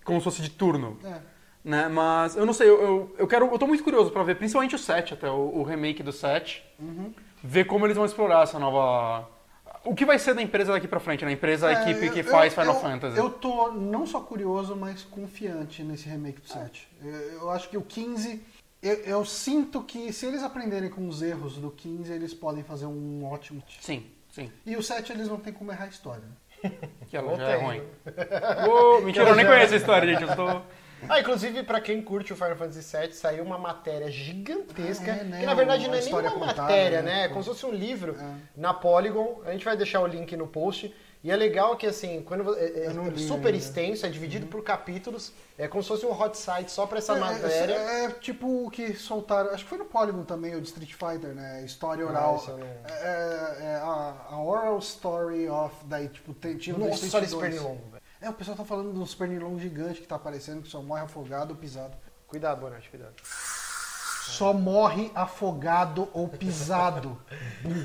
C: como se fosse de turno.
A: Uhum. É.
C: Né? Mas eu não sei, eu, eu, eu quero. Eu tô muito curioso pra ver, principalmente o 7, até o, o remake do 7.
A: Uhum.
C: Ver como eles vão explorar essa nova. O que vai ser da empresa daqui pra frente, né? A empresa, a
A: É,
C: equipe que
A: eu-
C: faz
A: eu-
C: Final
A: eu-
C: Fantasy.
A: Eu tô não só curioso, mas confiante nesse remake do 7. Eu, eu acho que o 15. Eu, eu sinto que se eles aprenderem com os erros do 15, eles podem fazer um ótimo. time.
C: Sim, sim.
A: E o 7 eles não tem como errar a história. né?
C: Que ela
B: Não
C: já é
B: tem.
C: ruim. Uou, mentira, eu nem
B: já-
C: conheço a história, gente. Eu tô.
B: Ah, inclusive, pra quem curte o Final Fantasy VII, saiu uma matéria gigantesca,
A: Ah, é, né?
B: que na verdade
A: Uma
B: não é
A: história
B: nenhuma
A: contada,
B: matéria,
A: né?
B: né? É como se fosse um livro
A: É.
B: na Polygon. A gente vai deixar o link no post. E é legal que, assim, quando vo- é, é
A: Eu não li
B: super
A: ainda. Uhum.
B: extenso, é dividido por capítulos. É como se fosse um hot site só pra essa
A: é,
B: matéria.
A: é, é tipo o que soltaram. Acho que foi no Polygon também, o de Street Fighter, né? História
B: Ah,
A: oral.
B: isso eu não-
A: É, é a, a oral story of. Daí, tipo, tem, tinha o do
B: Nossa,
A: Street
B: olha esse
A: 2.
B: pernilongo, velho.
A: É, o pessoal tá falando de um pernilongo gigante que tá aparecendo, que só morre afogado ou pisado.
B: Cuidado, Bonatti, cuidado.
A: Só morre afogado ou pisado.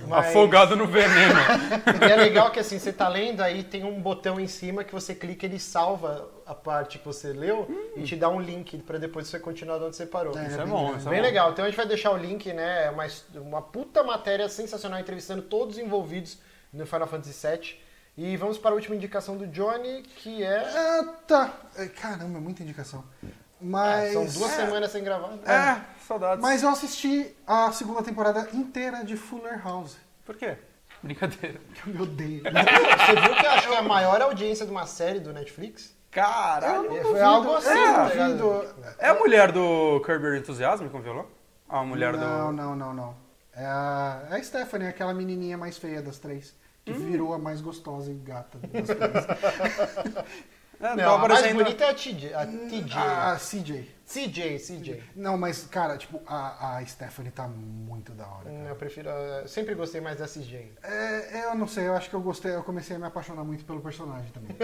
B: Mas-
C: Afogado no veneno.
B: E é legal que assim, você tá lendo, aí tem um botão em cima que você clica, ele salva a parte que você leu e te dá um link pra depois você continuar de onde você parou.
A: Hum. É,
C: Isso é bom, isso é
B: Bem
C: bom.
B: legal. Então a gente vai deixar o link, né? Uma, his- uma puta matéria sensacional entrevistando todos os envolvidos no Final Fantasy VII. E vamos para a última indicação do Johnny, que é.
A: Ah, tá. É, Caramba, é muita indicação. Mas.
B: Ah, São duas
A: é,
B: semanas sem gravar. né?
C: É, saudades.
A: Mas eu assisti a segunda temporada inteira de Fuller House.
C: Por quê? Brincadeira.
A: que Eu me odeio.
B: Você viu que eu acho que é a maior audiência de uma série do Netflix?
C: Caralho.
B: Foi
A: duvido,
B: algo assim,
A: eu
B: tá
A: não
B: ligado?
A: duvido.
C: É a mulher do Curb Your Enthusiasm com violão? Ah, A mulher
A: Não,
C: do...
A: não, não, não. É a, é a Stephanie, aquela menininha mais feia das três. Que virou a mais gostosa e gata das três.
B: Não,
C: É, tá
B: a mais
C: aparecendo-
B: bonita é a TJ. A TJ.
A: a CJ.
B: CJ, CJ.
A: Não, mas, cara, tipo, a, a Stephanie tá muito da hora.
B: Hum, Eu prefiro. a- Sempre gostei mais da CJ.
A: É, eu não sei, eu acho que eu gostei, eu comecei a me apaixonar muito pelo personagem também.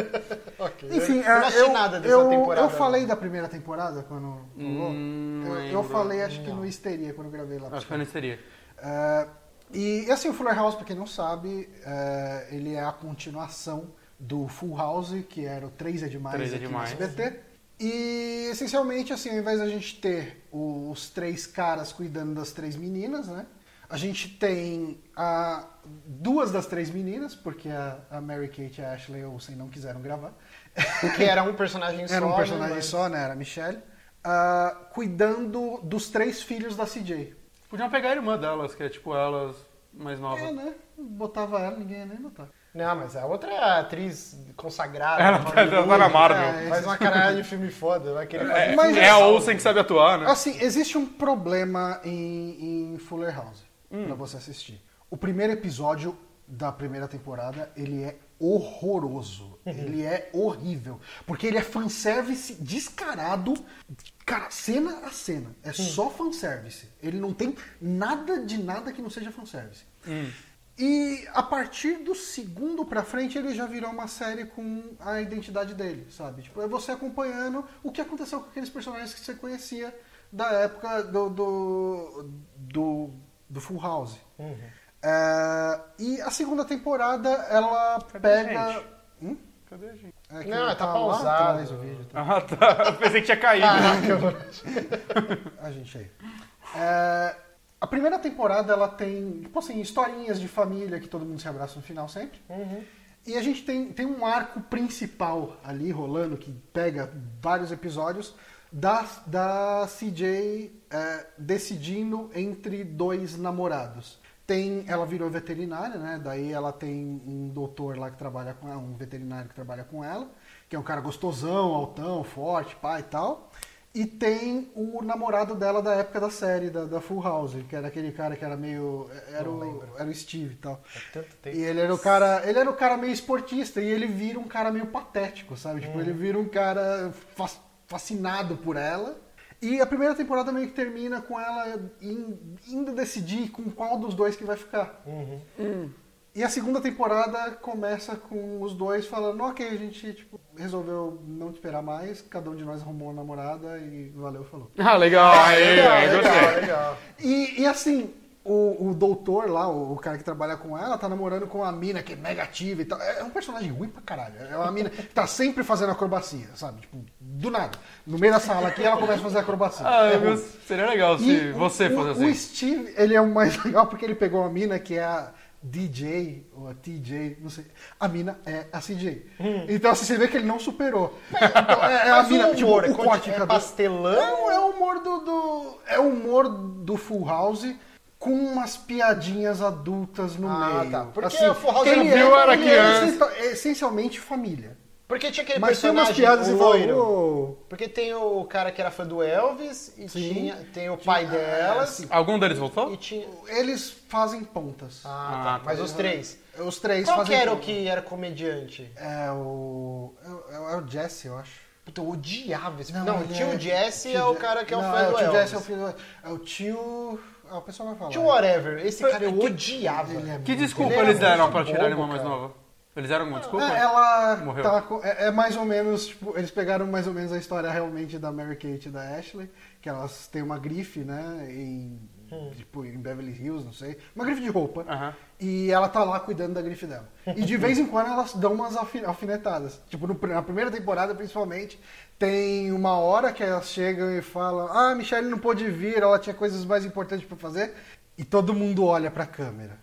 B: Ok.
A: Enfim,
B: eu não
A: é,
B: achei
A: eu,
B: nada dessa
A: eu,
B: temporada.
A: eu falei
B: não.
A: da primeira temporada quando rolou.
C: Hum,
A: eu, eu
C: lembro.
A: falei, acho que no Histeria, quando eu gravei lá. pra
C: Acho que eu não seria.
A: É, e assim, o Fuller House, pra quem não sabe, é, ele é a continuação do Full House, que era o 3 é demais
C: Três é
A: aqui
C: Demais.
A: no SBT. E essencialmente, assim, ao invés da gente ter os três caras cuidando das três meninas, né? A gente tem a, duas das três meninas, porque a, a Mary Kate e a Ashley Olsen não quiseram gravar.
B: Porque era um personagem só.
A: Era um
B: né,
A: personagem
B: mas-
A: só, né? Era a Michelle. Ah, cuidando dos três filhos da CJ.
C: Podiam pegar a irmã delas, que é tipo elas mais novas.
A: É, né? Botava ela, ninguém ia nem notar.
B: Não, mas a outra é a atriz consagrada.
C: Ela
B: de
C: tá-
B: Hollywood,
C: tá na Marvel.
B: cara, Faz uma caralho de filme foda. Vai querer fazer
C: É,
A: Mas
C: é a
A: essa-
C: Olsen que sabe atuar, né?
A: Assim, existe um problema em, em Fuller House pra você assistir. O primeiro episódio da primeira temporada, ele é horroroso. Ele é horrível. Porque ele é fanservice descarado, cara, cena a cena. É só fanservice. Ele não tem nada de nada que não seja fanservice. E a partir do segundo pra frente ele já virou uma série com a identidade dele, sabe? Tipo, é você acompanhando o que aconteceu com aqueles personagens que você conhecia da época do do, do, do Full House.
B: Uhum.
A: É, e a segunda temporada ela
C: a gente?
A: pega. Hum?
C: Cadê a gente?
A: É que
B: Não, tá
A: lá
B: pausado.
A: atrás o vídeo, tá?
C: Ah, tá. Eu pensei que tinha caído.
B: Caraca,
A: a gente aí. É, a primeira temporada ela tem, tipo assim, historinhas de família que todo mundo se abraça no final sempre. E a gente tem, tem um arco principal ali rolando que pega vários episódios da, da CJ é, decidindo entre dois namorados. Tem, ela virou veterinária, né? Daí ela tem um doutor lá que trabalha com ela, um veterinário que trabalha com ela, que é um cara gostosão, altão, forte, pai e tal. E tem o namorado dela da época da série, da, da Full House, que era aquele cara que era meio. Era, o, era o Steve e tal.
B: tanto tempo.
A: E é ele era o cara. Ele era o cara meio esportista e ele vira um cara meio patético, sabe? Tipo, ele vira um cara fas- fascinado por ela. E a primeira temporada meio que termina com ela in- indo decidir com qual dos dois que vai ficar. E a segunda temporada começa com os dois falando, ok, a gente tipo, resolveu não te esperar mais, cada um de nós arrumou uma namorada e valeu, falou.
C: Ah, legal. Aí,
B: legal,
C: eu
B: legal,
C: gostei.
B: legal.
A: E, e assim, o, o doutor lá, o, o cara que trabalha com ela, tá namorando com uma mina que é mega ativa e tal. É é um personagem ruim pra caralho. É uma mina que tá sempre fazendo acrobacia, sabe? Tipo, do nada. No meio da sala aqui, ela começa a fazer acrobacia.
C: Ah,
A: É
C: eu
A: ruim.
C: gost- Seria legal se
A: E
C: você
A: o, o,
C: fosse
A: O
C: assim.
A: Steve, ele é o mais legal porque ele pegou uma mina que é a DJ, ou a TJ, não sei. A mina é a CJ.
C: Hum.
A: Então assim, você vê que ele não superou. Então, é, é a
B: Mas
A: mina,
B: o humor
A: tipo,
B: é
A: o corte de
B: é
A: cabelo.
B: pastelão.
A: Não, é o humor do, do- É o humor do Full House com umas piadinhas adultas no
B: Ah,
A: meio. Assim,
B: tá. Porque o Full House
A: quem
B: não viu,
C: era
A: ele é
C: criança.
A: essencial- é essencialmente família.
B: Porque tinha aquele
A: Mas tem umas
B: personagem
A: piadas e
B: loiro.
A: falou.
B: Porque tem o cara que era fã do Elvis e
A: Sim. Ah,
B: tinha, tem o pai dela.
A: sim.
C: Algum deles voltou?
B: E tinha.
A: "Oh", Eles fazem pontas.
B: Ah,
C: Ah,
B: tá. Mas
A: tá.
B: os três.
A: Os três
B: Qual que
A: fazem
B: era o
A: pontas.
B: que era comediante?
A: É o. É, o- é o Jesse, eu acho.
B: Puta, eu odiava esse. Não, o
A: ele
B: tio
A: é-
B: Jesse
A: tio
B: é o
A: Je-
B: cara que é o
A: Não,
B: fã do
A: o tio Jesse é o
B: Elvis.
A: filho do É o tio. É o pessoal vai falar.
B: Tio Whatever. Esse cara eu
C: Que-
B: odiava.
A: Ele é
C: Que
A: muito-
C: desculpa
B: Ele era
C: eles deram
B: muito
C: pra tirar a
B: bobo,
C: irmã mais
B: cara.
C: nova? Eles eram muito desculpa?
A: um É, ela
C: Morreu.
A: tava com- é, é mais ou menos, tipo, eles pegaram mais ou menos a história realmente da Mary Kate e da Ashley, que elas têm uma grife, né, em, tipo, em Beverly Hills, não sei, uma grife de roupa,
C: Aham.
A: e ela tá lá cuidando da grife dela. E de vez em quando elas dão umas alfi- alfinetadas, tipo, no pr- na primeira temporada, principalmente, tem uma hora que elas chegam e falam, ah, a Michelle não pôde vir, ela tinha coisas mais importantes pra fazer, e todo mundo olha pra câmera.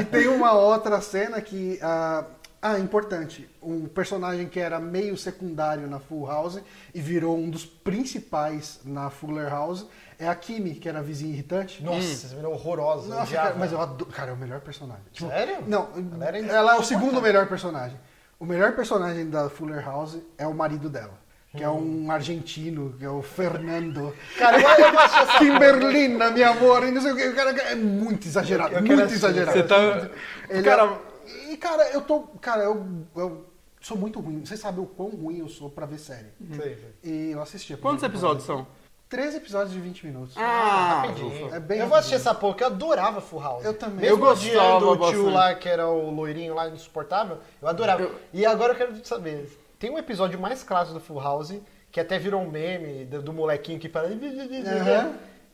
A: E tem uma outra cena que. ah, ah, importante. Um personagem que era meio secundário na Full House e virou um dos principais na Fuller House é a Kimi, que era a vizinha irritante.
B: Nossa, essa menina é horrorosa.
A: Hum. Nossa,
B: odiava.
A: cara, mas eu adoro. Cara, é o melhor personagem. Tipo,
B: Sério?
A: Não,
B: Ela era
A: ela, é o segundo melhor personagem. O melhor personagem da Fuller House é o marido dela, que é um argentino, que é o Fernando.
B: Hum. Cara, eu, eu acho essa
A: Kimberlina, meu amor, e não sei o que. O cara é muito exagerado,
B: Eu quero
A: muito
B: assistir.
A: exagerado.
C: Você tá-
A: Ele
C: Cara-
A: é- E, cara, eu tô. Cara, eu, eu sou muito ruim. Vocês sabem o quão ruim eu sou pra ver série.
B: Sei, sei.
A: E eu assisti. a
C: Quantos
A: primeira
C: episódios são?
A: temporada. Três episódios de 20 minutos.
C: Ah,
B: Rapidinho.
A: É bem
B: eu vou assistir essa porra, que eu adorava Full House.
A: Eu também.
B: Mesmo
C: Eu gostava
B: odiando o tio
C: bastante.
B: lá, que era o loirinho lá, insuportável, eu adorava.
C: Eu-
B: E agora eu quero saber, tem um episódio mais clássico do Full House, que até virou um meme do, do molequinho que fala...
A: Aham.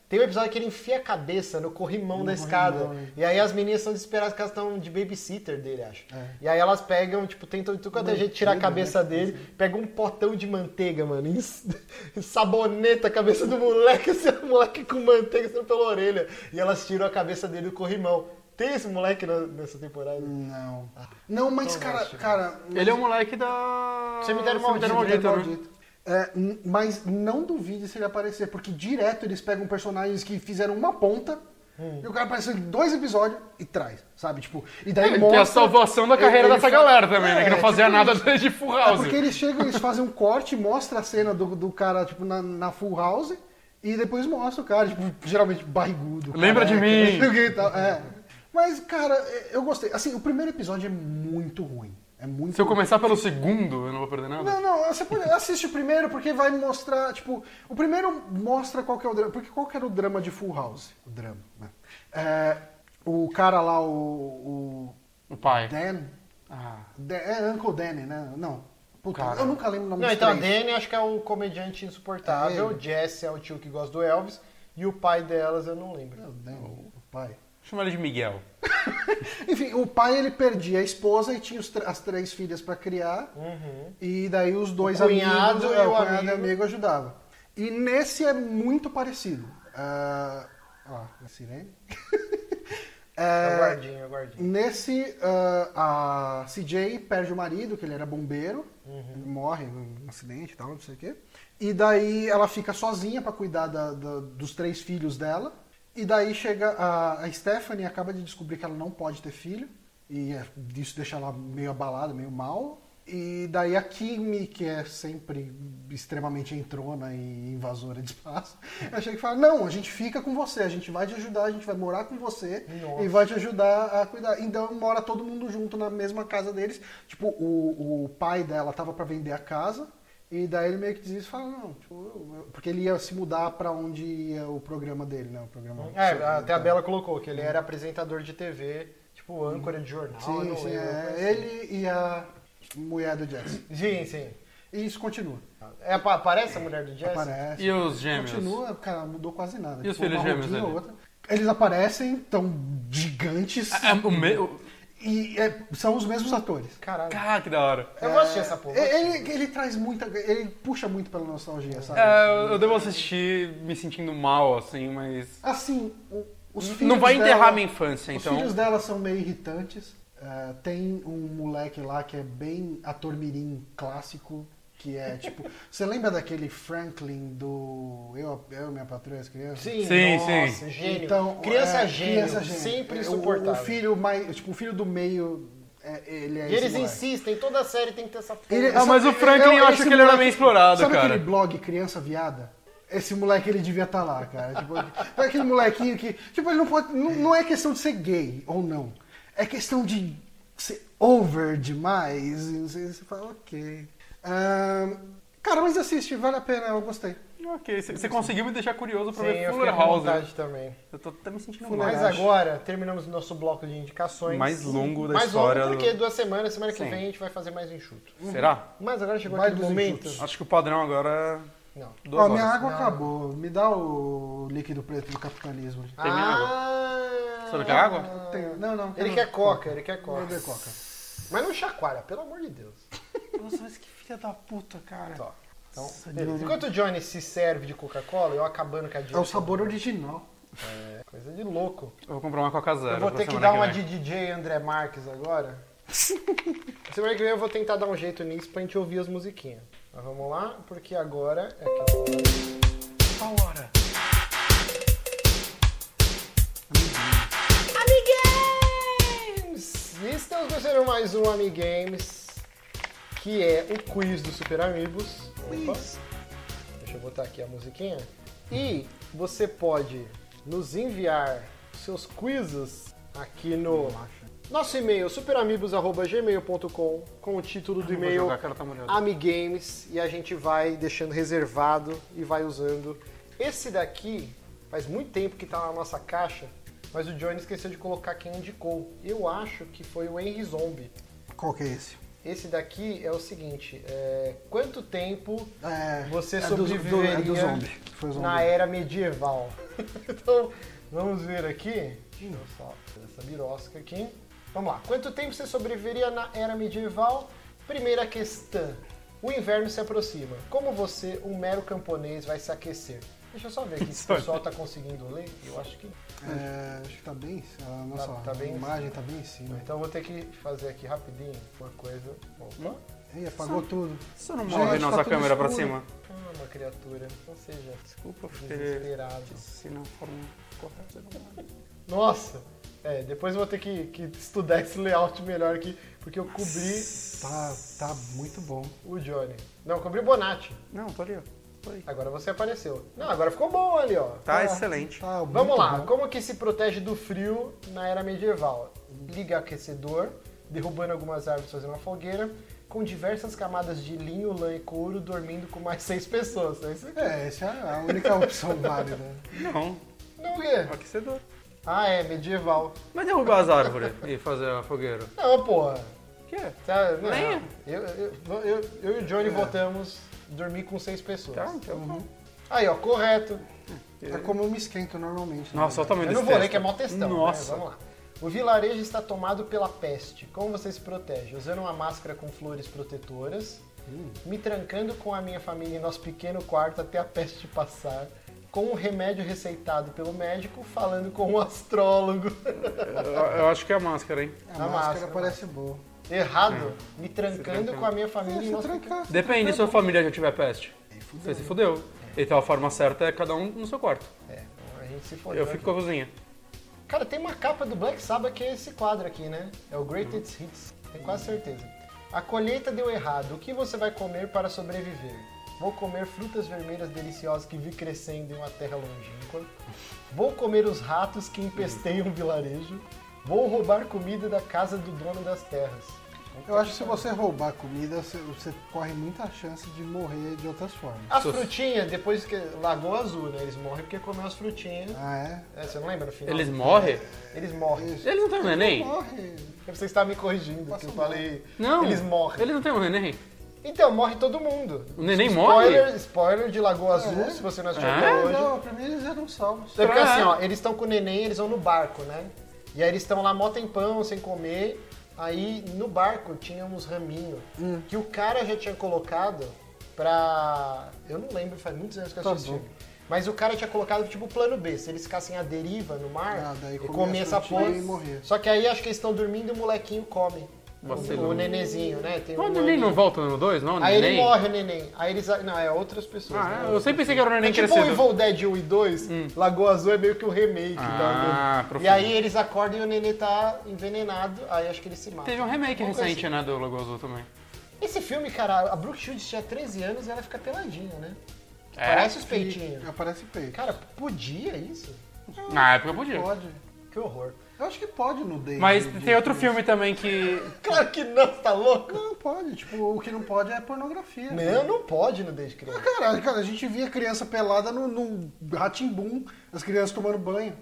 B: Tem um episódio que ele enfia a cabeça no corrimão da escada.
A: corrimão,
B: E aí as meninas são desesperadas que elas estão de babysitter dele, acho.
A: É. né?
B: E aí elas pegam, tipo, tentam de tudo quanto é jeito tirar a cabeça dele, pegam um potão de manteiga, mano, e ens- saboneta a cabeça do moleque, assim, o moleque com manteiga saindo pela orelha. E elas tiram a cabeça dele do corrimão. Tem esse moleque na- nessa temporada?
A: Hum, Não. Não,
B: Então
A: mas, cara,
B: gosto.
A: cara.
C: Ele é o moleque da.
B: Cemitério
A: Cemitério
B: Maldito,
C: né?
A: Maldito. É, n- mas não duvide se ele aparecer, porque direto eles pegam personagens que fizeram uma ponta. E o cara apareceu em dois episódios e traz, sabe? Tipo, e daí
C: Que é a
A: mostra-
C: salvação da carreira
A: ele- ele
C: dessa
A: fala-
C: galera também, né? Que
A: É,
C: não fazia
A: tipo
C: nada
A: isso.
C: desde Full
A: É
C: House.
A: porque eles chegam, eles fazem um corte, mostra a cena do, do cara, tipo, na, na full house, e depois mostra o cara, tipo, geralmente barrigudo.
C: Lembra de mim?
A: não sei o que e tal, é. Mas, cara, eu gostei. Assim, o primeiro episódio é muito ruim. É muito
C: Se eu
A: ruim.
C: começar pelo segundo, eu não vou perder nada.
A: Não, não, você pode, assiste o primeiro porque vai mostrar, tipo, o primeiro mostra qual que é o drama, porque qual que era o drama de Full House? O drama, né? É, o cara lá, o,
C: O
A: o
C: pai.
A: Dan,
C: Ah.
A: Dan- é Uncle Danny, né? Não, puta,
C: Cara.
A: eu nunca lembro o nome
B: Não,
A: dos
B: então a
A: três.
B: Dani acho que é o comediante insuportável,
A: É.
B: o Jesse é o tio que gosta do Elvis, e o pai delas eu não lembro.
A: É, o Danny, o pai.
C: Chama ele de Miguel.
A: Enfim, o pai, ele perdia a esposa e tinha os tr- as três filhas pra criar, e daí os dois
B: Uhum. O cunhado
A: amigos,
B: e
A: é,
B: o
A: cunhado e
B: amigo.
A: amigo ajudava. E nesse é muito parecido. Ah, ó, a sirene.
B: É o
A: É,
B: guardinho, é o guardinho.
A: Nesse, ah, a CJ perde o marido, que ele era bombeiro, ele morre num acidente e tal, não sei o quê. E daí ela fica sozinha pra cuidar da- da- dos três filhos dela. E daí chega a, a Stephanie, acaba de descobrir que ela não pode ter filho. E é, isso deixa ela meio abalada, meio mal. E daí a Kimi, que é sempre extremamente entrona e invasora de espaço, ela chega e fala: Não, a gente fica com você, a gente vai te ajudar, a gente vai morar com você
B: Nossa.
A: e vai te ajudar a cuidar. Então mora todo mundo junto na mesma casa deles. Tipo, o, o pai dela tava pra vender a casa. E daí ele meio que desiste e fala, não, tipo, eu- eu-" porque ele ia se mudar pra onde ia o programa dele, né? O programa.
B: É, até a Bela colocou que ele era apresentador de TV, tipo âncora de jornal. eu
A: Sim,
B: não
A: sim,
B: lembro,
A: é,
B: mas-
A: ele e a mulher do Jesse.
B: Sim, sim.
A: E isso continua.
B: É, apa- aparece a mulher do Jesse?
A: Aparece.
C: E os gêmeos?
A: Continua, cara, mudou quase nada.
C: E os
A: Tipo,
C: filhos
A: uma
C: gêmeos
A: roupinha
C: ali?
A: ou outra. Eles aparecem, tão gigantes.
C: É, é, o me... o-
A: E é, são os mesmos atores.
B: Caralho.
C: Cara, que da hora.
B: Eu vou assistir essa porra.
A: É, Ele, ele traz muita. Ele puxa muito pela nostalgia, sabe?
C: É, eu- eu devo assistir me sentindo mal, assim, mas.
A: Assim, o- os filhos.
C: Não vai enterrar
A: dela-
C: minha infância,
A: Os
C: então.
A: filhos dela são meio irritantes. É, tem um moleque lá que é bem ator mirim clássico, que é tipo. Você lembra daquele Franklin do Eu, eu Minha Patroa e as Crianças?
B: Sim,
C: Sim,
B: nossa,
C: sim.
B: gênio.
A: Então,
B: criança,
A: é,
B: gênio,
A: criança
B: sempre
A: É, o-
B: insuportável.
A: O, filho mais, tipo, o filho do meio, é, ele é
B: E eles
A: esse moleque.
B: insistem, toda série tem que ter essa porra.
A: Ele-
C: Ah, mas
A: sabe-
C: o Franklin eu acho
A: esse
C: que ele era bem explorado,
A: sabe
C: cara.
A: aquele blog Criança Viada? Esse moleque, ele devia estar lá, cara. Tipo, é aquele molequinho que... Tipo, ele não pode... Não, não é questão de ser gay ou não. É questão de ser over demais. E você, você fala, ok. Ahn, cara, mas assiste, vale a pena, eu gostei.
C: Ok, você- você conseguiu me deixar curioso pra
B: Sim,
C: ver
B: eu fiquei
C: Fuller
B: com
C: House. né?
B: vontade também.
C: Eu tô até me sentindo
A: Fuller
C: mal.
B: Mas
A: acho.
B: agora, terminamos o nosso bloco de indicações.
C: Mais longo da
B: mais
C: história.
B: longo
C: do-
B: porque duas semanas, semana que
C: Sim.
B: vem a gente vai fazer mais enxuto.
C: Será?
B: Mas agora chegou
A: Vai
B: aquele
A: dos
B: momento...
A: enxutos.
C: Acho que o padrão agora é
B: Não.
C: duas
A: Ó, minha
C: horas.
A: água
B: Não.
A: acabou. Me dá o líquido preto do capitalismo.
C: Tem minha
B: ah,
C: Você não quer água?
A: Eu tenho- Não, não.
B: Ele
A: quero-
B: quer coca, ele quer
A: Vou
B: coca.
A: beber coca.
B: Mas não chacoalha, pelo amor de Deus.
A: Nossa, mas que filha da puta, cara.
B: Tá. Então,
A: Nossa,
B: beleza.
A: Deus.
B: Enquanto o Johnny se serve de Coca-Cola, eu acabando com a dica.
A: É o sabor original.
B: É, coisa de louco.
C: Eu vou comprar uma Coca Zero.
B: Eu vou
C: Tá, pra
B: ter que
C: semana
B: dar uma
C: vem.
B: de DJ André Marques agora. Semana que vem eu vou tentar dar um jeito nisso pra gente ouvir as musiquinhas. Mas vamos lá, porque agora é aquela hora.
C: Qual hora?
B: Amigues! E estamos começando mais um Amigames, que é o quiz do Super Amigos. Opa. Deixa eu botar aqui a musiquinha. E você pode nos enviar seus quizzes aqui no nosso e-mail superamigos.gmail.com com o título do
C: Vou
B: e-mail
C: jogar, cara, tá molhado.
B: Amigames e a gente vai deixando reservado e vai usando. Esse daqui faz muito tempo que tá na nossa caixa, mas o Johnny esqueceu de colocar quem indicou. Eu acho que foi o Henry Zombie.
A: Qual que é esse?
B: Esse daqui é o seguinte, é, quanto tempo
A: É,
B: você
A: é do- do-
B: sobreviveria
A: é do zombie. Foi o É, zombie.
B: na era medieval. então, vamos ver aqui. Deixa eu só fazer essa birosca aqui. Vamos lá. Quanto tempo você sobreviveria na era medieval? Primeira questão. O inverno se aproxima. Como você, um mero camponês, vai se aquecer? Deixa eu só ver aqui se o pessoal tá conseguindo ler. Eu acho que.
A: É, acho que tá bem. A nossa
B: Tá- tá bem em
A: imagem tá bem em cima.
B: Então eu vou ter que fazer aqui rapidinho uma coisa. Opa.
A: Ih, apagou tudo.
C: Você não
A: Gente,
C: move
A: tá
C: nossa
A: tudo
C: câmera pra
A: escuro.
C: cima?
B: Calma, Ah, criatura. Não seja
C: Desculpa, porque
B: desesperado.
C: se não for um correto, eu não
B: Nossa! É, depois eu vou ter que, que estudar esse layout melhor aqui, porque eu cobri
A: Tá, tá muito bom.
B: o Johnny. Não, eu cobri o Bonatti.
C: Não, tô ali, ó. Tô aí.
B: Agora você apareceu. Não, agora ficou bom ali, ó.
C: Tá excelente.
A: Tá muito
B: Vamos lá,
A: bom.
B: como que se protege do frio na era medieval? Liga aquecedor, derrubando algumas árvores, fazendo uma fogueira, com diversas camadas de linho, lã e couro, dormindo com mais seis pessoas. É isso aqui.
A: É, essa é a única opção válida.
C: Não,
B: Não, o quê?
C: aquecedor.
B: Ah, é, medieval.
C: Mas derrubar as árvores e fazer a fogueira.
B: Não, porra.
C: O que é?
B: Tá, não,
C: Nem.
B: Eu, eu, eu, eu e o Johnny votamos dormir com seis pessoas.
C: Tá, então. Tá
B: Aí, ó, correto.
A: É como eu me esquento normalmente. né?
C: Nossa, olha o tamanho
B: Eu
C: desse
B: não vou ler
C: texto.
B: que é mó textão. né?
C: Nossa.
B: Vamos lá. O vilarejo está tomado pela peste. Como você se protege? Usando uma máscara com flores protetoras,
C: Hum.
B: me trancando com a minha família em nosso pequeno quarto até a peste passar, com um remédio receitado pelo médico, falando com um astrólogo.
C: Eu, eu acho que é a máscara, hein?
A: A
B: Na
A: máscara,
B: máscara,
A: parece boa.
B: Errado. Me trancando
C: Hum. trancando. É,
B: com a minha família em
A: Se
B: nosso pequeno...
A: trancar.
C: Depende se a sua família já tiver peste. Você se fudeu. Então a forma certa é cada um no seu quarto.
B: É, a gente se fodeu.
C: Eu fico com a cozinha.
B: Cara, tem uma capa do Black Sabbath que é esse quadro aqui, né? É o Greatest Hits, tenho quase certeza. A colheita deu errado. O que você vai comer para sobreviver? Vou comer frutas vermelhas deliciosas que vi crescendo em uma terra longínqua. Vou comer os ratos que empesteiam o vilarejo. Vou roubar comida da casa do dono das terras.
A: Eu acho que se você roubar comida, você- você corre muita chance de morrer de outras formas.
B: As frutinhas, depois que. Lagoa Azul, né? Eles morrem porque comeu as frutinhas.
A: Ah, é?
B: É, você não lembra no final?
C: Eles morrem?
B: Eles morrem.
A: Isso.
C: Eles não têm um neném?
A: Morre.
B: Você está me corrigindo, que eu falei.
C: Não.
B: Eles morrem.
C: Eles não têm um neném?
B: Então, morre todo mundo. Tipo,
C: O neném
B: spoiler,
C: morre?
B: Spoiler de Lagoa Azul,
A: É.
B: se você não assistiu
C: É?
B: até
A: Ah,
B: hoje.
A: não, pra mim eles eram salvos.
B: É porque
C: Ah.
B: assim, ó, eles estão com o neném, eles vão no barco, né? E aí eles estão lá mó tempão, sem comer. Aí no barco tinha uns raminhos
A: Hum.
B: que o cara já tinha colocado pra. Eu não lembro, faz muitos anos que eu
A: Tá
B: assisti.
A: bom.
B: Mas o cara tinha colocado tipo plano B, se eles ficassem à deriva no mar
A: Ah, daí
B: e
A: comia
B: comer
A: a
B: essa
A: frutinha
B: porra.
A: e morria.
B: Só que aí acho que eles estão dormindo e o molequinho come.
C: Vacilão.
B: O, o nenezinho, né? Tem
C: Mas
B: um
C: o neném
B: ano-
C: não volta no 2, não? O
B: Aí
C: neném?
B: ele morre, o neném. Aí eles. Não, é outras pessoas.
C: Ah,
B: né?
C: eu sempre pensei que era o
B: É
C: neném
B: tipo o
C: crescido. Hum.
B: Evil Dead 1 e 2, Lagoa Azul é meio que o remake.
C: Ah,
B: tá? E
C: profundo.
B: aí eles acordam e o neném tá envenenado, aí acho que ele se mata.
C: Teve um remake
B: Uma coisa
C: recente, né, do Lagoa Azul também.
B: assim. Esse filme, cara, a Brooke Shields tinha 13 anos e ela fica peladinha, né?
C: É?
B: Parece os peitinhos.
A: Aparece peito.
B: Cara, podia isso?
C: Na época podia.
A: Pode.
B: Que horror.
A: Eu acho que pode nudez.
C: Mas
A: de- de-
C: tem outro filme também que.
B: Claro que não, tá louco?
A: Não, pode. Tipo, o que não pode é pornografia.
B: Não, não pode no desde
A: Ah,
B: criança.
A: Caralho, cara, a gente via criança pelada no, no Ratimbum, as crianças tomando banho.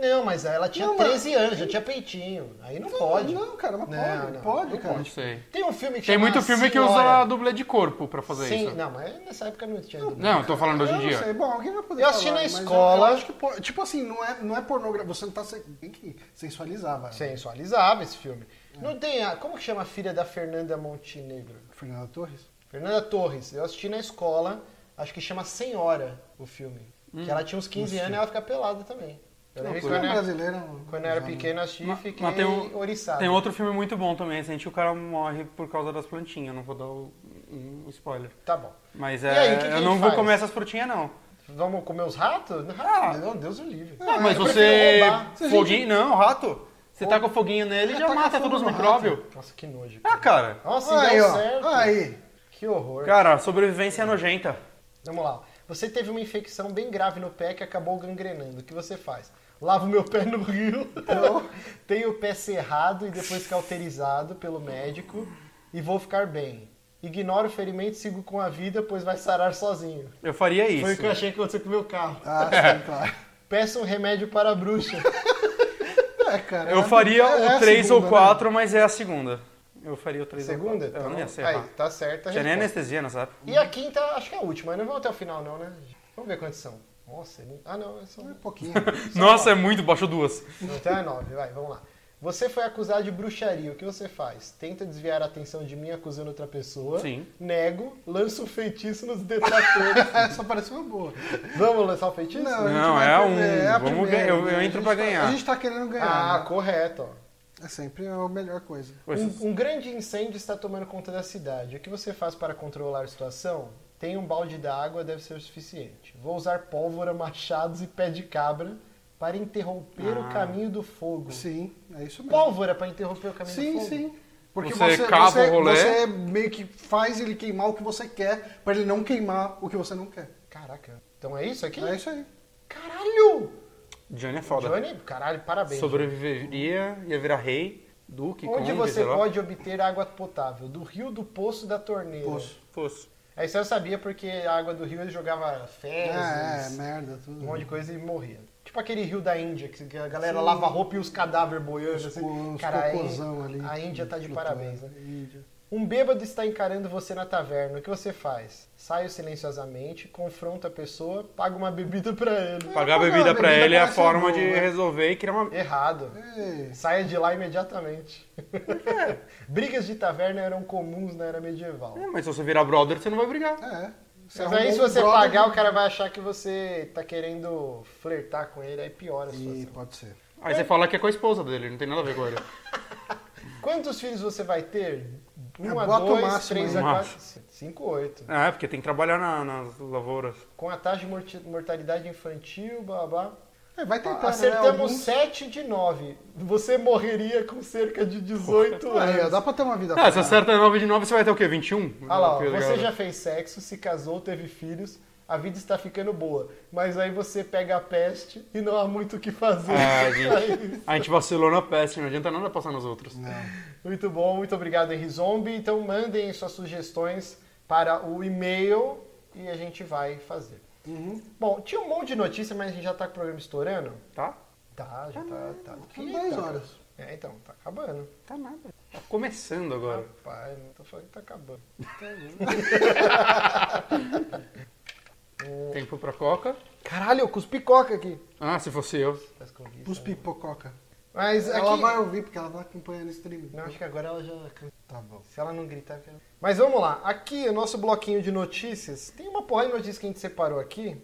B: Não, mas ela tinha
A: Não, mas-
B: 13 anos, já tinha peitinho. Aí não, pode.
A: Não, cara, mas
B: Não,
A: pode,
B: não,
A: pode,
B: não
A: cara.
C: Não sei.
B: Tem um filme que
C: Tem
B: chama
C: muito
B: A
C: filme que
B: Senhora.
C: usa dublê de corpo pra fazer
B: Sim,
C: isso.
B: não, mas nessa época não tinha. dublê.
C: Não, eu tô falando hoje
A: Eu
C: em
A: não
C: dia.
A: sei. Bom, alguém vai poder
B: Eu assisti
A: falar,
B: na
A: mas eu-
B: escola.
A: eu acho que pode. Tipo assim, não é, não é pornografia. Você não tá. sen- Tem que sensualizar, vai.
B: Sensualizava esse filme.
C: É.
B: Não tem a. Como que chama a filha da Fernanda Montenegro?
A: Fernanda Torres?
B: Fernanda Torres. Eu assisti na escola, acho que chama Senhora o filme.
C: Hum.
B: Que ela tinha uns 15 anos e ela fica pelada também. Eu
A: Não,
B: lembro
A: filme
B: que quando eu era,
A: brasileiro.
B: quando eu era
A: já não-
B: pequeno eu assisti e
C: Mas-
B: fiquei
C: mas tem um-
B: oriçado.
C: Tem outro filme muito bom também, recente, o cara morre por causa das plantinhas, não vou dar o- um spoiler.
B: Tá bom.
C: Mas
B: E
C: é,
B: aí, o que que a
C: eu
B: gente
C: não vou
B: faz?
C: comer essas frutinhas, não.
B: Vamos comer os ratos? Ah, meu
A: é
B: Deus, o livre.
C: Ah, mas
B: eu
C: você.
B: prefiro roubar.
A: Se a gente-
C: Foguinho. Não, rato. Você
B: Fogo.
C: taca o foguinho nele e
A: É,
C: já
A: taca
C: mata
A: fogo
C: todos os
A: no
C: micróbios.
B: Nossa, que nojo.
C: Ah, cara.
B: Nossa, e
A: aí,
B: deu
A: ó.
B: certo.
A: Aí.
B: Que horror.
C: Cara, sobrevivência é nojenta.
B: Vamos lá. Você teve uma infecção bem grave no pé que acabou gangrenando. O que você faz? Lavo meu pé no rio,
C: Então?
B: tenho o pé cerrado e depois cauterizado pelo médico e vou ficar bem. Ignoro o ferimento, sigo com a vida, pois vai sarar sozinho.
C: Eu faria isso.
B: Foi o que eu achei que aconteceu com o meu carro.
A: Ah, sim, claro.
B: Peço um remédio para a bruxa.
A: É, cara,
C: Eu
A: é-
C: faria
A: é- é a
C: o 3 ou
A: segunda,
C: 4, mas é a segunda. Eu faria o 3
B: né? Segunda?
C: ou 4. Eu não ia
B: Então,
C: acertar.
B: Aí, tá certa. a
C: Tinha nem
B: resposta.
C: anestesia nessa época.
B: E a quinta, acho que é a última. Não vão até o final, não, né? Vamos ver quantos são. Nossa, é muito- ah não, é só
A: Né? Um pouquinho.
C: Nossa, é muito, baixou duas.
B: Então é 9, vai, vamos lá. Você foi acusado de bruxaria, o que você faz? Tenta desviar a atenção de mim acusando outra pessoa.
C: Sim.
B: Nego, lança um feitiço nos detratores.
A: Essa pareceu É, uma boa.
B: vamos lançar o feitiço?
A: a gente
C: Não,
A: vai
C: é
A: fazer-
C: um-
A: a
C: vamos
A: primeira,
C: ganhar,
A: né?
C: eu- eu
A: A
C: entro
A: gente
C: pra
A: tá-
C: ganhar.
A: A gente tá querendo
B: Ah,
A: ganhar. né?
B: correto. ó.
A: É sempre a melhor coisa.
B: Um, um grande incêndio está tomando conta da cidade. O que você faz para controlar a situação? Tem um balde d'água, deve ser o suficiente. Vou usar pólvora, machados e pé de cabra para interromper o
C: Ah.
B: caminho do fogo.
A: Sim, é isso mesmo.
B: Pólvora para interromper o caminho do
A: Sim,
B: fogo?
A: sim. Porque
C: Você
A: você,
C: cava
A: você-
C: o rolê?
A: você meio que faz ele queimar o que você quer, pra ele não queimar o que você não quer.
B: Caraca. Então é isso aqui?
A: É isso aí.
B: Caralho!
C: Johnny é foda.
B: Johnny, caralho, parabéns.
C: Sobreviveria, ia virar rei, duque,
B: Onde
C: conde,
B: você
C: sei lá.
B: pode obter água potável? Do rio, do poço, da torneira.
A: Poço.
C: Fosse.
B: Aí você sabia porque a água do rio ele jogava
A: É, é,
B: fezes,
A: merda, tudo.
B: um monte de coisa e morria. Tipo aquele rio da Índia, que a galera lava roupa e os cadáveres boiando. Assim.
A: co- Tipo, uns
B: Cara, a
A: cocôzão
B: Í-
A: ali.
B: a Índia tá de
A: Flotando.
B: parabéns, né?
A: Índia.
B: Um bêbado está encarando você na taverna. O que você faz? Sai silenciosamente, confronta a pessoa, paga uma bebida pra ele.
C: Pagar
A: pagar
C: a bebida
A: a
C: pra
A: bebida
C: ele é a
A: parece uma
C: forma
A: boa,
C: de
A: né?
C: resolver e criar uma...
B: Errado.
A: Ei,
B: Saia de lá imediatamente. Brigas de taverna eram comuns na era medieval.
C: É, mas se você virar brother, você não vai brigar.
A: É. Você
B: Mas
A: arrumou
B: aí se
A: um
B: você
A: brother-
B: pagar, o cara vai achar que você tá querendo flertar com ele, aí piora a
A: Ih,
B: situação.
A: pode ser.
C: Aí você fala que é com a esposa dele, não tem nada a ver com ele.
B: Quantos filhos você vai ter? Um a
A: É, Bota o
B: dois,
A: máximo
B: três
A: aí.
B: a
C: Um
B: quatro, cinco, oito.
C: É, porque tem que trabalhar na- nas lavouras.
B: Com a taxa de morti- mortalidade infantil, blá blá. blá.
A: É, vai tentar, né?
B: Acertamos
A: Alguns-
B: sete de nove. Você morreria com cerca de 18
A: Aí, ó,
B: anos.
A: dá pra ter uma vida
C: Ah, se
A: fácil.
C: acerta 9 de 9, você vai ter o quê? 21?
B: Olha Tá Ah lá, ó,
C: Porque,
B: você
C: cara,
B: já fez sexo, se casou, teve filhos, a vida está ficando boa. Mas aí você pega a peste e não há muito o que fazer.
C: Ah, gente.
B: Aí,
C: A gente vacilou na peste, não adianta nada passar nos outros.
B: muito bom, muito obrigado, Henry Zombie. Então mandem suas sugestões para o e-mail e a gente vai fazer. Bom, tinha um monte de notícia, mas a gente já tá com o programa estourando?
C: Tá?
B: Tá, já tá. tá.
A: São 10
B: Eita.
A: horas.
B: É, então, tá acabando.
C: Tá nada. Tá começando agora.
B: Pai, não tô falando que tá acabando.
C: Tempo pra coca.
B: Caralho, eu cuspi coca aqui.
C: Ah, se fosse eu.
B: Tá escondido,
A: Pros
B: sabe?
A: pipococa.
B: Mas
A: Ela
B: aqui...
A: vai ouvir, porque ela tá acompanhando o stream.
B: Não, acho que agora ela já
A: Tá bom.
B: Se ela não gritar, eu quero... Mas vamos lá. Aqui, o nosso bloquinho de notícias. Tem uma porra de notícias que a gente separou aqui.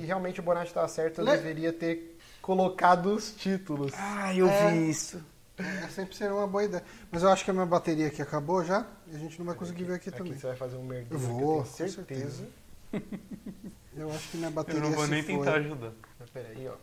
B: E realmente o Bonatti estava certo. Eu
A: Le-
B: deveria ter colocado os títulos.
C: Ah, eu vi isso.
A: É, sempre será uma boa ideia. Mas eu acho que a minha bateria aqui acabou já. E a gente não vai conseguir ver aqui,
B: aqui
A: também.
B: você vai fazer um merda.
A: Eu vou,
B: eu tenho
A: com
B: certeza.
A: Eu acho que minha bateria
C: Eu não vou
A: se
C: nem
A: foi.
C: tentar ajudar.
B: Mas Peraí, ó.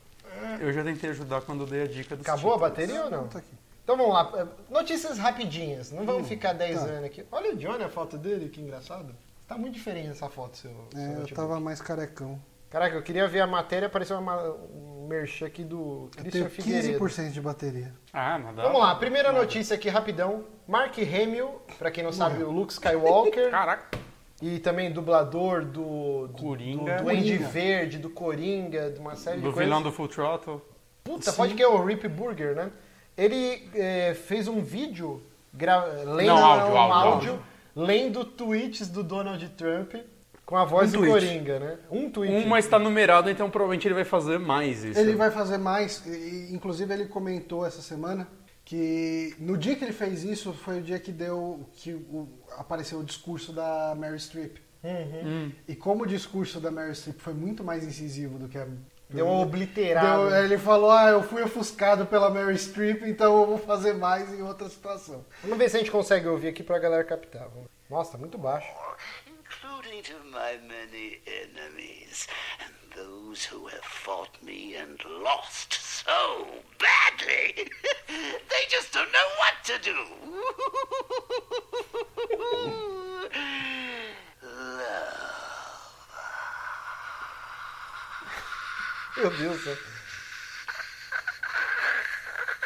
C: Eu já tentei ajudar quando dei a dica tipo. do
B: Acabou a bateria ou não?
A: Tá aqui.
B: Então vamos lá. Notícias rapidinhas. Não vamos ficar 10
A: tá.
B: anos aqui. Olha o Johnny, a foto dele, que engraçado. Tá muito diferente essa foto, seu. seu
A: É, eu
B: notebook.
A: tava mais carecão.
B: Caraca, eu queria ver a matéria, parecia uma, ma- um merchan aqui do
A: Eu
B: Christian
A: tenho
B: Figueiredo.
A: 15% de bateria.
C: Ah, nada.
B: Vamos lá, primeira notícia aqui rapidão. Mark Hamill, pra quem não sabe, o Luke Skywalker.
C: Caraca.
B: E também dublador do. do
C: Coringa.
B: Do Duende
A: Coringa.
B: Verde, do Coringa, de uma série
C: Do
B: de coisas.
C: vilão do Full Throttle.
B: Puta, pode que é o Rip Burger, né? Ele eh, fez um vídeo gra... lendo
C: Não, áudio,
B: um
C: áudio,
B: áudio, lendo tweets do Donald Trump com a voz
C: Um
B: do
C: tweet.
B: Coringa, né? Um tweet.
C: Uma está numerada, então provavelmente ele vai fazer mais isso.
A: Ele vai fazer mais, e- e, inclusive ele comentou essa semana que no dia que ele fez isso foi o dia que deu que o- apareceu o discurso da Mary Streep.
B: Uhum.
A: E como o discurso da Mary Streep foi muito mais incisivo do que a
B: Deu uma obliterada.
A: Deu- ele falou, ah, eu fui ofuscado pela Mary Streep, então eu vou fazer mais em outra situação.
B: Vamos ver se a gente consegue ouvir aqui pra galera captar. Vamos- Nossa, tá muito baixo.
D: including to my many enemies and those who have fought me and lost so badly. they just don't know what to do. Love.
B: Meu Deus né? do céu.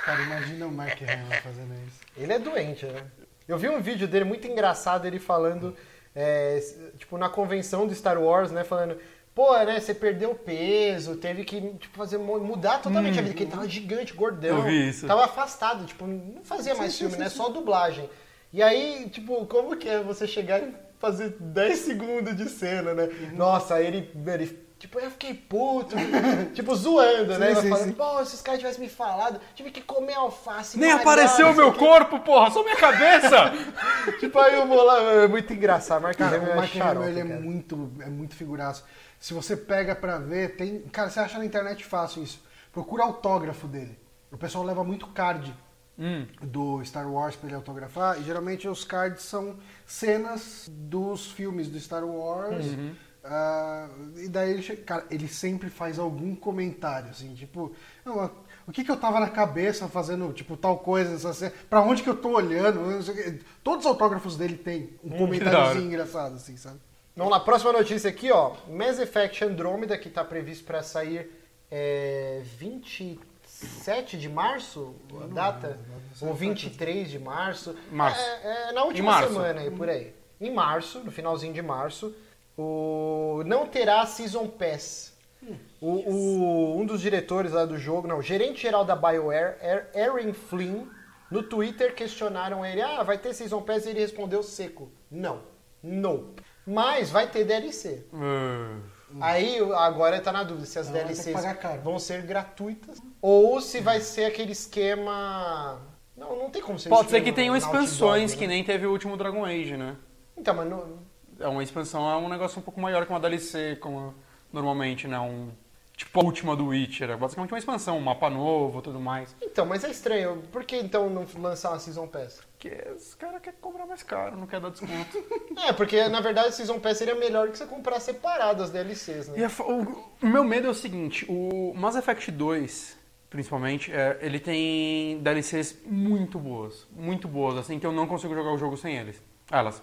A: Cara, imagina o Mark Hamill fazendo isso.
B: Ele é doente, né? Eu vi um vídeo dele muito engraçado, ele falando, é, s- tipo, na convenção do Star Wars, né? Falando, pô, né, você perdeu peso, teve que, tipo, fazer, mu- mudar totalmente a vida, porque ele tava gigante, gordão.
C: Uhum. Eu vi isso.
B: Tava afastado, tipo, não fazia mais filme, né? Só dublagem. E aí, tipo, como que é você chegar e fazer 10 segundos de cena, né?
C: Uhum.
B: Nossa, aí ele, ele, tipo, eu fiquei puto, tipo, zoando, né?
A: Sim,
B: Mas
A: sim,
B: falando,
A: sim.
B: pô, se os caras tivessem me falado, tive que comer alface,
C: Nem
B: malhar,
C: apareceu
B: não
C: o meu
B: sei o quê."
C: corpo, porra, só minha cabeça!
B: Tipo, aí eu vou lá, é muito engraçado. Mark
A: Cara,
B: Hamill
A: o
B: é
A: Mark Hamill
B: xarope,
A: ele é
B: cara.
A: muito, é muito figuraço. Se você pega pra ver, tem. Cara, você acha na internet fácil isso. Procura autógrafo dele. O pessoal leva muito card
C: Hum.
A: do Star Wars pra ele autografar. E geralmente os cards são cenas dos filmes do Star Wars.
C: Uhum.
A: Ah, e daí ele, che- cara, ele sempre faz algum comentário, assim, tipo, "Não, mas o que que eu tava na cabeça fazendo, tipo, tal coisa nessa cena? Pra onde que eu tô olhando? Eu não sei o quê. Todos os autógrafos dele tem um
C: Hum, da hora.
A: comentáriozinho engraçado, assim, sabe?
B: Vamos lá, próxima notícia aqui, ó. Mass Effect Andromeda, que tá previsto pra sair é, 27 de março, a data? Ou
A: tá
B: 23 de março.
C: Março.
B: É, é, na última
C: Em março.
B: semana, aí, por aí. Em março, no finalzinho de março, o... não terá Season Pass.
C: Hum.
B: O, o- um dos diretores lá do jogo, não, o gerente geral da BioWare, Er- Aaron Flynn, no Twitter questionaram ele: ah, vai ter Season Pass? E ele respondeu seco: não, nope. Mas vai ter DLC.
C: Uh,
B: Aí agora tá na dúvida se as
A: Ah,
C: Então
A: tem que
B: DLCs
A: pagar caro.
B: vão ser gratuitas ou se vai ser aquele esquema. Não, não tem como ser
C: Pode
B: esquema
C: ser que tenham
B: Naughty Dog,
C: expansões
B: né?
C: que nem teve o último Dragon Age, né?
B: Então, mas não-
C: É uma expansão, é um negócio um pouco maior que uma DLC, como normalmente, né? Um, tipo a última do Witcher. É basicamente uma expansão, um mapa novo tudo mais.
B: Então, mas é estranho. Por que então não lançar uma Season Pass?
C: Porque os caras querem cobrar mais caro, não quer dar desconto.
B: É, porque na verdade o Season Pass seria melhor que você comprar separado as DLCs, né?
C: E a fa- o, o meu medo é o seguinte, o Mass Effect 2, principalmente, é, ele tem DLCs muito boas. Muito boas, assim, que eu não consigo jogar o jogo sem eles. Elas.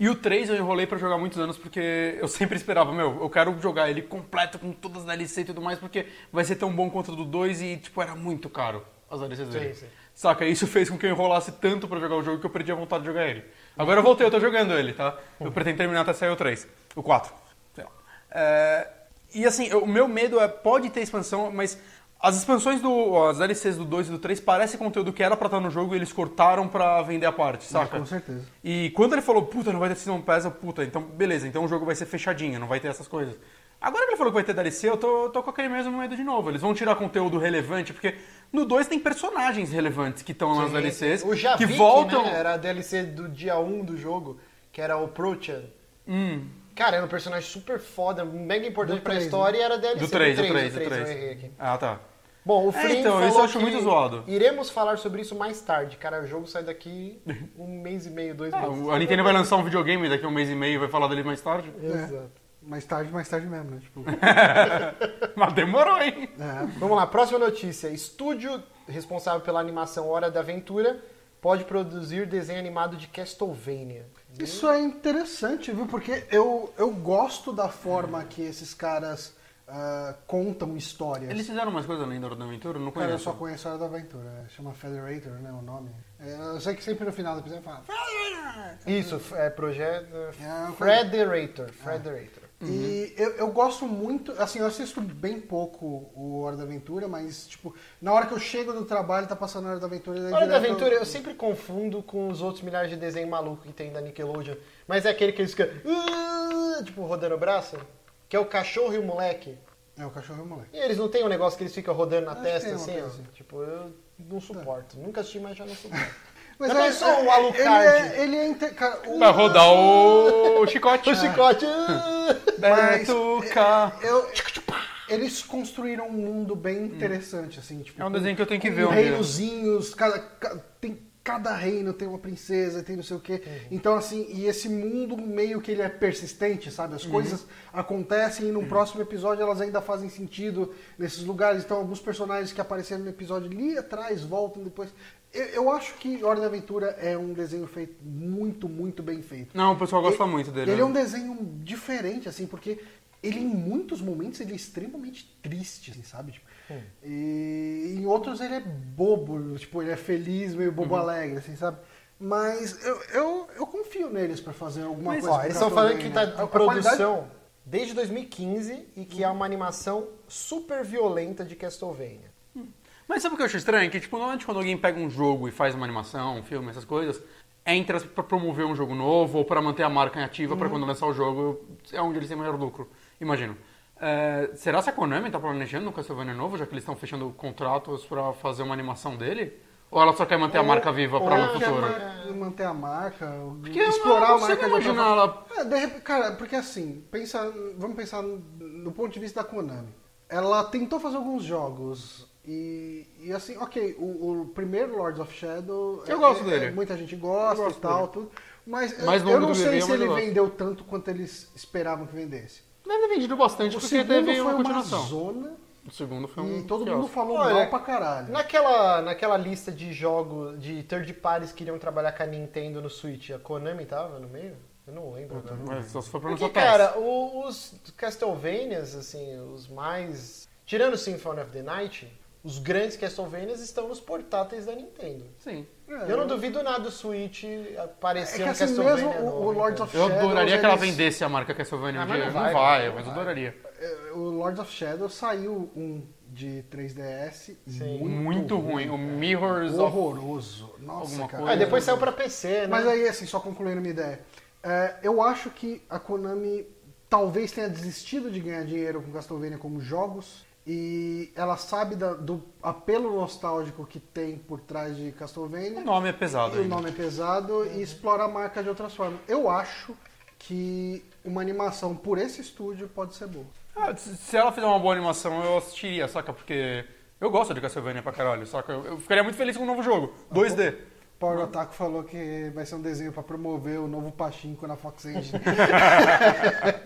C: E o 3 eu enrolei pra jogar muitos anos, porque eu sempre esperava, meu, eu quero jogar ele completo com todas as DLCs e tudo mais, porque vai ser tão bom quanto o do 2 e, tipo, era muito caro as DLCs dele.
B: sim.
C: Saca? Isso fez com que eu enrolasse tanto pra jogar o jogo que eu perdi a vontade de jogar ele. Agora eu voltei, eu tô jogando ele, tá? Eu pretendo terminar até sair o 3. O 4. Sei lá. É, e assim, eu- o meu medo é, pode ter expansão, mas as expansões do. As DLCs do 2 e do 3 parece conteúdo que era pra estar no jogo e eles cortaram pra vender a parte, saca?
A: É, com certeza.
C: E quando ele falou, puta, não vai ter Season Pass, eu, puta, então beleza, então o jogo vai ser fechadinho, não vai ter essas coisas. Agora que ele falou que vai ter DLC, eu tô, tô com aquele mesmo medo de novo. Eles vão tirar conteúdo relevante, porque no 2 tem personagens relevantes que estão nas DLCs,
B: O Javik,
C: que voltam...
B: né, era a DLC do dia 1 do jogo, que era o Prochan.
C: Hum,
B: Cara, era um personagem super foda, mega importante
A: Do
B: pra
A: três, né?
B: história e era DLC
C: do 3, do
B: três,
C: 3, do
B: três, eu errei
C: 3.
B: aqui.
C: Ah, tá.
B: Bom, o
C: É,
B: Flynn
C: então,
B: falou
C: isso eu acho
B: que
C: muito zoado.
B: Iremos falar sobre isso mais tarde, cara. O jogo sai daqui um mês e meio, dois
C: Ah,
B: meses.
C: a Nintendo vai lançar um videogame daqui a um mês e meio e vai falar dele mais tarde.
B: Exato.
A: Mais tarde, mais tarde mesmo, né? Tipo,
C: Mas demorou, hein?
A: é.
B: Vamos lá, próxima notícia. Estúdio responsável pela animação Hora da Aventura pode produzir desenho animado de Castlevania.
A: Isso é interessante, viu? Porque eu, eu gosto da forma que esses caras ah, contam histórias.
C: Eles fizeram umas coisas além da Hora da Aventura? Eu Não
A: Cara, eu
C: conheço.
A: só conheço a Hora da Aventura. né? Chama Federator, né? O nome. É, eu sei que sempre no final do episódio fala. Federator!
B: Isso, é projeto.
A: É,
B: Frederator. Frederator.
A: E eu, eu gosto muito, assim, eu assisto bem pouco o Hora da Aventura, mas, tipo, na hora que eu chego do trabalho, tá passando a Hora da Aventura. daí
B: Hora da
A: direto eu-
B: Aventura eu sempre confundo com os outros milhares de desenhos malucos que tem da Nickelodeon. Mas é aquele que eles ficam. "Ah", Tipo, rodando o braço. Que é o cachorro e o moleque.
A: É, o cachorro e o moleque.
B: E eles não têm um negócio que eles ficam rodando na
A: Acho que
B: testa,
A: tem uma
B: assim,
A: coisa
B: ó.
A: assim.
B: Tipo, eu não suporto. Nunca assisti, mas já não suporto.
A: Mas
B: Já pensou o Alucard?
A: Ele é, ele é inte- cara, o-
C: Vai rodar o chicote.
B: o
A: é.
B: chicote. "Ah".
C: Betuca.
A: eu- eles construíram um mundo bem interessante, assim, tipo.
C: Hum. É um
A: com-
C: desenho que eu tenho que
A: com
C: ver um dia.
A: reinozinhos, cada, ca- tem cada reino tem uma princesa, tem não sei o quê.
C: Uhum.
A: Então assim, e esse mundo meio que ele é persistente, sabe?
C: Uhum.
A: As coisas acontecem e no próximo episódio elas ainda fazem sentido nesses lugares. Então alguns personagens que apareceram no episódio ali atrás voltam depois. Eu, eu acho que Hora da Aventura é um desenho feito muito, muito bem feito.
C: Não, o pessoal gosta
A: Ele-
C: muito dele.
A: Ele é um
C: né?
A: desenho diferente, assim, porque ele em muitos momentos ele é extremamente triste, assim, sabe? Tipo,
B: Hum.
A: E em outros ele é bobo, tipo, ele é feliz, meio bobo
C: Uhum.
A: alegre, assim, sabe? Mas eu, eu, eu confio neles pra fazer alguma
B: Mas,
A: coisa.
B: ó,
A: pro
B: eles estão
A: Cartoon
B: falando que tá
A: Network.
B: em
A: é A- a qualidade-
B: produção desde 2015 e que é uma animação super violenta de Castlevania.
C: Mas sabe o que eu acho estranho? Que, tipo, normalmente quando alguém pega um jogo e faz uma animação, um filme, essas coisas, é entre pra promover um jogo novo ou pra manter a marca ativa pra quando lançar o jogo, é onde eles têm maior lucro, imagino. É, será que a Konami tá planejando um Castlevania novo, já que eles estão fechando contratos pra fazer uma animação dele? Ou ela só quer manter a marca viva pra
A: Ou
C: no
A: quer
C: futuro?
A: ma- manter a marca, ou
C: eu não
A: explorar a marca.
C: consigo
A: de outra
C: imaginar
A: forma.
C: ela-
A: É, de rep- cara, porque assim, pensa, vamos pensar no- no ponto de vista da Konami. Ela tentou fazer alguns jogos e, e assim, ok, o, o primeiro Lords of Shadow. é,
C: Eu gosto dele.
A: Muita gente gosta
C: Eu gosto
A: e tal, tudo. Mas eu-
C: Mais
A: eu,
C: longo do é
A: não
C: que
A: sei
C: eu,
A: se
C: mas eu
A: ele
C: gosto.
A: vendeu tanto quanto eles esperavam que vendesse.
C: Deve ter vendido bastante,
A: O
C: porque
A: segundo
C: teve
A: foi
C: uma
A: uma
C: continuação.
A: zona
C: O segundo foi um.
A: e todo
C: fiasco.
A: mundo falou
B: Olha,
A: mal pra caralho.
B: Naquela, naquela lista de jogos de third parties que iriam trabalhar com a Nintendo no Switch, a Konami tava no meio? Eu não lembro. agora.
C: Mas É, só se for pra
B: Porque,
C: lançar
B: cara, o- os Castlevanias, assim, os mais. Tirando Symphony of the Night, os grandes Castlevanias estão nos portáteis da Nintendo.
C: Sim.
A: É,
B: Eu não duvido nada do Switch
A: É que
B: aparecer um
A: assim
B: Castlevania
A: mesmo o,
B: novo,
A: o Lords
B: então.
A: of
C: Eu
A: Shadows,
C: adoraria que ela
A: eles-
C: vendesse a marca Castlevania.
B: Ah,
C: um
B: mas
C: dia.
B: não
C: Não
B: vai,
C: vai,
B: não
C: mas eu
B: vai.
C: adoraria.
A: É, O Lords of Shadow saiu um de 3DS
B: Sim.
A: muito,
C: Muito ruim. O Mirrors of...
A: horroroso. Nossa,
C: Alguma
A: cara.
B: Ah,
C: coisa.
B: depois saiu pra PC, né?
A: é. Mas aí, assim, só concluindo minha ideia. É, eu acho que a Konami talvez tenha desistido de ganhar dinheiro com Castlevania como jogos. E ela sabe da- do apelo nostálgico que tem por trás de Castlevania.
C: O nome é pesado
A: E o
C: ainda.
A: nome é pesado e explora a marca de outras formas. Eu acho que uma animação por esse estúdio pode ser boa.
C: Ah, se se ela fizer uma boa animação, eu assistiria, saca? Porque eu gosto de Castlevania pra caralho, saca? Eu eu ficaria muito feliz com um novo jogo. 2D.
A: Power Otaku falou que vai ser um desenho pra promover o novo Pachinko na Fox Engine.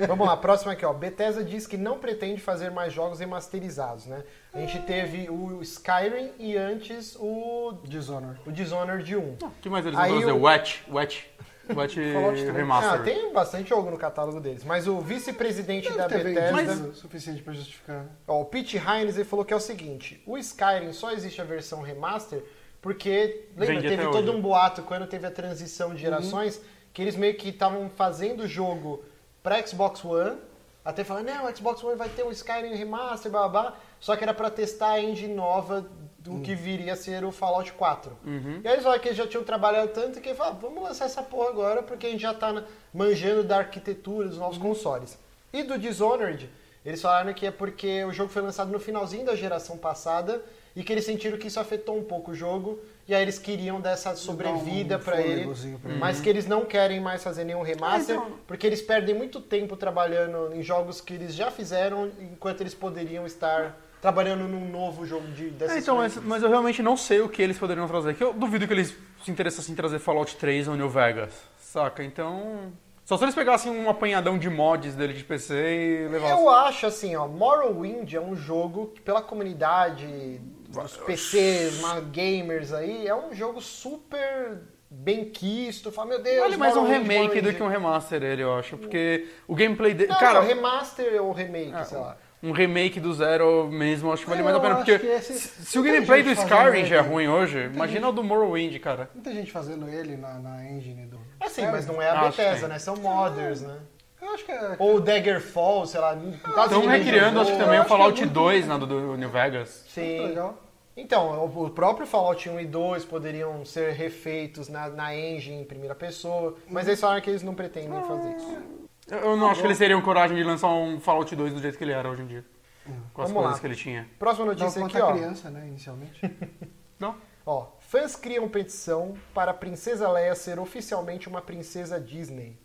B: Vamos lá, próxima aqui, ó. Bethesda diz que não pretende fazer mais jogos remasterizados, né? A gente
A: Ah.
B: teve o Skyrim e antes o,
A: Dishonored.
B: o Dishonored 1.
C: O que mais eles
B: Aí
C: vão fazer?
B: o-
C: Wet. Wet. Wet
B: Fallout também.
C: Remaster.
B: Ah, tem bastante jogo no catálogo deles, mas o vice-presidente da
A: Deve ter
B: Bethesda,
A: vendido né? o suficiente pra justificar.
B: ó, o Pete Hines, ele falou que é o seguinte: o Skyrim só existe a versão remaster porque lembra
C: Vende
B: teve
C: até
B: todo
C: hoje.
B: um boato quando teve a transição de gerações que eles meio que estavam fazendo o jogo para Xbox One, até falando, não, o Xbox One vai ter um Skyrim remaster, blá, blá, blá", só que era para testar a engine nova do que viria a ser o Fallout 4.
C: Uhum.
B: E aí só que eles já tinham trabalhado tanto que falaram, "Ah, vamos lançar essa porra agora porque a gente já tá na- manjando da arquitetura dos novos consoles. E do Dishonored, eles falaram que é porque o jogo foi lançado no finalzinho da geração passada e que eles sentiram que isso afetou um pouco o jogo e aí eles queriam dessa sobrevida pra ele,
A: fôlegozinho pra ele.
B: mas que eles não querem mais fazer nenhum remaster,
C: Ah, então-
B: porque eles perdem muito tempo trabalhando em jogos que eles já fizeram, enquanto eles poderiam estar trabalhando num novo jogo de dessa
C: É, então, mas,
B: franquia.
C: mas eu realmente não sei o que eles poderiam trazer. Que eu duvido que eles se interessassem em trazer Fallout 3 ou New Vegas, saca? Então... Só se eles pegassem um apanhadão de mods dele de PC e levassem.
B: Eu acho assim, ó, Morrowind é um jogo que pela comunidade dos PCs, ma- gamers aí, é um jogo super bem quisto, fala, meu Deus,
C: Vale mais um
B: Morrowind,
C: remake do
B: Morrowind."
C: que um remaster ele, eu acho. Porque o gameplay dele...
B: Não,
C: Cara,
B: remaster ou remake,
C: Ah,
B: sei lá.
C: um remake do zero mesmo, acho que vale
A: Eu
C: mais a pena.
A: acho
C: Porque
A: que esse-
C: se se o
A: muita
C: gameplay do
A: gente fazendo
C: Skyrim
A: ele.
C: já é ruim hoje, imagina o do Morrowind, cara.
A: Muita gente fazendo ele na, na engine do.
B: Assim, mas não é a
C: Acho que
B: Bethesda,
C: tem.
B: né? São modders, né?
A: Eu acho que é.
B: Ou Daggerfall, sei lá. quase
C: Estão
B: ninguém
C: Ah, recriando,
B: jogou.
C: acho que também um o
A: acho que é
C: Fallout
A: muito-
C: 2 na do, do New Vegas.
A: muito
B: Sim.
A: legal.
B: Então, o- o próprio Fallout 1 e 2 poderiam ser refeitos na, na engine em primeira pessoa,
C: Uhum.
B: mas eles falaram que eles não pretendem fazer isso.
C: Ah. Eu, eu não acho que eles teriam coragem de lançar um Fallout 2 do jeito que ele era hoje em dia. Com as
B: Vamos
C: coisas
B: lá.
C: que ele tinha.
B: Próxima
A: Dava
B: notícia aqui,
A: conta a
B: ó.
A: criança, né, inicialmente.
C: Não?
B: Ó, fãs criam petição para a Princesa Leia ser oficialmente uma princesa Disney.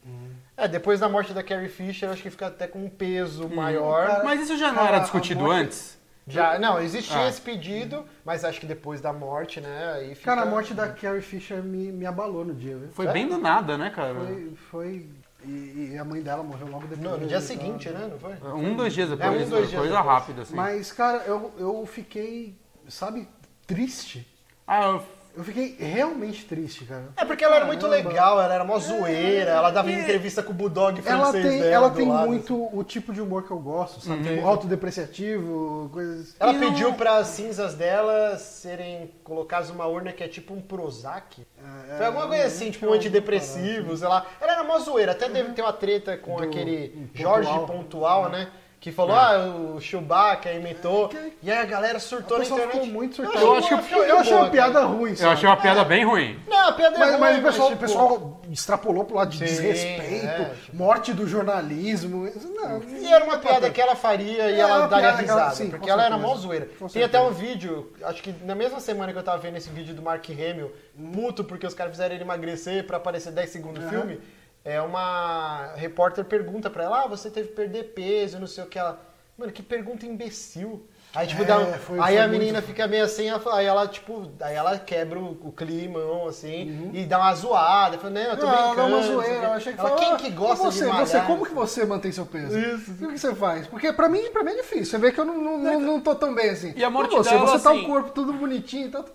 B: É, depois da morte da Carrie Fisher, acho que fica até com um peso maior.
A: Cara,
C: Hum, Mas isso já não
A: cara,
C: era
A: a
C: discutido
A: morte-
C: antes?
B: Já, não, existia
C: Ah.
B: esse pedido, mas acho que depois da morte, né? Aí fica...
A: Cara, a morte da Carrie Fisher me, me abalou no dia, viu?
C: Foi
B: Sério?
C: bem do nada, né, cara?
A: Foi. foi- e, e a mãe dela morreu logo depois.
B: No, no dia
A: então-
B: seguinte, né? Não foi?
C: Um, dois dias depois,
B: É, um,
C: isso
B: dois
C: foi
B: dias
C: coisa
B: depois.
C: rápida, assim.
A: Mas, cara, eu, eu fiquei, sabe, triste.
C: Ah, eu
A: Eu fiquei realmente triste, cara.
B: É porque ela era muito
A: Caramba.
B: legal, ela era mó zoeira, ela dava entrevista com o Bulldog
A: Ela
B: francês
A: tem,
B: dela
A: ela
B: do
A: tem
B: lado. assim. Uhum.
A: muito o tipo de humor que eu gosto, sabe? Tipo, autodepreciativo, coisas.
B: Ela
A: E
B: pediu
A: eu-
B: para as cinzas dela serem colocadas numa urna que é tipo um Prozac.
A: Ah,
B: Foi
A: é,
B: alguma coisa assim, tipo um antidepressivo, sei lá. Ela era mó zoeira, até deve ter uma treta com
A: Uhum. Do- um
B: aquele
A: Pontual.
B: Jorge Pontual, né? Que falou,
A: É.
B: ah, o Chewbacca inventou. E aí a galera
A: O
B: surtou na
A: pessoal
B: internet.
A: ficou muito surtado.
C: Eu acho que-
B: uma
A: Eu,
B: piada
A: achei
B: boa,
A: uma piada
B: cara.
A: ruim, sabe?
C: Eu achei uma piada bem ruim.
B: Não, a piada é
A: Mas,
B: ruim,
A: mas o pessoal,
B: tipo,
A: o pessoal extrapolou pro lado de
B: Sim,
A: desrespeito,
B: é, tipo-
A: morte do jornalismo. isso Não,
B: E era uma piada que ela faria e
A: É,
B: ela
A: uma
B: daria
A: piada que ela-
B: risada,
A: sim,
B: porque
A: com
B: ela era
A: certeza.
B: mó zoeira.
A: Com
B: Tem até
A: certeza.
B: um vídeo, acho que na mesma semana que eu tava vendo esse vídeo do Mark Hamill, puto porque os caras fizeram ele emagrecer pra aparecer 10 segundos no filme, é uma repórter pergunta pra ela, ah, você teve que perder peso, não sei o que, ela, mano, que pergunta imbecil. Aí, tipo,
A: É,
B: dá um-
A: foi-
B: aí
A: foi
B: a menina
A: muito-
B: fica meio assim, ela fala- aí ela, tipo, aí ela quebra o, o climão, assim, e dá uma zoada, fala, não, eu tô
A: Uhum. Não,
B: brincando.
A: não, uma
B: não sei o
A: zoeira.
B: quê.
A: Eu achei que
B: Ela,
A: foi,
B: Quem
A: ah,
B: que
A: e
B: gosta
A: você,
B: de malhar?
A: você, como que você mantém seu peso?
B: Isso.
A: O que que você faz? Porque pra mim, pra mim é difícil. Você vê que eu não, não, não, não tô tão bem assim.
C: E a morte
A: Não, você,
C: dela,
A: você tá
C: assim-
A: o corpo tudo bonitinho e tal.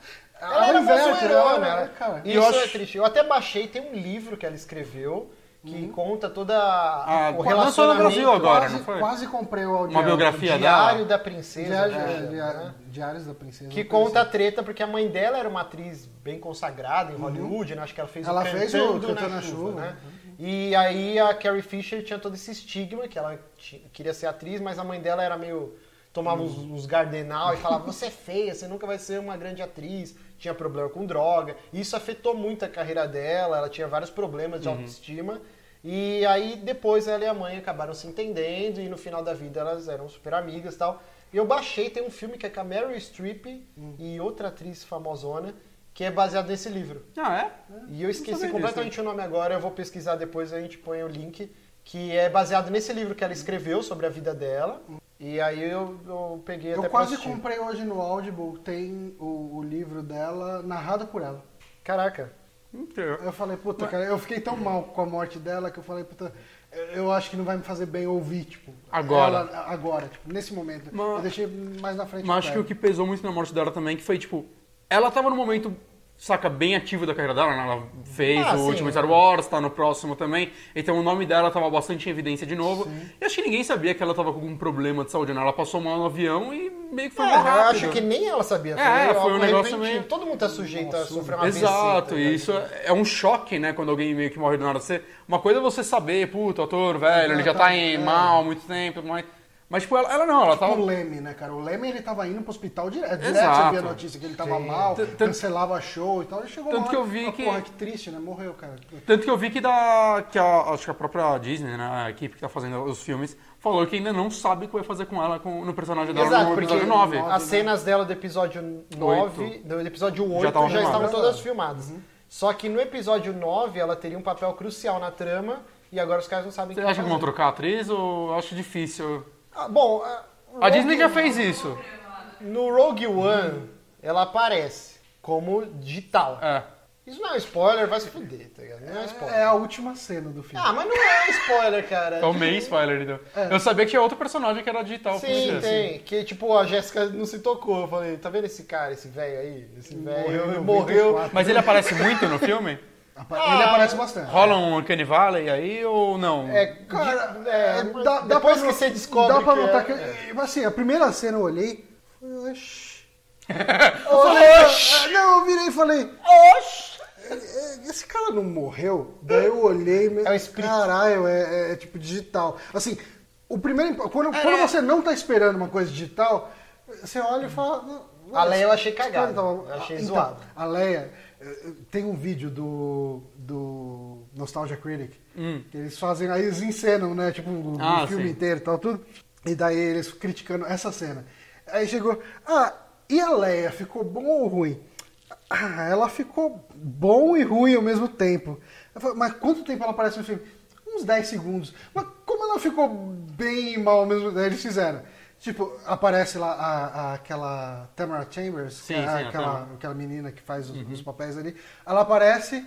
B: Ela era mais zoeirona, né?
A: cara.
B: E
C: Eu
B: isso
C: acho-
B: é triste. Eu até baixei, tem um livro que ela escreveu que conta toda a-
C: Ah,
B: o
C: pô, lançou no
B: relacionamento.
C: Brasil agora.
A: quase,
C: não foi?
A: quase comprei o audiário.
C: Uma biografia
B: Diário
C: dela.
B: da Princesa.
A: Diário,
B: né?
A: é, diário- Diários da Princesa.
B: Que
A: da
B: conta a treta, porque a mãe dela era uma atriz bem consagrada em Hollywood, né? Acho que ela fez
A: Ela
B: o
A: fez o
B: Cantando,
A: Cantando
B: na
A: na
B: Chuva,
A: Chuva,
B: né? E aí a Carrie Fisher tinha todo esse estigma, que ela ti- queria ser atriz, mas a mãe dela era meio... Tomava uns, uns gardenal e falava, você é feia, você nunca vai ser uma grande atriz. Tinha problema com droga. E isso afetou muito a carreira dela, ela tinha vários problemas de autoestima. E aí depois ela e a mãe acabaram se entendendo e no final da vida elas eram super amigas e tal. E eu baixei, tem um filme que é com a Meryl Streep e outra atriz famosona, que é baseado nesse livro.
C: Ah, é?
B: E eu esqueci
C: sabia
B: completamente o nome agora, eu vou pesquisar depois, a gente põe o link, que é baseado nesse livro que ela escreveu sobre a vida dela. E aí eu, eu peguei até
A: Eu
B: pra
A: quase
B: assistir.
A: comprei hoje no Audible, tem o, o livro dela narrado por ela.
B: Caraca.
C: Então,
A: Eu falei, puta, cara, eu fiquei tão mal com a morte dela que eu falei, puta, eu acho que não vai me fazer bem ouvir, tipo.
C: Agora.
A: ela- agora, tipo, nesse momento.
C: Mas-
A: Eu deixei mais na frente.
C: Mas acho que o
A: dela.
C: que pesou muito na morte dela também, que foi, tipo, ela tava num momento, saca, bem ativo da carreira dela, né? Ela fez
B: Ah,
C: o
B: sim.
C: último Star Wars, tá no próximo também. Então o nome dela tava bastante em evidência de novo. E acho que ninguém sabia que ela tava com algum problema de saúde, né? Ela passou mal no avião e meio que foi
B: É,
C: mais
B: eu
C: rápido.
B: acho que nem ela sabia. tá
C: É, foi
B: algo
C: um negócio
B: repentino.
C: meio-
B: Todo mundo tá sujeito a sofrer uma né?
C: Exato,
B: AVC,
C: e isso é é um choque, né? Quando alguém meio que morre do nada. Você, uma coisa é você saber, puto, ator, velho, ele já tá em mal
B: é.
C: há muito tempo, mas. Mas, tipo, ela, ela não, ela tava.
A: O Leme, né, cara? O Leme, ele tava indo pro hospital direto. Direto
C: Exato.
A: você via a notícia que ele tava mal,
C: Tanto-
A: cancelava show e tal. Ele chegou
C: tanto
A: uma
C: que
A: hora
C: eu vi
A: falou,
C: que-
A: Porra, que triste, né? Morreu, cara.
B: É
C: Tanto que eu vi que, da, que a, acho que a própria Disney, né, a equipe que tá fazendo os filmes, falou que ainda não sabe o que vai fazer com ela com, no personagem dela
B: Exato,
C: no
B: porque
C: episódio 9.
A: nove,
B: as
A: né?
B: cenas dela do episódio 9, do episódio 8, já,
C: estavam
B: estavam
C: filmadas. Uhum.
B: todas filmadas. Só que no episódio 9 ela teria um papel crucial na trama e agora os caras não sabem o
C: Você
B: que
C: acha que
B: fazer.
C: vão trocar a atriz ou eu acho difícil?
B: Ah, bom, ah,
C: A
B: Rogue-
C: Disney já fez isso.
B: No Rogue One, ela aparece como digital.
C: É.
B: Isso não é um spoiler, vai se fuder, tá ligado? Não é um spoiler.
A: É a última cena do filme.
B: Ah, mas não é um spoiler, cara.
C: Tomei spoiler, então.
A: É.
C: Eu sabia que tinha outro personagem que era digital. por
B: Sim,
C: ser, assim.
B: tem. Que tipo, a Jéssica não se tocou. Eu falei, tá vendo esse cara, esse velho aí? Esse
A: Morreu em
B: velho morreu.
A: 94.
C: Mas ele aparece muito no filme?
A: Apa-
B: ah,
A: ele aparece bastante.
C: Rola um Uncanny Valley aí ou não?
B: É,
A: Cara,
B: de- é,
A: é, dá, dá
B: depois
A: pra
B: que
A: no-
B: você descobre.
A: Dá pra
B: que é-
A: notar que. Assim, a primeira cena eu olhei. falei, Oxi. eu falei,
C: Oxi.
A: Não, eu virei e falei. Oxi! Esse cara não morreu? Daí eu olhei e me-
B: É o espírito.
A: Caralho, é, é, é tipo digital. Assim, o primeiro. imp- Quando,
B: É.
A: quando você não tá esperando uma coisa digital, você olha e fala. "Não,
B: A Leia eu
A: esse-
B: achei
A: esse cara
B: cagada,
A: não
B: eu achei
A: então,
B: zoado.
A: A Leia. eh, Tem um vídeo do. do Nostalgia Critic. Que eles fazem. Aí eles encenam, né? Tipo, o
C: Hum. Ah,
A: filme
C: sim.
A: inteiro e tal, tudo. E daí eles criticando essa cena. Aí chegou. Ah, e a Leia ficou bom ou ruim? Ah, ela ficou bom e ruim ao mesmo tempo. Eu falei, Mas quanto tempo ela aparece no filme? Uns 10 segundos. Mas como ela ficou bem e mal ao mesmo tempo? Eles fizeram. Tipo, aparece lá a- a- aquela Tamara Chambers,
C: Sim,
A: que é
C: sim, a
A: aquela,
C: Tamara.
A: aquela menina que faz os,
B: Uhum.
A: os papéis ali. Ela aparece,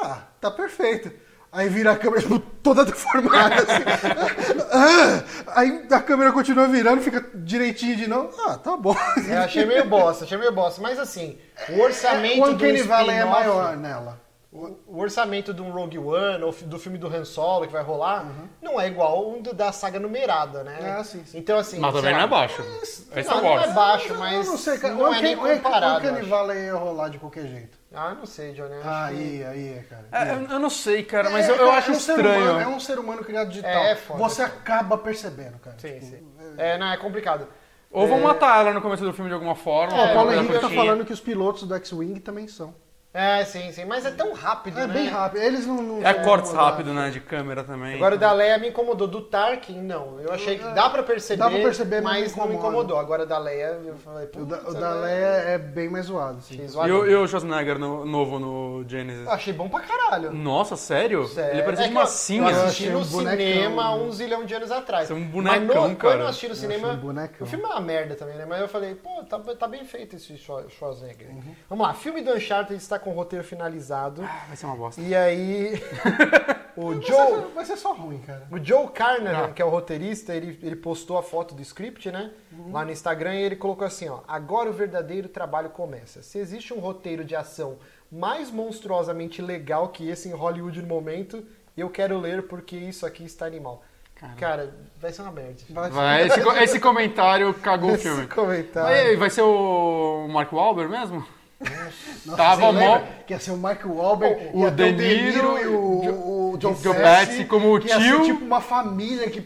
A: ah, tá perfeita. Aí vira a câmera tipo, toda deformada. Assim. Ah! aí a câmera continua virando, fica direitinho de novo. Ah, tá bom.
B: Eu É, achei meio bosta, achei meio bosta. Mas assim, o orçamento
A: É, o
B: do
A: Uncanny Valley é
B: spin-off-
A: maior nela.
B: O o orçamento de um Rogue One ou fi- do filme do Han Solo que vai rolar não é igual um do- da saga numerada, né?
A: Uhum. Ah, sim, sim.
B: Então assim,
C: Mas
B: sei
C: também
B: lá,
C: não é baixo. É
B: não,
C: Star
B: não é
C: Wars.
B: baixo,
A: Eu
B: mas
A: não sei, cara.
B: não
A: o
B: é nem
A: Uncanny- o
B: comparado.
A: Uncanny
B: eu acho.
A: Valley ia rolar de qualquer jeito.
B: Ah, não sei, Johnny. acho que-
A: Aí, aí, é, cara.
C: É, eu- eu não sei, cara, mas
A: É,
C: eu, eu
A: cara,
C: acho
A: é um ser
C: estranho.
A: humano- é um ser humano criado digital.
B: É, foda.
A: Você acaba percebendo, cara.
B: Sim,
A: Tipo,
B: sim. É, não, é complicado.
C: Ou vão matar ela no começo do filme de alguma forma.
A: Ó, o Paulo
B: é,
A: Henrique tá
C: coxinha.
A: falando que os pilotos do X-Wing também são.
B: É, sim, sim. Mas é tão rápido,
A: É
B: né?
A: bem rápido. Eles não. não
C: É
A: não-
C: cortes
A: não dá.
C: rápido, né? De câmera também.
B: Agora o da Leia me incomodou. Do Tarkin, não. Eu achei que dá pra perceber,
A: Dá pra perceber, mas
B: mas
A: não
B: não me
A: incomoda.
B: incomodou. Agora da Leia, eu falei,
A: O da, o
B: putz,
A: da
B: né?
A: Leia é bem mais zoado, sim.
B: Achei
C: E
B: zoadão.
C: o, e o Schwarzenegger no- novo no Genesis?
B: Eu achei bom pra caralho.
C: Nossa, sério?
B: Sério.
C: Ele parecia
B: É
C: de
B: que eu-
C: massinha.
B: Eu
A: achei
B: assisti no
A: um bonecão,
B: cinema
A: né?
B: um zilhão de anos atrás.
C: Isso é um
B: Mas
C: bonecão,
B: no, Quando
C: cara.
B: eu assisti no cinema,
A: um bonecão.
B: o filme é uma merda também, né? Mas eu falei, pô, tá, tá bem feito esse Schwar- Schwarzenegger. Vamos lá, filme do Uncharted está com o roteiro finalizado.
A: Uhum.
C: Ah, Vai ser uma bosta.
B: E aí, o
A: Vai ser,
B: Joe...
A: só- vai ser só ruim, cara.
B: O Joe Carnahan,
C: Ah.
B: que é o roteirista, ele, ele postou a foto do script, né? Lá no Instagram e ele colocou assim, ó. Agora o verdadeiro trabalho começa. Se existe um roteiro de ação mais monstruosamente legal que esse em Hollywood no momento, eu quero ler porque isso aqui está animal. Cara, vai ser uma merda.
C: Vai, esse, co- esse comentário cagou o
B: Esse
C: filme.
B: comentário.
C: Vai, vai ser o Mark Wahlberg mesmo?
A: Nossa,
C: Tava
A: você lembra
C: mó-
A: Que ia ser o Mark Wahlberg,
C: tá O-
A: ia
C: o
A: ter
C: De Niro
A: e o, o John
C: Joe
A: Pesci
C: Pesci como o
A: que ia ser
C: tio.
A: tipo uma família que...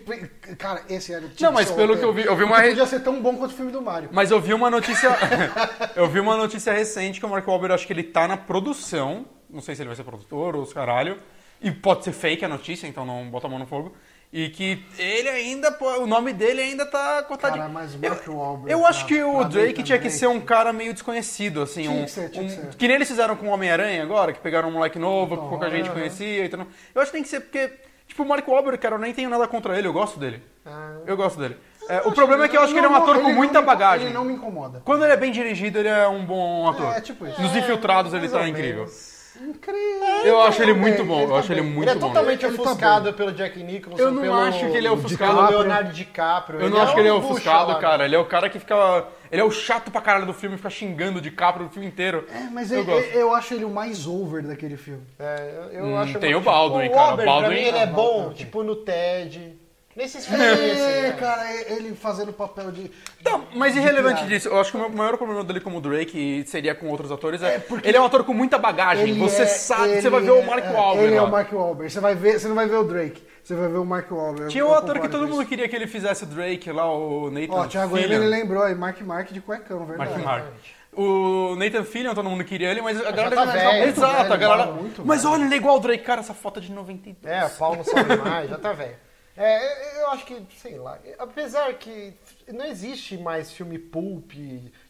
A: Cara, esse era o tipo
C: Não, mas
A: de
C: pelo
A: roteiro.
C: que eu vi- eu vi uma
A: Porque
C: re-
A: Podia ser tão bom quanto o filme do Mario.
C: Mas eu vi uma notícia. eu vi uma notícia recente que o Mark Wahlberg acho que ele tá na produção. Não sei se ele vai ser produtor ou os caralho. E pode ser fake a notícia, então não bota a mão no fogo. E que ele ainda. pô, O nome dele ainda tá cortadinho.
A: Cara, mas o Mark Wahlberg,
C: Eu acho
A: pra-
C: que
A: pra
C: o
A: mim
C: Drake tinha que
A: também.
C: ser um cara meio desconhecido, assim.
A: Tinha
C: um,
A: que ser, tinha que
C: um-
A: ser.
C: nem eles fizeram com o Homem-Aranha agora, que pegaram um moleque novo, que pouca
A: é.
C: gente conhecia. Então, eu acho que tem que ser, porque. Tipo, o Mark Wahlberg, cara, eu nem tenho nada contra ele, eu gosto dele.
B: Ah.
C: Eu gosto dele. É, o problema é que eu acho que ele é um
A: Não,
C: ator
A: não,
C: com
A: ele
C: muita
A: não me-
C: bagagem.
A: Ele não me incomoda.
C: Quando ele é bem dirigido, ele é um bom ator.
A: É, tipo isso.
C: Nos infiltrados ele tá incrível.
A: Incrível.
C: Eu acho ele
A: tá
C: muito
A: bem,
C: bom,
A: ele
C: eu
A: tá
C: acho ele
A: bem.
C: muito
B: Ele é
C: bom.
B: totalmente
A: Ele tá
B: ofuscado pelo Jack Nicholson,
C: Eu não
B: pelo
C: acho que ele é ofuscado.
B: pelo Leonardo DiCaprio.
C: Eu não acho que ele é
B: um bucha
C: ofuscado,
B: lá.
C: cara. Ele é o cara que fica. Ele é o chato pra caralho do filme, fica xingando de capra o filme inteiro.
A: É, mas
C: eu
A: eu,
C: gosto.
A: eu acho ele o mais over daquele filme.
B: É, eu- eu acho
C: Hum, tem
B: uma-
C: o Baldwin,
B: tipo,
C: cara. O
B: Wahlberg,
C: Baldwin-
B: pra mim, ele é
A: Ah,
B: bom,
A: Baldwin, ok.
B: tipo, no TED. Nesses filmes. assim,
A: É,
B: né?
A: cara, ele fazendo o papel de.
C: Então, mas irrelevante
A: piada.
C: disso, eu acho que o meu maior problema dele como Drake e seria com outros atores é.
A: É, porque-
C: ele é um ator com muita bagagem.
A: Ele
C: Você
A: é-
C: sabe, você
A: ele
C: vai ver
A: é-
C: o Mark
A: é,
C: Wahlberg.
A: Ele é
C: lá.
A: o Mark Wahlberg. Você, vai ver, você não vai ver o Drake. Você vai ver o Mark Wahlberg.
C: Tinha
A: Eu-
C: um
A: eu
C: ator que
A: concordo
C: todo
A: com
C: mundo
A: isso.
C: queria que ele fizesse o Drake lá, o Nathan
A: Ó, Thiago ele,
C: Fillion.
A: lembrou aí, Mark Mark de cuecão, verdade.
C: Mark Mark. O Nathan Fillion, todo mundo queria ele, mas a galera...
B: tá velho,
C: Exato,
A: velho,
C: a galera...
A: mal, muito
C: mas
A: velho.
C: olha, ele é igual o Drake. Cara, essa foto é de 92.
B: É, o Paulo não sabe mais, já tá velho. É, eu- eu acho que, sei lá, apesar que não existe mais filme pulp,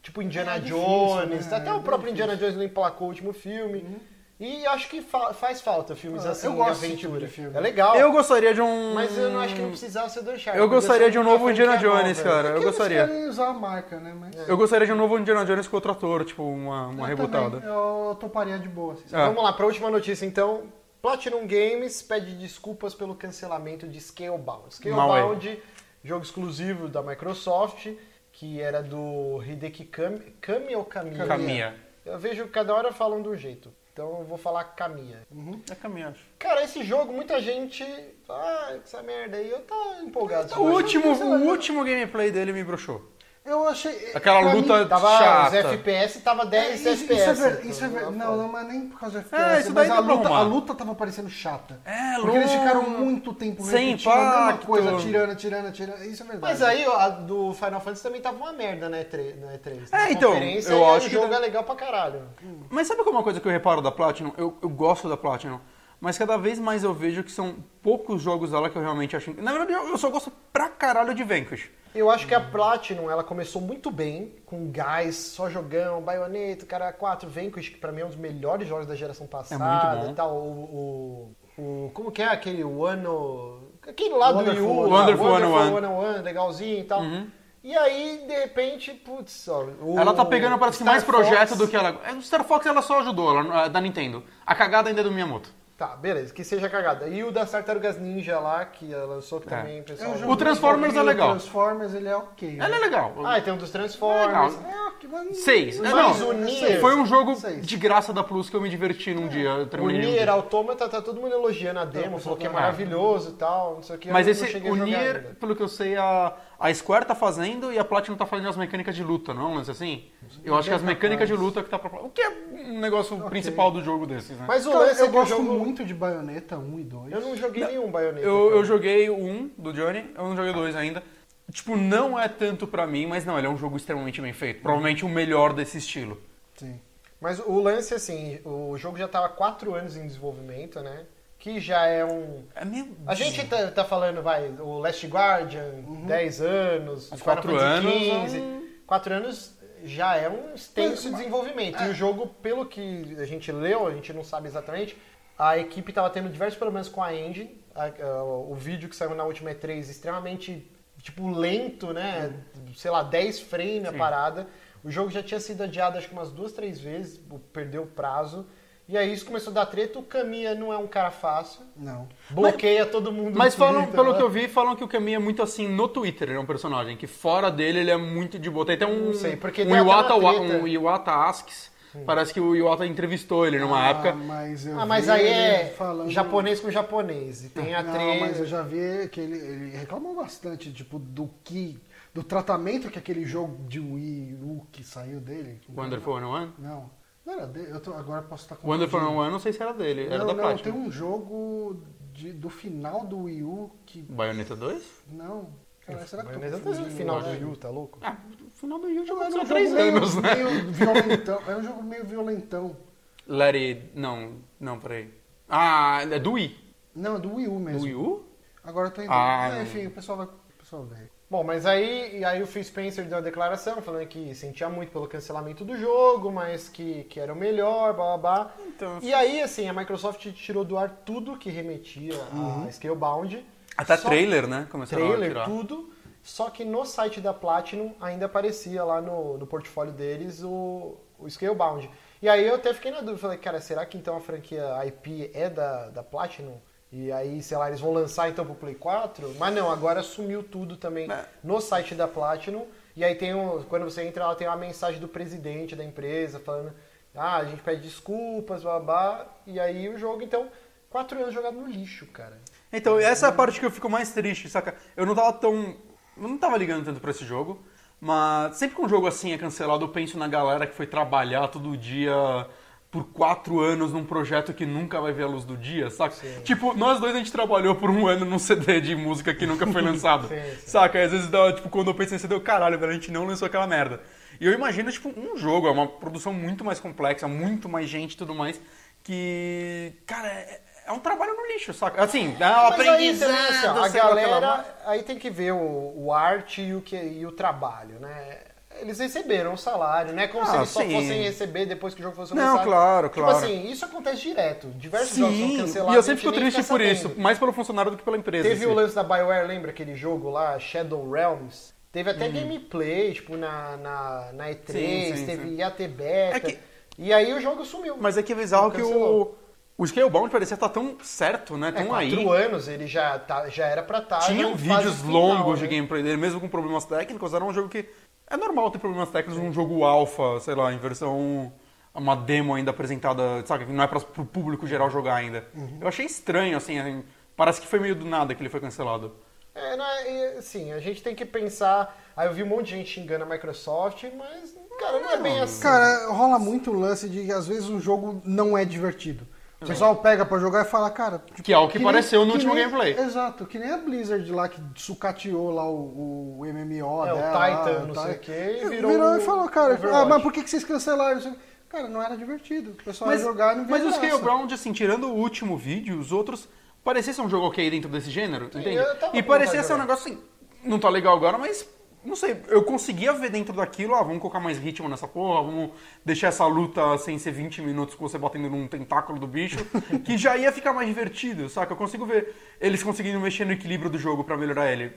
B: tipo Indiana
A: É difícil,
B: Jones,
A: né?
B: até o próprio Indiana Jones não emplacou o último filme. E acho que fa- faz falta filmes
A: Ah,
B: assim,
A: eu gosto
B: de
A: desse tipo
B: aventura.
A: de filme. Hum.
B: É legal,
C: Eu gostaria de um...
B: mas eu não acho que não precisava ser do Uncharted.
C: Eu gostaria de um novo
B: Uma
C: Indiana
B: franquia nova.
C: Jones, cara. Eu
A: Porque Eles
C: gostaria.
A: querem usar a marca, né? Mas.
C: Eu gostaria de um novo Indiana Jones com outro ator, tipo, uma, uma
A: Eu
C: rebutada.
A: também, Eu toparia de boa. assim.
C: Ah.
B: Vamos lá, para última notícia então. Platinum Games pede desculpas pelo cancelamento de Scalebound.
C: é.
B: Scalebound, jogo exclusivo da Microsoft, que era do Hideki Kami, Kami ou Kamiya?
C: Kamiya.
B: Eu vejo cada hora falando de um jeito. Então eu vou falar Caminha.
C: É caminho, acho.
B: Cara, esse jogo, muita gente. Ah, essa merda aí, eu tô empolgado.
C: O último, o último gameplay dele me broxou.
A: Eu achei. é,
C: Aquela
A: pra
C: luta-
A: mim-
B: Tava os
C: Chata.
B: FPS, tava 10
A: Isso, isso é
B: FPS.
A: verdade. Isso é ver-
B: Então,
A: Não, não, mas nem por causa do FPS.
C: É, isso
A: mas
C: daí
A: a
C: dá pra
A: luta,
C: arrumar.
A: a luta tava parecendo chata.
C: É,
A: Porque eles
C: longa.
A: ficaram muito tempo
C: Sem
A: repetindo a mesma
C: impacto.
A: coisa, atirando, atirando, atirando. Isso é verdade.
B: Mas aí, ó, a do Final Fantasy também tava uma merda na E3. Na E3
C: É, então,
B: conferência,
C: eu
B: e
C: acho
B: o
C: que
B: jogo
C: deve-
B: é legal pra caralho.
C: Mas sabe como é uma coisa que eu reparo da Platinum? Eu, eu gosto da Platinum, mas cada vez mais eu vejo que são poucos jogos dela que eu realmente acho... Na verdade, eu, eu só gosto pra caralho de Vanquish.
B: Eu acho que a Platinum, ela começou muito bem, com gás, só jogão, Bayonetta, cara, 4, Vanquish, que pra mim é um dos melhores jogos da geração passada
C: É muito bom.
B: e tal. O, o- o- Como que é aquele Wano... Aquele lá
A: Wonderful
B: do Wii U,
A: One.
B: lá,
C: Wonderful One. Uhum.
B: Wonderful One, legalzinho e tal. E aí, de repente, putz, ó... o
C: Ela tá pegando, parece que
B: Star
C: mais projeto
B: Fox-
C: do que ela... É, O Star Fox, ela só ajudou, ela, é da Nintendo. A cagada ainda é do Miyamoto.
B: Tá, beleza, que seja cagada. E o das Tartarugas Ninja lá, que ela lançou,
C: É.
B: que também, pessoal...
A: Eu
C: O
A: joguei
C: Transformers
A: pouquinho,
C: é legal.
A: O Transformers ele é ok.
C: Ela é legal.
B: Ah, e tem um dos Transformers.
C: Legal.
A: É ok, mas-
C: Seis.
A: mas-
B: Mas
C: Não,
B: o Nier...
C: Foi um jogo
A: Seis.
C: de graça da Plus que eu me diverti num dia. Eu
B: O
C: terminei num
B: Nier
C: dia.
B: Automata tá todo mundo elogiando a demo, falou que é
C: tá
B: maravilhoso e tal, não sei o que.
C: Mas
B: eu
C: esse,
B: cheguei a
C: o
B: jogar
C: Nier,
B: ainda.
C: pelo que eu sei, a, a Square tá fazendo e a Platinum tá fazendo as mecânicas de luta, não é um lance assim? Eu acho que as mecânicas de luta que tá pra... O que é um negócio principal do jogo desses, né?
B: Mas o
A: Cara,
B: lance é
A: eu
B: que o
A: gosto
B: jogo...
A: muito de Bayonetta 1 e 2.
B: Eu não joguei nenhum Bayonetta.
C: Eu,
B: cara.
C: eu joguei o um do Johnny, eu não joguei o dois ainda. Tipo, não é tanto pra mim, mas não, ele é um jogo extremamente bem feito. Provavelmente o melhor desse estilo.
A: Sim.
B: Mas o lance, assim, o jogo já tava há 4 anos em desenvolvimento, né? Que já é um...
C: É meio...
B: A gente tá, tá falando, vai, o Last Guardian, 10 anos,
C: Mas
B: Final
C: quatro
B: Fantasy
C: anos, né?
B: 15, 4 anos já é um extenso desenvolvimento. E o jogo, pelo que a gente leu, a gente não sabe exatamente, a equipe tava tendo diversos problemas com a engine. A- a- o vídeo que saiu na última E3 extremamente, tipo, lento, né? Sei lá, 10 frames a parada. O jogo já tinha sido adiado acho que umas duas, três vezes, perdeu o prazo. E aí isso começou a dar treta, o Caminha não é um cara fácil.
A: Não.
B: Bloqueia todo mundo.
C: Mas
B: no
C: falam,
B: Twitter,
C: pelo
B: né?
C: que eu vi, falam que o Caminho é muito assim no Twitter, ele é um personagem, que fora dele ele é muito de boa. Tem até um,
B: Não sei, porque
C: um,
B: tem até
C: Iwata,
B: uma
C: Wa-
B: treta.
C: um Iwata Asks. Parece que o Iwata entrevistou ele numa época.
A: Mas eu
B: Ah, mas
A: vi
B: aí
A: ele
B: é
A: falando-
B: japonês com japonês. E tem a
A: não,
B: três.
A: mas eu já vi que ele, ele reclamou bastante, tipo, do que. Do tratamento que aquele jogo de Wii U que saiu dele.
C: Wonderful 101?
A: Não. Não era dele. Eu tô, agora posso estar com
C: Wonderful 101, não sei se era dele, era
A: Não,
C: da né?
A: não,
C: Platinum.
A: tem um jogo de- do final do Wii U que.
C: Bayonetta 2?
A: Não. Cara, será que eu tô
C: é
B: Mas até o
A: confundindo?
B: final do Yu, tá louco?
C: Ah, o final do Yu
A: Era
C: já
A: um
C: aconteceu há
A: jogo
C: 3
A: meio,
C: anos, né?
A: meio violentão. É um jogo meio violentão.
C: Let it... Não, não, peraí. Ah, é do Wii.
A: Não, é do Wii U mesmo.
C: Do Wii U?
A: Agora eu tô indo.
C: Ah,
A: Ah,
C: não.
A: enfim, o pessoal vai. O pessoal vê.
B: Bom, mas aí, e aí o Phil Spencer deu uma declaração falando que sentia muito pelo cancelamento do jogo, mas que, que era o melhor, blá blá blá.
C: Então,
B: e aí, assim, a Microsoft tirou do ar tudo que remetia
A: Uhum.
B: a Scalebound.
C: Até
B: Só-
C: trailer, né? Começaram a
B: trailer,
C: tirar.
B: tudo. Só que no site da Platinum ainda aparecia lá no, no portfólio deles o, o Scalebound. E aí eu até fiquei na dúvida, falei, cara, será que então a franquia IP é da, da Platinum? E aí, sei lá, eles vão lançar então pro Play 4? Mas não, agora sumiu tudo também
C: Mas-
B: no site da Platinum. E aí tem um, quando você entra lá tem uma mensagem do presidente da empresa falando, ah, a gente pede desculpas, blá blá. blá." E aí o jogo, então, quatro anos jogado no lixo, cara.
C: Então, essa é a parte que eu fico mais triste, saca? Eu não tava tão. Eu não tava ligando tanto pra esse jogo, mas sempre que um jogo assim é cancelado, eu penso na galera que foi trabalhar todo dia por quatro anos num projeto que nunca vai ver a luz do dia, saca? Tipo, nós dois a gente trabalhou por um ano num CD de música que nunca foi lançado,
B: Sim, sim.
C: saca? Às vezes, dá, tipo, quando eu penso em CD, eu, caralho, velho, a gente não lançou aquela merda. E eu imagino, tipo, um jogo, é uma produção muito mais complexa, muito mais gente e tudo mais, que, cara, é, é um trabalho no lixo, saca? Assim, é um
B: Mas aí também, assim, ó,
C: aprendizado.
B: a
C: sei lá, aquela-
B: galera aí tem que ver o, o arte e o, que, e o trabalho, né? Eles receberam o salário, não é como se
C: Ah,
B: eles só
C: sim.
B: fossem receber depois que o jogo fosse
C: Não,
B: lançado.
C: claro,
B: tipo
C: claro.
B: assim, isso acontece direto. Diversos jogos são
C: Sim,
B: cancelados.
C: e eu
B: a
C: sempre fico
B: gente nem
C: triste
B: fica
C: por
B: sabendo.
C: isso, mais pelo funcionário do que pela empresa.
B: Teve
C: assim.
B: o lance da BioWare, lembra aquele jogo lá, Shadow Realms? Teve até gameplay, tipo, na, na, na E3,
C: Hum. Sim, sim,
B: teve
C: sim.
B: IAT Beta.
C: É que-
B: E aí o jogo sumiu.
C: Mas é que é bizarro que o,
B: Cancelou.
C: o Scalebound parecia estar tão certo, né?
B: é,
C: Tão aí.
B: quatro anos ele já, tá- já era pra estar.
C: Tinham
B: na fase
C: vídeos
B: final,
C: longos
B: né?
C: de gameplay dele, mesmo com problemas técnicos. Era um jogo que. É normal ter problemas técnicos num jogo alfa, sei lá, em versão. ah, uma demo ainda apresentada, sabe? que Não é para o público geral jogar ainda.
B: Uhum.
C: Eu achei estranho, assim, assim, parece que foi meio do nada que ele foi cancelado.
B: É, né, e, assim, a gente tem que pensar. Aí eu vi um monte de gente xingando a Microsoft, mas, cara, não é bem assim.
A: Cara, rola muito o lance de que às vezes o jogo não é divertido. O pessoal pega pra jogar e fala, cara. tipo,
C: Que é o que
A: nem-
C: pareceu no
A: que
C: último
A: nem-
C: gameplay.
A: Exato, que nem a Blizzard lá que sucateou lá o, o MMO
B: É, o
A: dela.
B: Titan,
A: lá,
B: não
A: Titan.
B: sei o quê, e
A: E
B: virou
A: Virou,
B: um
A: e falou, cara,
B: Overwatch.
A: ah, mas por que que vocês cancelaram? Não sei o quê. Cara, não era divertido. O pessoal ia jogar e não
C: mas
A: via
C: o
A: graça.
C: Scalebound, assim, tirando o último vídeo, os outros parecia ser um jogo ok dentro desse gênero, entende?
B: eu tava
C: E
B: com vontade de
C: parecia ser um
B: jogar.
C: negócio assim, não tá legal agora, mas não sei, eu conseguia ver dentro daquilo, ah, vamos colocar mais ritmo nessa porra, vamos deixar essa luta sem ser 20 minutos com você batendo num tentáculo do bicho, que já ia ficar mais divertido, saca? Eu consigo ver eles conseguindo mexer no equilíbrio do jogo pra melhorar ele.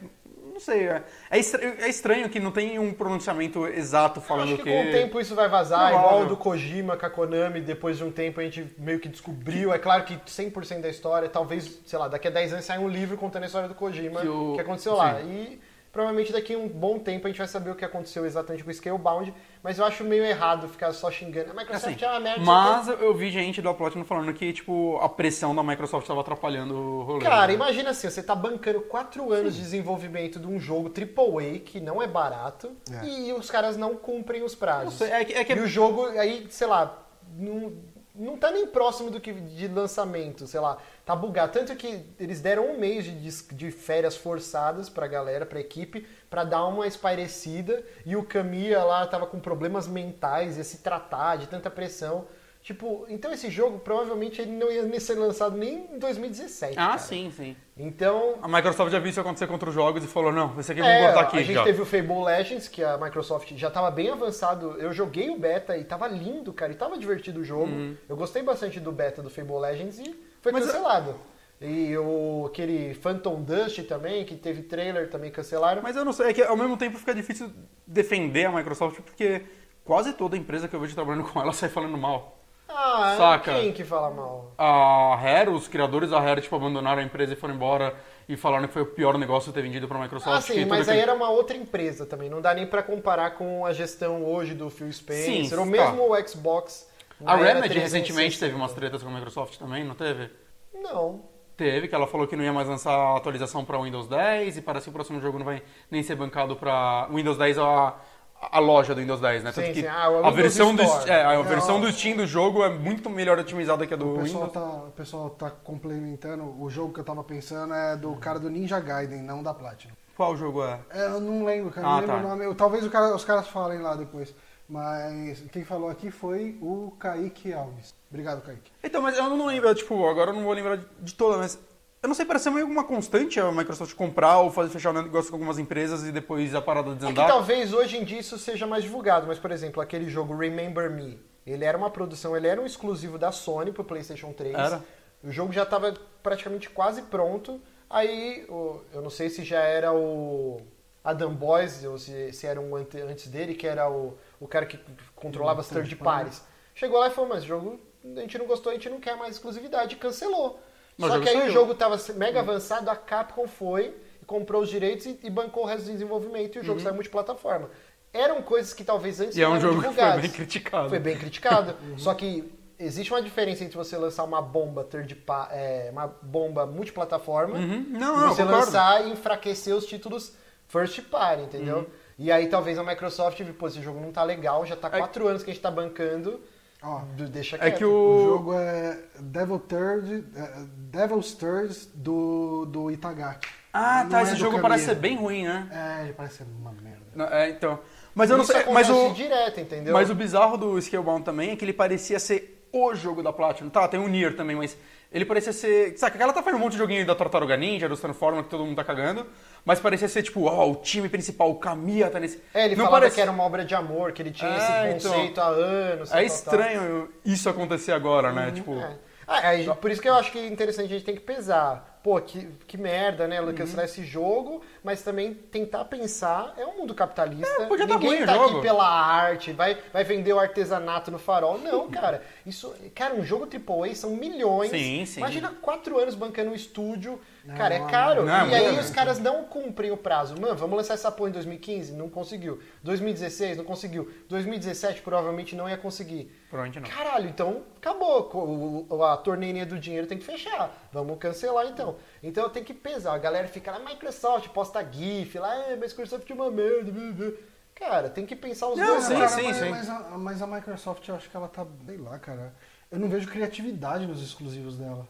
C: Não sei, é, é estra- é estranho que não tem um pronunciamento exato
B: Eu
C: falando
B: acho que
C: o
B: com o
C: quê.
B: tempo isso vai vazar,
C: Provável.
B: igual o do Kojima com a Konami, depois de um tempo a gente meio que descobriu, é claro que 100% da história, talvez, sei lá, daqui a 10 anos saia um livro contando a história do Kojima,
C: Que
B: que,
C: o-
B: aconteceu lá. E provavelmente daqui a um bom tempo a gente vai saber o que aconteceu exatamente com o Scalebound, mas eu acho meio errado ficar só xingando. A Microsoft
C: Assim,
B: é uma merda.
C: mas eu vi gente do Aplotino falando que, tipo, a pressão da Microsoft estava atrapalhando o rolê.
B: Cara,
C: né?
B: imagina assim, você tá bancando 4 anos de desenvolvimento de um jogo AAA, que não é barato,
A: É.
B: e os caras não cumprem os
C: Não
B: prazos.
C: sei, é que, é que-
B: E o jogo, aí, sei lá, não, não tá nem próximo do que de lançamento, sei lá, tá bugado. Tanto que eles deram um mês de, dis- de férias forçadas pra galera, pra equipe, pra dar uma espairecida. E o Camilla lá tava com problemas mentais, ia se tratar de tanta pressão. Tipo, então esse jogo provavelmente ele não ia ser lançado nem em 2017.
C: Ah,
B: cara.
C: sim, sim.
B: Então,
C: A Microsoft já viu isso acontecer contra os jogos e falou, não, esse aqui vamos
B: é,
C: botar aqui
B: a gente
C: já.
B: teve o Fable Legends, que a Microsoft já tava bem avançado. Eu joguei o beta e tava lindo, cara, e tava divertido o jogo. Eu gostei bastante do beta do Fable Legends e foi
C: Uhum. Mas eu-
B: cancelado. E o, aquele Phantom Dust também, que teve trailer, também cancelaram.
C: Mas eu não sei, é que ao mesmo tempo fica difícil defender a Microsoft, porque quase toda empresa que eu vejo trabalhando com ela sai falando mal.
B: ah,
C: Saca.
B: quem que fala mal?
C: A Rare, os criadores da Rare, tipo, abandonaram a empresa e foram embora e falaram que foi o pior negócio ter vendido pra Microsoft.
B: Ah,
C: que
B: sim,
C: tudo
B: mas
C: que-
B: aí era uma outra empresa também. Não dá nem pra comparar com a gestão hoje do Phil Spencer.
C: Sim,
B: ou
C: tá.
B: mesmo o Xbox.
C: A
B: na era
C: Remedy
B: 360.
C: recentemente teve umas tretas com a Microsoft também, não teve?
B: Não.
C: Teve, que ela falou que não ia mais lançar a atualização para Windows 10 e parece que o próximo jogo não vai nem ser bancado para Windows 10 a a loja do Windows 10, né?
B: Sim,
C: Tanto que
B: sim. Ah, o
C: a
B: Windows
C: versão do
B: Store.
C: é, a versão do Steam do jogo é muito melhor otimizada que a do
A: O pessoal,
C: Windows.
A: tá, o pessoal tá complementando. O jogo que eu tava pensando é do cara do Ninja Gaiden, não da Platinum.
C: Qual jogo é?
A: É, eu não lembro, cara.
C: Ah,
A: não lembro
C: tá.
A: o nome. Eu- Talvez o cara- os caras falem lá depois. Mas quem falou aqui foi o Kaique Alves. Obrigado, Kaique.
C: Então, mas eu não lembro, eu, tipo, agora eu não vou lembrar de, de toda, mas eu não sei, parece meio alguma constante a Microsoft comprar ou fazer fechar o negócio com algumas empresas e depois a parada
B: É que
C: desandar.
B: talvez hoje em dia isso seja mais divulgado, mas por exemplo, aquele jogo Remember Me, ele era uma produção, ele era um exclusivo da Sony pro PlayStation 3.
C: Era.
B: O jogo já tava praticamente quase pronto. Aí, o- eu não sei se já era o Adam Boyce ou se, se era um ante- antes dele, que era o, o cara que controlava as third parties. Chegou lá e falou, mas esse jogo a gente não gostou, a gente não quer mais exclusividade, e cancelou.
C: Mas
B: Só
C: o jogo
B: que aí
C: saiu.
B: o jogo jogo tava mega avançado, a Capcom foi, comprou os direitos e, e bancou o resto do desenvolvimento e o jogo saiu multiplataforma. Eram coisas que talvez antes
C: Uhum. E é um
B: não eram
C: jogo que foi
B: divulgadas.
C: bem criticado.
B: Foi bem criticado. Uhum. Só que existe uma diferença entre você lançar uma bomba third pa- é, uma bomba multiplataforma
C: Uhum. Não,
B: e
C: não,
B: você
C: eu concordo.
B: lançar e enfraquecer os títulos first party, entendeu?
C: Uhum.
B: E aí talvez a Microsoft, pô, esse jogo não tá legal, já tá
C: É-
B: quatro anos que a gente tá bancando,
A: Ó,
B: deixa
C: É que
B: quieto.
A: o
C: o,
A: jogo é Devil Third, é, Devil's Third do, do Itagaki.
C: Ah,
A: Não
C: tá,
A: é
C: esse
A: do
C: jogo
A: Kamiya.
C: parece ser bem ruim, né?
A: É, ele parece ser uma merda.
C: Não, É, então. Mas eu não
B: Isso
C: sei. Mas
B: acontece
C: o,
B: direto, entendeu?
C: mas o bizarro do Scalebound também é que ele parecia ser o jogo da Platinum. Tá, tem o Nier também, mas ele parecia ser. Saca, ela tá fazendo um monte de joguinho da Tartaruga Ninja, dos Transformers, que todo mundo tá cagando. Mas parecia ser tipo, ó, o time principal, o Kamiya tá nesse.
B: É, ele
C: não
B: falava
C: parece-
B: que era tá? uma obra de amor, que ele tinha
C: É,
B: esse
C: então.
B: conceito há anos. tal,
C: É
B: tal,
C: estranho isso acontecer agora, né? Tipo.
B: Uhum, tal. É. Ah, é, por isso que eu acho que é interessante a é gente tem que pesar. pô, que, que merda, né,
C: Uhum.
B: cancelar esse jogo, mas também tentar pensar, é um mundo capitalista,
C: É, porque tá
B: ninguém
C: ruim o
B: tá aqui
C: jogo.
B: pela arte, vai, vai vender o artesanato no farol. Não, cara, isso, cara, um jogo AAA são milhões,
C: Sim, sim.
B: imagina quatro anos bancando um estúdio, cara, é
A: não,
B: caro,
C: não, é
B: e aí
C: muito.
B: os caras não cumprem o prazo, mano, vamos lançar essa porra em 2015? Não conseguiu, 2016? Não conseguiu, 2017 provavelmente não ia conseguir.
C: Provavelmente não.
B: Caralho, então acabou. Co- o- A torneirinha do dinheiro tem que fechar. Vamos cancelar então. Então tem que pesar. A galera fica lá, Microsoft, posta GIF, lá, é, mas Microsoft é uma merda. blá, blá." Cara, tem que pensar os
C: Não,
B: dois.
C: sim,
B: lados.
A: mas,
C: sim.
A: Mas, a, mas a Microsoft, eu acho que ela tá, sei lá, cara. Eu não vejo criatividade nos exclusivos dela.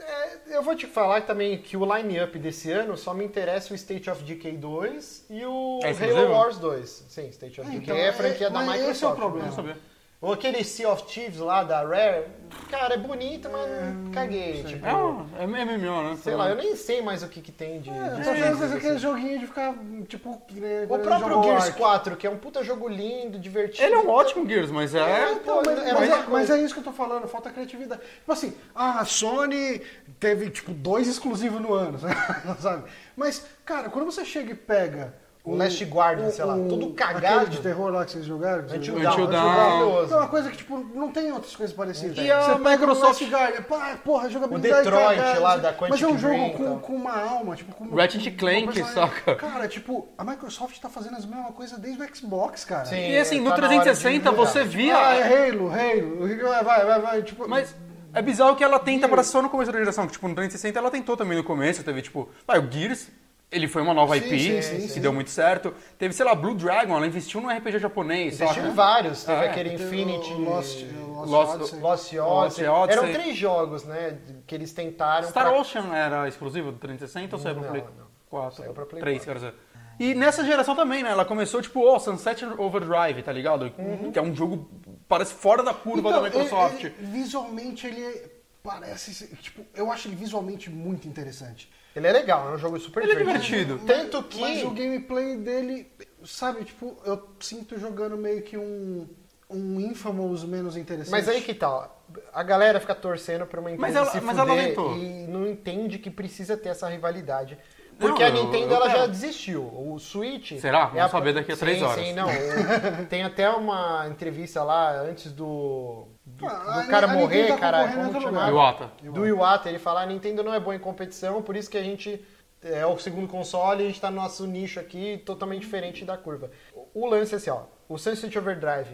B: É, eu vou te falar também que o line-up desse ano só me interessa o State of Decay 2 e o
C: É
B: Halo
C: exclusivo?
B: Wars 2. Sim, State of
A: É,
B: Decay
A: então,
B: é a franquia
A: é-
B: da
A: mas esse
B: Microsoft.
A: é o problema.
B: né?
C: Vamos saber.
B: Ou aquele Sea of Thieves lá da Rare, cara, é bonito, mas caguei. Tipo,
C: É, um- é MMO, né?
B: Sei lá, eu nem sei mais o que, que tem de.
A: É,
B: de
A: talvez
B: coisas,
A: aquele
B: assim.
A: joguinho de ficar, tipo... né,
B: O
A: quando
B: próprio
A: jogou
B: Gears
A: Ark.
B: 4, que é um puta jogo lindo, divertido.
C: Ele é um ótimo Gears, mas é.
B: É,
A: Então, mas,
B: é
A: mas
B: muita
A: é,
B: coisa.
A: mas é isso que eu tô falando, falta criatividade. Tipo assim, ah, a Sony teve, tipo, dois exclusivos no ano, sabe? Mas, cara, quando você chega e pega...
B: O Last Guardian, sei lá, tudo cagado.
A: aquele de terror lá que vocês jogaram. que vocês
B: Until
A: jogaram.
C: Dawn. Until Dawn.
B: Maravilhoso.
A: Então, é uma coisa que, tipo, não tem outras coisas parecidas.
B: é
C: E a
A: você pega o
C: Microsoft-
A: Last Guardian, pá, porra, jogabilidade
B: O Detroit
A: cagada,
B: lá
A: assim,
B: da Quantic
A: Mas é um jogo
B: Dream,
A: com,
B: então.
A: com uma alma, tipo... Com,
C: Ratchet
A: com-
C: Clank,
A: com personagem.
C: saca?
A: Cara, tipo, a Microsoft tá fazendo as mesmas coisas desde o Xbox, cara.
B: Sim,
C: E assim, no
B: tá na hora de
C: 360
B: mudar.
C: você via.
A: Ah, é Halo, Halo. Vai, vai, vai, vai. Tipo,
C: Mas é bizarro que ela tenta abraçar no começo da geração. que, Tipo, no 360 ela tentou também no começo. Teve, tipo, vai, o Gears, ele foi uma nova
B: Sim,
C: IP,
B: sim, sim,
C: que
B: sim.
C: deu muito certo. Teve, sei lá, Blue Dragon, ela investiu no RPG japonês.
B: Existiram
C: saca?
B: vários, teve
C: Ah, é.
B: aquele
A: tem o
B: Infinity.
A: Lost, é, Lost,
C: Lost-
A: Odyssey.
B: Lost
C: Lost
B: Odyssey.
C: Odyssey.
B: Eram três jogos, né? Que eles tentaram.
C: Star
B: pra-
C: Ocean era exclusivo do 360 ou saiu pra
B: Não,
C: Play
B: não.
C: 4?
B: Saiu pra Play
C: 3, quer dizer. E nessa geração também, né? Ela começou tipo, ó, Sunset Overdrive, tá ligado? Que é um jogo, parece fora da curva
A: Então,
C: da Microsoft.
A: ele- ele- visualmente ele parece. ser- Tipo, eu acho ele visualmente muito interessante.
B: Ele é legal, é um jogo super
C: Ele é divertido.
B: Tanto que.
A: Mas o gameplay dele, sabe, tipo, eu sinto jogando meio que um. Um Infamous menos interessante.
B: Mas aí que tal? A galera fica torcendo pra uma empresa
C: Mas ela-
B: se
C: mas
B: fuder
C: ela aumentou.
B: e não entende que precisa ter essa rivalidade. Porque
C: Não,
B: a
C: eu-
B: Nintendo
C: eu
B: ela já
C: quero.
B: desistiu. O Switch. é
C: Será? Vamos
B: a-
C: saber daqui a três
B: Sim,
C: horas.
B: Sim, não. Eu- Tem até uma entrevista lá antes do. Do,
A: Ah,
B: do cara
A: a Nintendo
B: morrer,
A: tá
B: cara.
A: concorrendo em
B: Como
A: outro
B: chamava?
A: lugar.
C: Iwata.
B: Do Iwata. Ele fala: a Nintendo não é boa em competição, por isso que a gente. É o segundo console, a gente tá no nosso nicho aqui, totalmente diferente da curva. O- O lance é assim, ó. O Sunset Overdrive,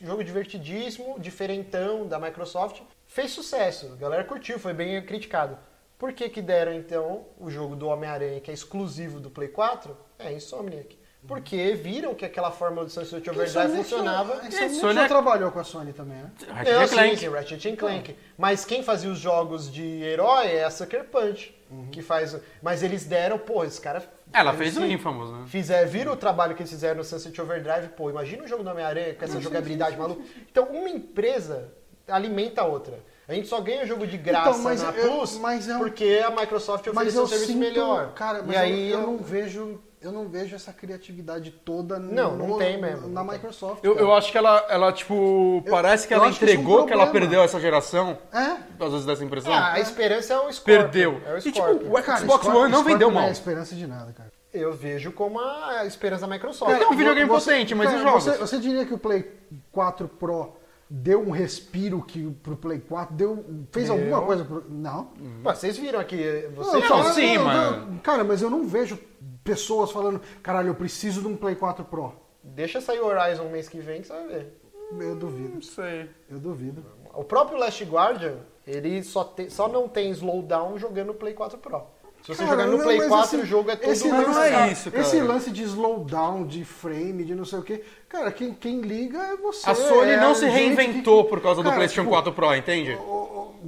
B: jogo divertidíssimo, diferentão da Microsoft, fez sucesso. A galera curtiu, foi bem criticado. Por que que deram, então, o jogo do Homem-Aranha, que é exclusivo do Play 4? É, Insomniac. Porque viram que aquela fórmula do Sunset
A: Porque a
B: Overdrive
A: Sony-
B: funcionava.
A: A
C: E a
A: Sony,
C: Sony
A: já
C: é-
A: trabalhou com a Sony também, né?
C: Ratchet
B: Não,
C: and Clank.
B: sim, sim, Ratchet and É, Clank. Mas quem fazia os jogos de herói é a Sucker Punch. Que faz... o- Mas eles deram, pô, esse cara...
C: Uhum. Ela fez o
B: Sim.
C: Infamous, né?
B: Fizer, viram o trabalho que eles fizeram no Sunset Overdrive, pô, imagina o jogo do Homem-Aranha com
C: Uhum.
B: essa jogabilidade maluca. Então, uma empresa alimenta a outra. A gente só ganha jogo de graça
A: Então, mas
B: na
A: eu-
B: Plus
A: mas eu-
B: porque a
A: Mas
B: Microsoft
C: é
B: ofereceu
A: eu
B: um serviço
A: sinto,
B: melhor.
A: cara, mas
B: e aí
A: eu, eu não vejo, eu não vejo essa criatividade toda
B: Não, não
A: no-
B: tem mesmo.
A: na
B: Não tem.
A: Microsoft.
C: Eu,
A: cara.
C: eu acho que ela, ela tipo, parece que
A: eu
C: ela
A: acho que isso é um
C: entregou que ela
A: problema.
C: perdeu essa geração.
A: É?
C: Às vezes dessa impressão.
B: Ah, a esperança é o Scorpio.
C: perdeu.
B: É o
C: e tipo,
B: Scorpio.
C: o
A: Cara,
C: Xbox
A: Scorpio-
C: One não
A: Scorpio
C: vendeu
A: Não
C: mal.
A: é esperança de nada, cara.
B: Eu vejo como a esperança da Microsoft.
C: Cara, É um videogame
A: Você-
C: potente, mas
A: cara,
C: e jogos?
A: Você, você diria que o Play 4 Pro deu um respiro que, pro Play 4? Deu, um, fez
B: Deu.
A: alguma coisa pro. Não?
B: Pô, vocês viram aqui,
A: eu
B: vocês
C: Não,
A: só-
C: sim,
A: eu- eu-
C: mano.
A: Cara, mas eu não vejo pessoas falando, caralho, eu preciso de um Play 4 Pro.
B: Deixa sair o Horizon mês que vem que você vai ver.
A: Eu duvido,
C: Não sei.
A: eu duvido.
B: O próprio Last Guardian, ele só, te- só não tem slowdown jogando no Play 4 Pro. Se você jogar
A: Cara,
B: no
A: não,
B: Play
A: mas
B: 4,
A: esse-
B: o jogo é todo
A: esse
C: mas
A: lance,
C: não é
A: cara,
C: isso, cara.
A: Esse lance de slowdown, de frame, de não sei o quê. Cara, quem, quem liga é você.
C: A Sony
A: é
C: não
A: a
C: se
A: gente que-
C: reinventou por causa do
A: Cara,
C: PlayStation
A: tipo,
C: 4 Pro, entende?
A: O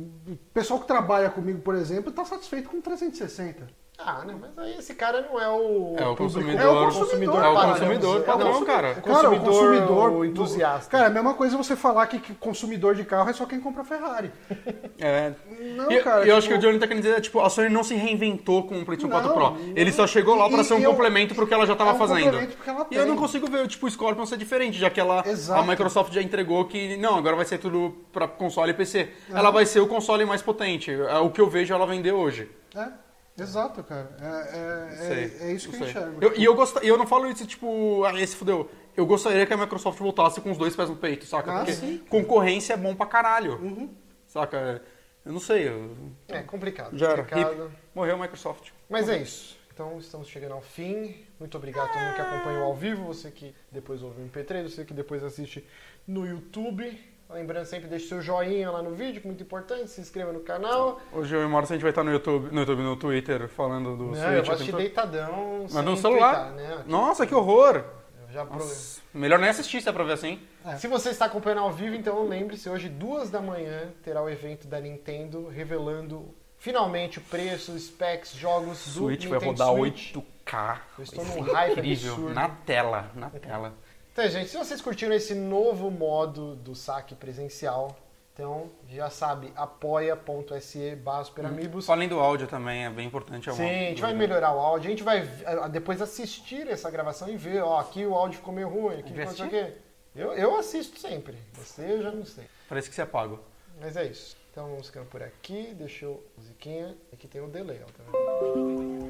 A: pessoal que trabalha comigo, por exemplo, tá satisfeito com 360.
B: Ah, né? Mas aí esse cara não é o.
C: É
B: público.
C: o consumidor.
B: É o consumidor,
A: É o
B: padrão.
C: consumidor
B: É o
C: padrão,
B: consu-
C: cara.
B: O
A: Cara,
B: consumidor, o entusiasta.
A: Cara, é a mesma coisa você falar que, que consumidor de carro é só quem compra Ferrari.
C: É.
A: Não,
C: e,
A: cara,
C: e eu acho que
A: tipo-
C: o Johnny tá querendo dizer, tipo, a Sony não se reinventou com o PlayStation 4 Pro.
A: Não,
C: Ele só chegou lá pra
A: e-
C: ser um
A: e eu-
C: complemento pro que ela já tava
A: é um
C: fazendo.
A: complemento pro que ela
C: E eu
A: tem.
C: não consigo ver, tipo, o Scorpion ser diferente, já que ela,
A: Exato.
C: a Microsoft já entregou que, não, agora vai ser tudo pra console e PC. Ela vai ser o console mais potente. É o que eu vejo ela vender hoje.
A: É, exato, cara. É, é,
C: Sei,
A: é, é isso que
C: não
A: eu
C: sei.
A: enxergo.
C: Eu- e eu, gosta- e eu não falo isso, tipo, ah, esse fudeu. Eu gostaria que a Microsoft voltasse com os dois pés no peito, saca?
A: Ah,
C: Porque
A: sim. Uhum.
C: concorrência é bom pra caralho. Saca? Eu não sei. eu-
B: É complicado.
C: Já era.
B: complicado.
C: Hip. Morreu a Microsoft.
B: Mas é isso. Então estamos chegando ao fim. Muito obrigado a todo mundo que acompanhou ao vivo, você que depois ouve o MP3, você que depois assiste no YouTube. Lembrando sempre, deixe seu joinha lá no vídeo, que é muito importante, se inscreva no canal.
C: Hoje eu e o Maurício a gente vai estar no YouTube, no, YouTube, no Twitter falando do
B: Não,
C: Switch.
B: eu
C: o
B: vou
C: tempo
B: assistir
C: todo.
B: deitadão,
C: Mas
B: sem
C: no celular.
B: tweetar, né?
C: Nossa, que horror!
B: Eu já pro-
C: Melhor nem assistir se é pra ver assim.
A: É.
B: Se você está acompanhando ao vivo, então lembre-se, hoje, duas da manhã, terá o evento da Nintendo revelando finalmente o preço, specs, jogos do
C: Switch vai
B: Nintendo
C: rodar
B: Switch.
C: 8K.
B: Eu
C: Vai
B: estou num
C: ser
B: hype
C: incrível.
B: absurdo.
C: Na tela, na tela.
B: Então, gente, se vocês curtiram esse novo modo do saque presencial, então já sabe, apoia.se
C: Hum.
B: barra superamigos.
C: Falem do áudio também, é bem importante. É uma-
B: Sim, a gente vai melhorar o áudio, a gente vai ah, depois assistir essa gravação e ver, ó, aqui o áudio ficou meio ruim, aqui
C: Vai
B: ficou não sei o quê. Eu, eu assisto sempre, você eu já não sei.
C: Parece que você é pago.
B: Mas é isso. Então vamos ficando por aqui, deixa eu musiquinha. Aqui tem o delay, ó, tá vendo?